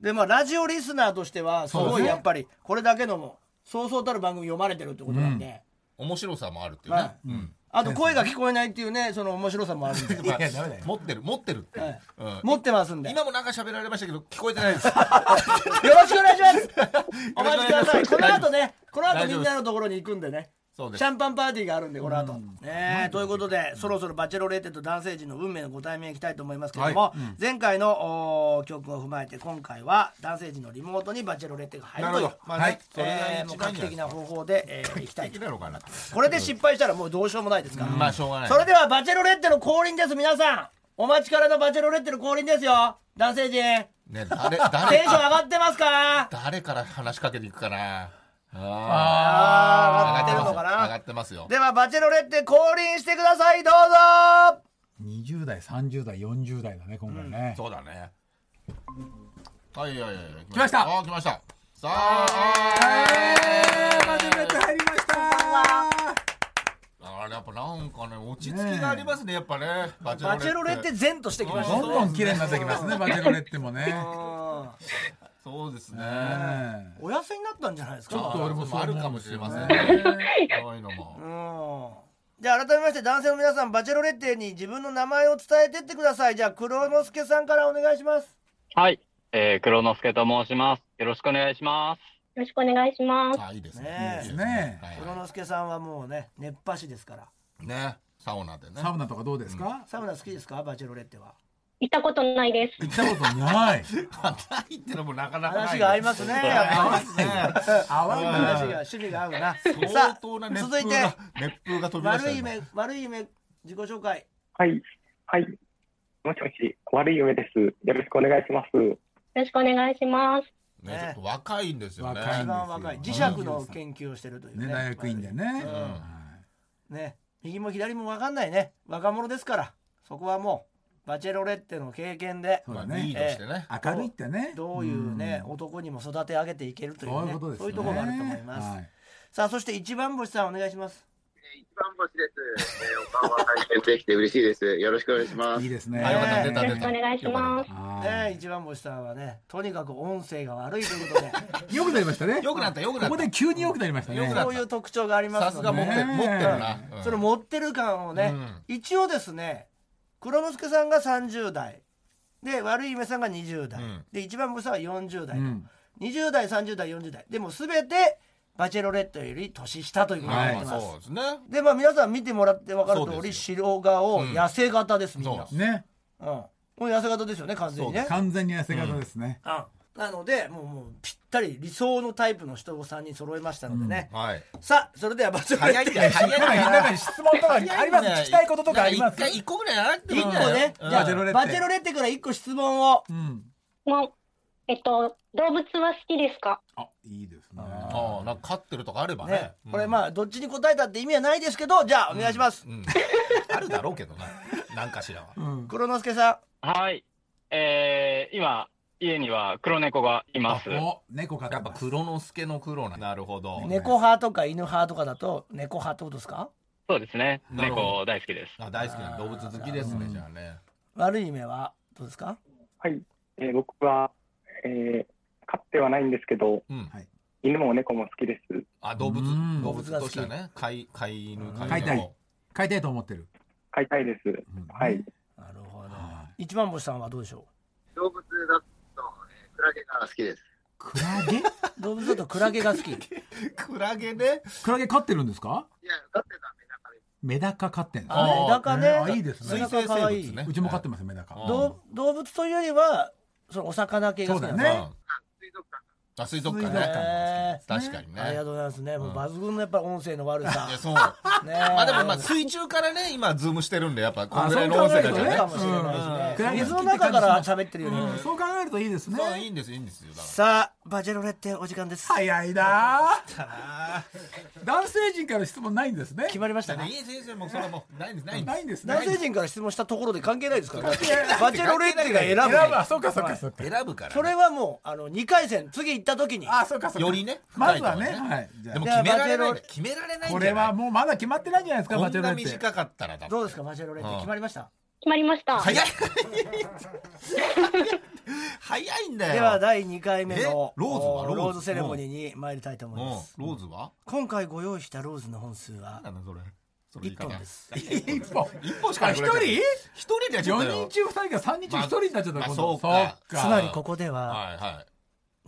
[SPEAKER 3] うん、でまあラジオリスナーとしてはす
[SPEAKER 2] そ
[SPEAKER 3] ご
[SPEAKER 2] うです
[SPEAKER 3] い
[SPEAKER 2] ね
[SPEAKER 3] やっぱりこれだけのもそうそうたる番組読まれてるってことなんで、
[SPEAKER 2] い面白さもあるっていう
[SPEAKER 3] まあ
[SPEAKER 2] ねうん
[SPEAKER 3] あと声が聞こえないって いうねその面白さもあるんで、
[SPEAKER 2] まあ
[SPEAKER 4] いやダメだよ
[SPEAKER 2] 持ってる持ってるって、
[SPEAKER 3] はい
[SPEAKER 2] うん
[SPEAKER 3] 持ってますんでよ
[SPEAKER 2] 今もなんか喋られましたけど聞こえてないです
[SPEAKER 3] ろしくお願いします お待ちくだ さいこの後ねこの後
[SPEAKER 2] 大丈夫です
[SPEAKER 3] みんなのところに行くんでね
[SPEAKER 2] そうで
[SPEAKER 3] シ
[SPEAKER 2] す
[SPEAKER 3] ャンパンパーティーがあるんでこの後ねえということでそろそろバチェロレッテと男性陣の運命のご対面いきたいと思いますけれども、
[SPEAKER 2] はいうん
[SPEAKER 3] 前回のおー教訓を踏まえて今回は男性陣のリモートにバチェロレッテが入るとい
[SPEAKER 2] なる
[SPEAKER 3] う
[SPEAKER 2] ほどまあね
[SPEAKER 3] はい
[SPEAKER 2] それが一番いい
[SPEAKER 3] えーもう画期的な方法で、え ー、いきたい
[SPEAKER 2] できないのかな
[SPEAKER 3] これで失敗したらもうどうしようもないですから、
[SPEAKER 2] まあしょうがない
[SPEAKER 3] それではバチェロレッテの降臨です皆さんお待ちからのバチェロレッテの降臨ですよ男性陣テ
[SPEAKER 2] ね
[SPEAKER 3] ン
[SPEAKER 2] 誰
[SPEAKER 3] ション
[SPEAKER 2] 誰
[SPEAKER 3] 上がってますか
[SPEAKER 2] 誰から話しかけていくかなあ
[SPEAKER 3] あ
[SPEAKER 2] ー
[SPEAKER 3] ー上がってるのかな
[SPEAKER 2] 上がってますよ
[SPEAKER 3] ではバチェロレッテ降臨してくださいどうぞ
[SPEAKER 4] 20代30代40代だね今回ね、
[SPEAKER 2] そうだねはいはいはいはい
[SPEAKER 4] 来ました
[SPEAKER 2] あー来ましたさあ
[SPEAKER 4] えーバチェロレッテ入りました
[SPEAKER 2] あれやっぱなんかね落ち着きがありますねやっぱねバチ
[SPEAKER 3] バチェロレッテ善としてきました
[SPEAKER 4] どんどん綺麗になってきますねバチェロレッテもね
[SPEAKER 2] そうですね
[SPEAKER 4] うん
[SPEAKER 3] お痩せになったんじゃないです
[SPEAKER 4] ちょっ
[SPEAKER 3] か
[SPEAKER 4] と俺もそう
[SPEAKER 2] あ
[SPEAKER 4] 思
[SPEAKER 2] る
[SPEAKER 4] う
[SPEAKER 2] か
[SPEAKER 4] ん
[SPEAKER 2] もし
[SPEAKER 4] です
[SPEAKER 2] れ
[SPEAKER 4] よ
[SPEAKER 2] ません
[SPEAKER 4] ね
[SPEAKER 2] ねそういうのも
[SPEAKER 3] うんじゃあ改めまして男性の皆さんバチェロレッテに自分の名前を伝えてってくださいじゃあ黒之助さんからお願いします
[SPEAKER 6] はい、えー、黒之助と申します。よろしくお願いします。
[SPEAKER 5] ろしくお願いします。
[SPEAKER 2] あいいです
[SPEAKER 3] ね
[SPEAKER 2] ね
[SPEAKER 3] え
[SPEAKER 2] いいです
[SPEAKER 4] ねえ
[SPEAKER 2] はい
[SPEAKER 3] 黒
[SPEAKER 2] は
[SPEAKER 3] 之助さんはもうね熱波師ですから
[SPEAKER 2] いねサウナでね
[SPEAKER 4] サウナとかどうですか、
[SPEAKER 3] サウナ好きですかバチェロレッテは
[SPEAKER 5] 行ったことないです。
[SPEAKER 4] 行ったこと
[SPEAKER 2] な
[SPEAKER 4] ない
[SPEAKER 2] いってのもなかなかない
[SPEAKER 3] 話が合いますねやっ
[SPEAKER 2] 合い
[SPEAKER 3] ぱ
[SPEAKER 2] ますね
[SPEAKER 4] 合
[SPEAKER 3] 話
[SPEAKER 4] わ
[SPEAKER 3] が
[SPEAKER 4] ない
[SPEAKER 3] 趣味が合うな
[SPEAKER 2] 相
[SPEAKER 3] さ
[SPEAKER 2] 当な
[SPEAKER 3] あ
[SPEAKER 2] 熱
[SPEAKER 3] 続い
[SPEAKER 2] 風
[SPEAKER 3] て
[SPEAKER 2] が熱風が飛びま
[SPEAKER 3] 悪
[SPEAKER 2] し
[SPEAKER 3] い
[SPEAKER 2] たよ
[SPEAKER 3] 夢悪い夢自己紹介
[SPEAKER 7] はい、はい、もしもし、悪い夢です。よろしくお願いします。
[SPEAKER 5] よろしくお願いします。
[SPEAKER 2] ねちょっと若いんですよね
[SPEAKER 4] 若い
[SPEAKER 3] 一
[SPEAKER 4] ん
[SPEAKER 3] 番若い磁
[SPEAKER 4] ですよ
[SPEAKER 3] 石の研究をしてるというね
[SPEAKER 4] ね大学院でね、
[SPEAKER 3] うん
[SPEAKER 4] はい
[SPEAKER 3] ね右も左も分かんないね若者ですからそこはもうバチェロレッテの経験で
[SPEAKER 4] そうだ
[SPEAKER 2] まあリ
[SPEAKER 4] ね
[SPEAKER 2] ードしてね
[SPEAKER 4] 明るいってね
[SPEAKER 3] どういうね、
[SPEAKER 4] ん
[SPEAKER 3] 男にも育て上げていけるという
[SPEAKER 4] そうい
[SPEAKER 3] ね
[SPEAKER 4] うことですね
[SPEAKER 3] そういうところがあると思います、
[SPEAKER 4] はい
[SPEAKER 3] さあそして一番星さんお願いします
[SPEAKER 8] 一番星です。えー、お顔は拝見できて嬉しいです。よろしくお願いし
[SPEAKER 4] い
[SPEAKER 8] ま
[SPEAKER 4] い
[SPEAKER 8] す。
[SPEAKER 4] ですね。
[SPEAKER 2] あよかった
[SPEAKER 4] ね
[SPEAKER 2] 出た
[SPEAKER 5] よろ
[SPEAKER 2] 出
[SPEAKER 5] したくお願いします。
[SPEAKER 4] は
[SPEAKER 3] ね一番星さんはねとにかく音声が悪いということ で
[SPEAKER 4] いよくなりましたね。
[SPEAKER 2] よくなったよくな
[SPEAKER 4] こ
[SPEAKER 2] っ
[SPEAKER 4] こで
[SPEAKER 2] た
[SPEAKER 4] 急に良くなりましたね。
[SPEAKER 2] よくなっ
[SPEAKER 3] そういう特徴がありま
[SPEAKER 2] さ
[SPEAKER 3] す
[SPEAKER 2] す
[SPEAKER 3] ので
[SPEAKER 2] が持ってる
[SPEAKER 4] ね
[SPEAKER 2] 持ってるなうん
[SPEAKER 3] その持ってる感をね、一応ですね黒之助さんが30代で悪い夢さんが20代、
[SPEAKER 2] うん
[SPEAKER 3] で一番星さんは40代
[SPEAKER 4] う
[SPEAKER 3] と、
[SPEAKER 4] ん
[SPEAKER 3] 20代30代40代でも全てバチェロレットより年下ということになって
[SPEAKER 2] はい
[SPEAKER 3] ます、
[SPEAKER 2] そうですね
[SPEAKER 3] でまあ皆さん見てもらって分かる
[SPEAKER 2] そ
[SPEAKER 3] 通
[SPEAKER 2] う
[SPEAKER 3] り
[SPEAKER 2] です
[SPEAKER 3] 白顔
[SPEAKER 2] うん
[SPEAKER 3] 痩せ型ですみんな、う
[SPEAKER 2] そ
[SPEAKER 3] ん
[SPEAKER 2] うです、
[SPEAKER 4] ね、
[SPEAKER 3] もう痩せ型ですよね完全にね
[SPEAKER 4] 完全に痩せ型ですね。
[SPEAKER 3] うんなのでもうもうぴったり理想のタイプの人を3人揃えましたのでね、
[SPEAKER 2] はい
[SPEAKER 3] さあそれではバチェロレッ
[SPEAKER 2] 早い
[SPEAKER 3] ト
[SPEAKER 2] んだよ早いんだよ
[SPEAKER 4] なんか質問とかあります。聞きたいこととかありま
[SPEAKER 2] 一
[SPEAKER 4] す。
[SPEAKER 2] 回一個ぐらいやらって
[SPEAKER 3] 一個ね
[SPEAKER 2] うん
[SPEAKER 3] じゃあ
[SPEAKER 4] バチェロレッテ
[SPEAKER 3] バチェロレッテから1個質問を
[SPEAKER 4] うん。
[SPEAKER 5] もう、えっと、動物は好きですか
[SPEAKER 4] あ、いいですね。
[SPEAKER 2] ああなんか飼ってるとかあれば
[SPEAKER 3] ね
[SPEAKER 2] ねうん
[SPEAKER 3] これまあどっちに答えたって意味はないですけどじゃあお願いします、
[SPEAKER 2] うんあるだろうけどな なんかしらは
[SPEAKER 4] うん。
[SPEAKER 3] 黒之助さ
[SPEAKER 6] はい、えー、今、家には黒猫がいます。
[SPEAKER 4] お、猫飼って
[SPEAKER 2] やっぱ
[SPEAKER 4] ます。
[SPEAKER 2] 黒之助の黒ななるほど
[SPEAKER 3] ん猫派とか犬派とかだと猫派ってことですか
[SPEAKER 6] そうですね。
[SPEAKER 2] なるほど
[SPEAKER 6] 猫大好きです。
[SPEAKER 2] あ大好きな動物好きですねじゃあね
[SPEAKER 3] 悪い夢はどうですか
[SPEAKER 7] はい、えー僕は、えー飼ってはないんですけど、
[SPEAKER 2] うん
[SPEAKER 7] 犬も猫も好きです。
[SPEAKER 2] あ動物
[SPEAKER 4] うん
[SPEAKER 2] 動物としてはね飼い飼い犬
[SPEAKER 4] 飼
[SPEAKER 2] 飼
[SPEAKER 4] い
[SPEAKER 2] い
[SPEAKER 4] たい
[SPEAKER 2] 猫
[SPEAKER 4] 飼いたいと思ってる。
[SPEAKER 7] 飼いたいです。
[SPEAKER 4] うん
[SPEAKER 7] はい。
[SPEAKER 3] なるほど
[SPEAKER 4] は
[SPEAKER 3] 一番星さんはどうでしょ
[SPEAKER 8] 動物だと、えークラゲが好きです。
[SPEAKER 4] クラ ゲ？
[SPEAKER 3] う動物だとクラゲが好き
[SPEAKER 2] クラゲね
[SPEAKER 4] クラゲ飼ってるんですか？
[SPEAKER 8] いや、飼ってたメダカです。
[SPEAKER 4] メダカ飼ってんです
[SPEAKER 3] あ
[SPEAKER 4] ね。
[SPEAKER 2] ー
[SPEAKER 3] メダカね
[SPEAKER 4] あいいです
[SPEAKER 2] 水
[SPEAKER 4] ね。
[SPEAKER 2] 生生物ね
[SPEAKER 4] うちも飼ってますよメダ
[SPEAKER 2] あ
[SPEAKER 4] カ。
[SPEAKER 2] ー
[SPEAKER 3] どう動物というよりはそのお魚系が好きなん
[SPEAKER 4] そう
[SPEAKER 3] です
[SPEAKER 4] だよ
[SPEAKER 3] ね
[SPEAKER 4] ね
[SPEAKER 8] あ水族館
[SPEAKER 2] あ水族館
[SPEAKER 4] 水族
[SPEAKER 2] ね
[SPEAKER 3] ね
[SPEAKER 2] 確かにね
[SPEAKER 3] ありがとうございますねもう抜群のやっぱり音声の悪さ
[SPEAKER 2] いやそうま
[SPEAKER 3] ね
[SPEAKER 2] あでもまあ水中からね今ズームしてるんでやっぱこの
[SPEAKER 4] あ
[SPEAKER 2] ぐ
[SPEAKER 4] そ
[SPEAKER 2] ら
[SPEAKER 4] う
[SPEAKER 2] いの
[SPEAKER 4] 考
[SPEAKER 2] 音
[SPEAKER 4] え
[SPEAKER 2] 声
[SPEAKER 4] る
[SPEAKER 2] だ
[SPEAKER 4] と
[SPEAKER 2] と
[SPEAKER 4] ね
[SPEAKER 2] ね
[SPEAKER 3] ね
[SPEAKER 4] クラゲ好き
[SPEAKER 3] 水
[SPEAKER 4] って
[SPEAKER 3] の
[SPEAKER 4] 感
[SPEAKER 3] 中
[SPEAKER 4] じし
[SPEAKER 3] か
[SPEAKER 4] ま
[SPEAKER 3] ら
[SPEAKER 4] す
[SPEAKER 3] 喋ってるよね、
[SPEAKER 4] うんそう考えるといいですね。
[SPEAKER 2] そういいんですいいんですよだか
[SPEAKER 3] さあバチェロレッテお時間です、
[SPEAKER 4] 早いなあ
[SPEAKER 2] ら
[SPEAKER 4] 男性陣から質問ないんですね
[SPEAKER 3] 決まりました
[SPEAKER 2] だ
[SPEAKER 3] ね
[SPEAKER 2] っていい先生もうそれはもうないんですないんで
[SPEAKER 4] な
[SPEAKER 2] す
[SPEAKER 4] いんですね
[SPEAKER 3] 男性陣から質問したところで関係ないですからねバチェロレッテが選ぶ
[SPEAKER 4] 選ぶあそうかそう
[SPEAKER 3] は
[SPEAKER 4] か
[SPEAKER 3] い
[SPEAKER 4] そうか
[SPEAKER 2] 選ぶからね
[SPEAKER 3] それはもうあの2回戦次行った時に
[SPEAKER 4] あそうかそうか
[SPEAKER 2] よりね
[SPEAKER 4] まずはね
[SPEAKER 2] 深いとこ
[SPEAKER 4] はいじゃあ
[SPEAKER 2] でも
[SPEAKER 3] じゃあ
[SPEAKER 2] 決めら
[SPEAKER 3] バ
[SPEAKER 2] れない
[SPEAKER 3] チェロ
[SPEAKER 2] 決められないんじゃない
[SPEAKER 4] これはもうまだ決まってないんじゃないですか
[SPEAKER 2] こ
[SPEAKER 4] バチ
[SPEAKER 2] ん
[SPEAKER 4] ェロ
[SPEAKER 2] な
[SPEAKER 4] レッテ
[SPEAKER 2] 短かったらだ
[SPEAKER 3] どうですかバチェロレッ
[SPEAKER 2] う
[SPEAKER 3] テ
[SPEAKER 2] ん
[SPEAKER 3] 決まりました
[SPEAKER 5] 決まりました。
[SPEAKER 2] 早い早いんだよ
[SPEAKER 3] では第2回目の
[SPEAKER 2] えローズは
[SPEAKER 3] お
[SPEAKER 2] ローズ
[SPEAKER 3] セレモニーに参りたいと思います
[SPEAKER 2] うんローズは
[SPEAKER 3] 今回ご用意したローズの本数は
[SPEAKER 2] なんだそれその言い
[SPEAKER 9] 一
[SPEAKER 2] 方
[SPEAKER 9] 本です。
[SPEAKER 4] 一本。
[SPEAKER 2] 一本しか
[SPEAKER 4] あ、
[SPEAKER 2] な
[SPEAKER 4] 一
[SPEAKER 2] くなっちゃう
[SPEAKER 4] 人
[SPEAKER 2] 一人でやっちゃっ
[SPEAKER 4] 四
[SPEAKER 2] たよ
[SPEAKER 4] 人中二人が三人中一人になっちゃった
[SPEAKER 2] まあ
[SPEAKER 4] 今
[SPEAKER 2] そ
[SPEAKER 4] 度
[SPEAKER 2] うか
[SPEAKER 4] そ
[SPEAKER 2] あ
[SPEAKER 4] っ
[SPEAKER 3] つまりここでは
[SPEAKER 2] はいは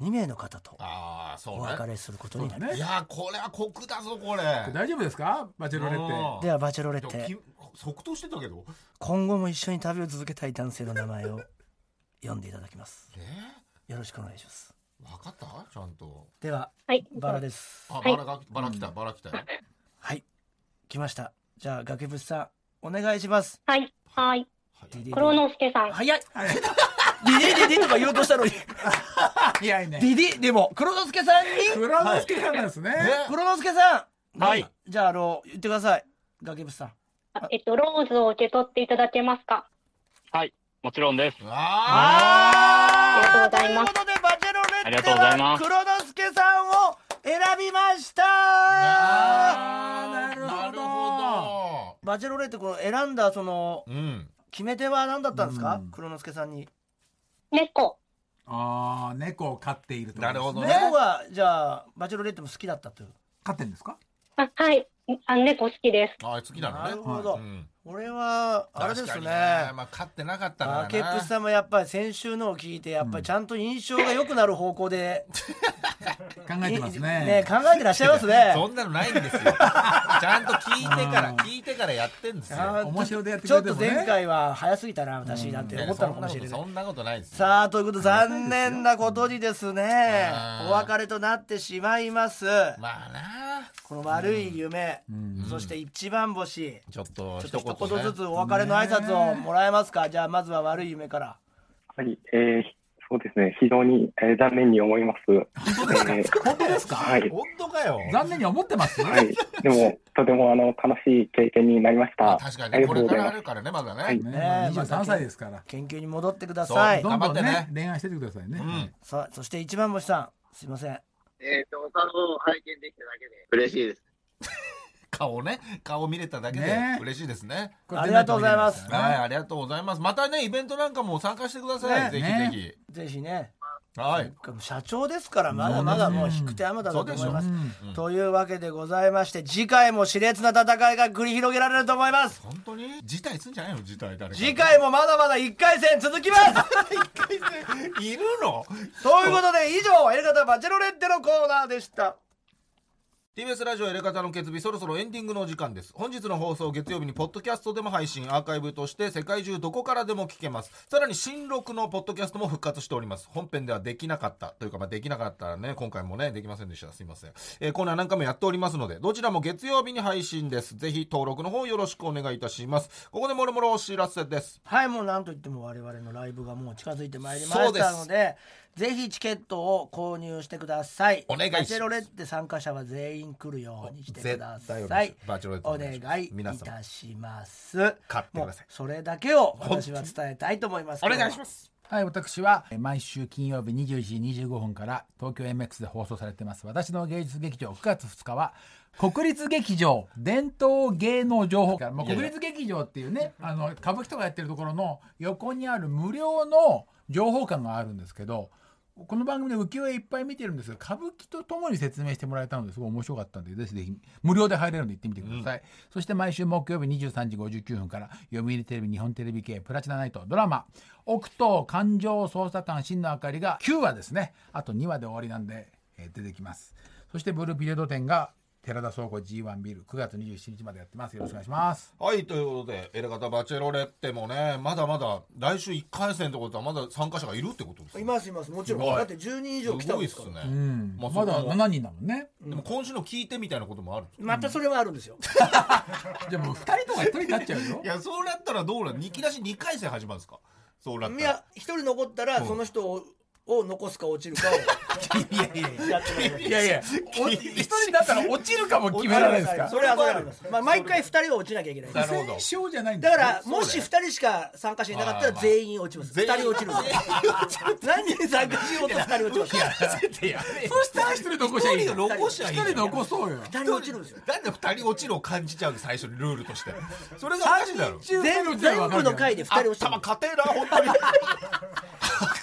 [SPEAKER 2] い
[SPEAKER 3] 2名の方と
[SPEAKER 2] ああそう
[SPEAKER 3] お
[SPEAKER 2] ね
[SPEAKER 3] 別れすることになります
[SPEAKER 2] い
[SPEAKER 4] ね
[SPEAKER 2] やーこれは酷だぞこれ
[SPEAKER 4] 大丈夫ですかバチェロレって
[SPEAKER 2] うん
[SPEAKER 3] ではバチェロレッ
[SPEAKER 2] いや
[SPEAKER 3] テ
[SPEAKER 2] き即答してたけど
[SPEAKER 3] 今後も一緒に旅を続けたい男性の名前を呼んでいただきます
[SPEAKER 2] え
[SPEAKER 3] よろしくお願いします
[SPEAKER 2] ー、分かったちゃんと
[SPEAKER 3] では
[SPEAKER 5] はい。
[SPEAKER 3] バラです
[SPEAKER 2] あ
[SPEAKER 5] はい
[SPEAKER 2] バラがバラ来たバラ来たよ
[SPEAKER 3] はい来ましたじゃあ崖渕さんお願いします
[SPEAKER 5] はい。はい。
[SPEAKER 2] はい
[SPEAKER 3] ディディディ
[SPEAKER 5] 黒之助さん。
[SPEAKER 3] 早いディディディディとか言おうとしたのに
[SPEAKER 4] 早いね
[SPEAKER 3] ディディでも黒之助さんに
[SPEAKER 4] 黒之助さんなんですね
[SPEAKER 2] ね
[SPEAKER 3] 黒之助さん
[SPEAKER 6] はい
[SPEAKER 3] じゃああの言ってください崖渕さん
[SPEAKER 5] あえっと、ローズを受け取っていただけますか
[SPEAKER 6] はい。もちろんです。
[SPEAKER 2] あ
[SPEAKER 5] ありがとうござい
[SPEAKER 3] とい
[SPEAKER 5] ま
[SPEAKER 3] う
[SPEAKER 5] す
[SPEAKER 3] ことでバチェロ
[SPEAKER 6] あ
[SPEAKER 3] レッ
[SPEAKER 6] りが
[SPEAKER 3] テ
[SPEAKER 6] とうござい
[SPEAKER 3] は
[SPEAKER 6] ます
[SPEAKER 3] 黒之助さんを選びました
[SPEAKER 2] あ
[SPEAKER 4] あーなるほど
[SPEAKER 3] バチェロレッテこの選んだその
[SPEAKER 2] うん
[SPEAKER 3] 決め手は何だったんですか
[SPEAKER 4] うん
[SPEAKER 3] 黒之助さんに
[SPEAKER 5] 猫。
[SPEAKER 4] ああ猫を飼っていると
[SPEAKER 2] なるほどね
[SPEAKER 3] 猫がじゃあバチェロレッテも好きだったという
[SPEAKER 4] 飼ってんですか
[SPEAKER 5] あ、はい。あ、猫好きです。
[SPEAKER 2] ああ好きなの
[SPEAKER 3] な
[SPEAKER 2] ね
[SPEAKER 3] るほど
[SPEAKER 2] うん
[SPEAKER 3] 俺はあれで
[SPEAKER 2] 確
[SPEAKER 3] す
[SPEAKER 2] かに
[SPEAKER 3] ね
[SPEAKER 2] まあ勝ってなかったから
[SPEAKER 3] バ
[SPEAKER 2] な
[SPEAKER 3] ケップさんもやっぱり先週のを聞いてやっぱりちゃんと印象が良くなる方向で
[SPEAKER 4] 考えてますね
[SPEAKER 3] ね考えてらっしゃいますね
[SPEAKER 2] そんなのないんですよ ちゃんと聞いてから
[SPEAKER 4] うん
[SPEAKER 2] 聞いてからやってんですよ
[SPEAKER 3] あー
[SPEAKER 4] 面白でやって
[SPEAKER 3] ち
[SPEAKER 4] く
[SPEAKER 3] ょっ
[SPEAKER 4] れて
[SPEAKER 3] と
[SPEAKER 4] もね
[SPEAKER 3] 前回は早すぎたな私なんて思ったのかもしれない
[SPEAKER 2] そんなことないですよ
[SPEAKER 3] さあということで残念なことにですね
[SPEAKER 2] うん
[SPEAKER 3] お別れとなってしまいます
[SPEAKER 2] まあな
[SPEAKER 3] この悪い夢、
[SPEAKER 4] ん
[SPEAKER 3] そして一番星
[SPEAKER 2] ちょっと
[SPEAKER 3] ちょっと
[SPEAKER 2] 一言,、ね、
[SPEAKER 3] 一言ずつお別れの挨拶をもらえますかじゃあまずは悪い夢から
[SPEAKER 7] はい、えー、そうですね、非常に、えー残念に思います。えー
[SPEAKER 4] 本当ですか
[SPEAKER 7] はい、
[SPEAKER 2] 本当かよ
[SPEAKER 4] 残念に思ってます
[SPEAKER 7] はい、でも、とてもあの楽しい経験になりました。
[SPEAKER 2] 確か
[SPEAKER 7] あ
[SPEAKER 2] に
[SPEAKER 7] り
[SPEAKER 2] ね
[SPEAKER 7] が
[SPEAKER 2] ことれ
[SPEAKER 7] うご
[SPEAKER 2] から
[SPEAKER 7] ざいま
[SPEAKER 2] あ
[SPEAKER 7] す。
[SPEAKER 2] るからねまだね、
[SPEAKER 7] はい
[SPEAKER 4] ね
[SPEAKER 3] ねえ
[SPEAKER 4] 23歳ですから
[SPEAKER 3] 研究に戻ってください
[SPEAKER 2] そう
[SPEAKER 4] どんど
[SPEAKER 2] 頑
[SPEAKER 4] ん
[SPEAKER 2] 張って
[SPEAKER 4] ね
[SPEAKER 2] ね
[SPEAKER 4] 恋愛してってくださいねはい
[SPEAKER 3] さあそして一番星さんすいません
[SPEAKER 8] えっ、と、お顔を拝見できただけで嬉しいです。
[SPEAKER 2] 顔ね顔見れただけで
[SPEAKER 4] ね
[SPEAKER 2] 嬉しいですね
[SPEAKER 4] これ
[SPEAKER 3] ありがとうございます
[SPEAKER 4] 出な
[SPEAKER 2] はい
[SPEAKER 4] と
[SPEAKER 2] いありがとうございますまたねイベントなんかも参加してください、
[SPEAKER 4] ね
[SPEAKER 2] ぜひぜ
[SPEAKER 3] ぜひね
[SPEAKER 2] ひはい
[SPEAKER 3] 社長ですからまだまだもう引く手あまただと思います
[SPEAKER 4] ダメですね
[SPEAKER 2] うん
[SPEAKER 3] というわけでございまして次回も熾烈な戦いが繰り広げられると思います
[SPEAKER 2] 本当に辞退すんじゃないの辞退誰か
[SPEAKER 3] 次回もまだまだ1回戦続きます
[SPEAKER 2] いるの
[SPEAKER 3] ということで以上「エレガタバチェロレッテ」のコーナーでした
[SPEAKER 2] TBS ラジオエレカタの決日そろそろエンディングのお時間です本日の放送月曜日にポッドキャストでも配信アーカイブとして世界中どこからでも聞けますさらに新録のポッドキャストも復活しております本編ではできなかったというか、まあ、できなかったらね今回もねできませんでしたすいません、えーコーナーなんかもやっておりますのでどちらも月曜日に配信ですぜひ登録の方よろしくお願いいたしますここでもろもろお知らせです
[SPEAKER 3] はいもうなんといっても我々のライブがもう近づいてまいりま
[SPEAKER 2] そう
[SPEAKER 3] し
[SPEAKER 2] で
[SPEAKER 3] た
[SPEAKER 2] す
[SPEAKER 3] のでぜひチケットを購入してください
[SPEAKER 2] お願いします
[SPEAKER 3] バチェロレッテ参加者は全員来るようにしてくださ
[SPEAKER 2] 絶対お願い
[SPEAKER 3] い
[SPEAKER 2] しますバチェロレッテ
[SPEAKER 3] お
[SPEAKER 2] お願いします
[SPEAKER 3] 願いい
[SPEAKER 2] 皆様
[SPEAKER 3] たします
[SPEAKER 2] 買ってください
[SPEAKER 3] もうそれだけを私は伝えたいと思います
[SPEAKER 2] お願いします
[SPEAKER 4] はい、私はえー毎週金曜日24時25分から東京 MX で放送されてます私の芸術劇場9月2日は国立劇場伝統芸能情報館、まあ、
[SPEAKER 2] いやいや
[SPEAKER 4] 国立劇場っていうねあの歌舞伎とかやってるところの横にある無料の情報館があるんですけどこの番組で浮世絵いっぱい見てるんですが歌舞伎とともに説明してもらえたのですごい面白かったんでぜひぜひ無料で入れるので行ってみてください、そして毎週木曜日23時59分から読売テレビ日本テレビ系プラチナナイトドラマ「奥と感情捜査官真の明かり」が9話ですねあと2話で終わりなんで、えー出てきますそしてブルーピリオド展が寺田倉庫 G1 ビル9月27日までやってますよろしくお願いします
[SPEAKER 2] はいということでエレガタバチェロレッテもねまだまだ来週1回戦ってことはまだ参加者がいるってことですね
[SPEAKER 3] いますいますもちろん
[SPEAKER 2] すごい
[SPEAKER 3] だって10人以上来
[SPEAKER 2] す
[SPEAKER 3] たん
[SPEAKER 2] ごい
[SPEAKER 3] で
[SPEAKER 2] っ
[SPEAKER 3] す
[SPEAKER 2] す
[SPEAKER 3] から
[SPEAKER 2] ね、
[SPEAKER 4] うん
[SPEAKER 2] ま
[SPEAKER 4] ま
[SPEAKER 2] あそこ
[SPEAKER 4] だ
[SPEAKER 2] も
[SPEAKER 4] 7人だもんね
[SPEAKER 2] でも今週の聞いてみたいなこともある
[SPEAKER 3] またそれはあるんですよ
[SPEAKER 4] じゃあもう2人とか1人になっちゃうよ
[SPEAKER 2] いやそうなったらどうなの引き出し2回戦始まるんですかそうなっ
[SPEAKER 3] い
[SPEAKER 2] たら
[SPEAKER 3] や一人残ったら
[SPEAKER 2] ん
[SPEAKER 3] その人を,、を残すか落ちるかを いやい やいや
[SPEAKER 4] いやいやお一人になったら落ちるかも決められないですか
[SPEAKER 3] それはそれはあります、まあ、毎回二人は落ちなきゃいけない
[SPEAKER 2] なるほど
[SPEAKER 4] 戦勝じゃないん
[SPEAKER 3] だか
[SPEAKER 4] ね
[SPEAKER 3] らもし二人しか参加していなかったら
[SPEAKER 2] まあ
[SPEAKER 3] 全員落ちます二
[SPEAKER 2] 全員
[SPEAKER 3] 人落ちるんです何人参加しようと二人落ちます
[SPEAKER 4] そしたら一人残しゃいい
[SPEAKER 2] 一人残しゃいい
[SPEAKER 4] 一人残そうよ
[SPEAKER 3] 二人落ちるんですよ
[SPEAKER 2] なんで2人落ちるを感じちゃうの最初にルールとしてそれがおかしいだろ
[SPEAKER 3] 全全部の回で二人落ちる
[SPEAKER 2] 頭硬えな本当に
[SPEAKER 3] 二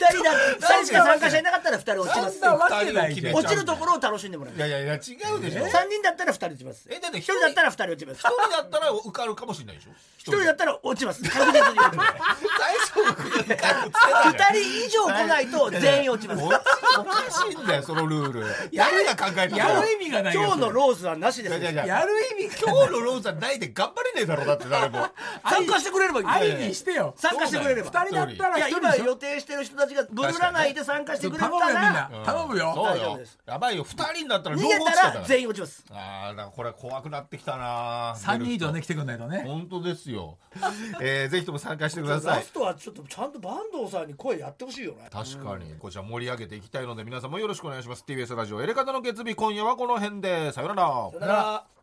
[SPEAKER 3] 人だって3人しか参加者いなかったら二人落ちます
[SPEAKER 4] そんなわけないけど
[SPEAKER 3] 落ちるところを楽しんでもらう
[SPEAKER 2] いやいやいや違うでしょ一
[SPEAKER 3] 三人だったら二人落ちます
[SPEAKER 2] えだって
[SPEAKER 3] 一人だったら二人落ちます
[SPEAKER 2] 人だったら受かるかもしれないでしょ
[SPEAKER 3] 一人だったら落ちます確実に落ちます
[SPEAKER 2] 大丈夫
[SPEAKER 3] 二人以上来ないと全員落ちます
[SPEAKER 2] おかしいんだよそのルール誰が考えたの
[SPEAKER 4] やる意味がないよ
[SPEAKER 3] 今日の
[SPEAKER 4] それ
[SPEAKER 3] ローズはなしです
[SPEAKER 2] いやいやい
[SPEAKER 4] やる意味が
[SPEAKER 2] 今日のローズはないで頑張れねえだろだって誰も
[SPEAKER 3] 参加してく れればいい
[SPEAKER 4] 愛にしてよ
[SPEAKER 3] 参加してくれれば
[SPEAKER 4] 二人だったら
[SPEAKER 3] いや
[SPEAKER 4] 一人で
[SPEAKER 3] 今
[SPEAKER 4] しょ
[SPEAKER 3] 予定してる人たちがブルらないで参加してくれた
[SPEAKER 4] 頼むよみん
[SPEAKER 3] ら
[SPEAKER 4] な頼むよ
[SPEAKER 2] そう
[SPEAKER 3] 大丈夫
[SPEAKER 2] よ
[SPEAKER 3] です
[SPEAKER 2] やばいよ二人になったら
[SPEAKER 3] 逃
[SPEAKER 2] 両
[SPEAKER 3] げ
[SPEAKER 2] 方落ちて
[SPEAKER 3] た
[SPEAKER 2] た
[SPEAKER 3] ら
[SPEAKER 2] ら
[SPEAKER 3] 全員落ちます
[SPEAKER 2] ああだからこれ怖くなってきたな
[SPEAKER 4] 3人以上ね来てくんないとね
[SPEAKER 2] 本当ですよ、 えー、ぜひとも参加してくださ
[SPEAKER 3] ラ
[SPEAKER 2] い
[SPEAKER 3] ストはちょっとちゃんと坂東さんに声やってほしいよね
[SPEAKER 2] 確かにこちら盛り上げていきたいので皆さんもよろしくお願いします TBS ラジオエレカタの月日今夜はこの辺でさよなら
[SPEAKER 3] だから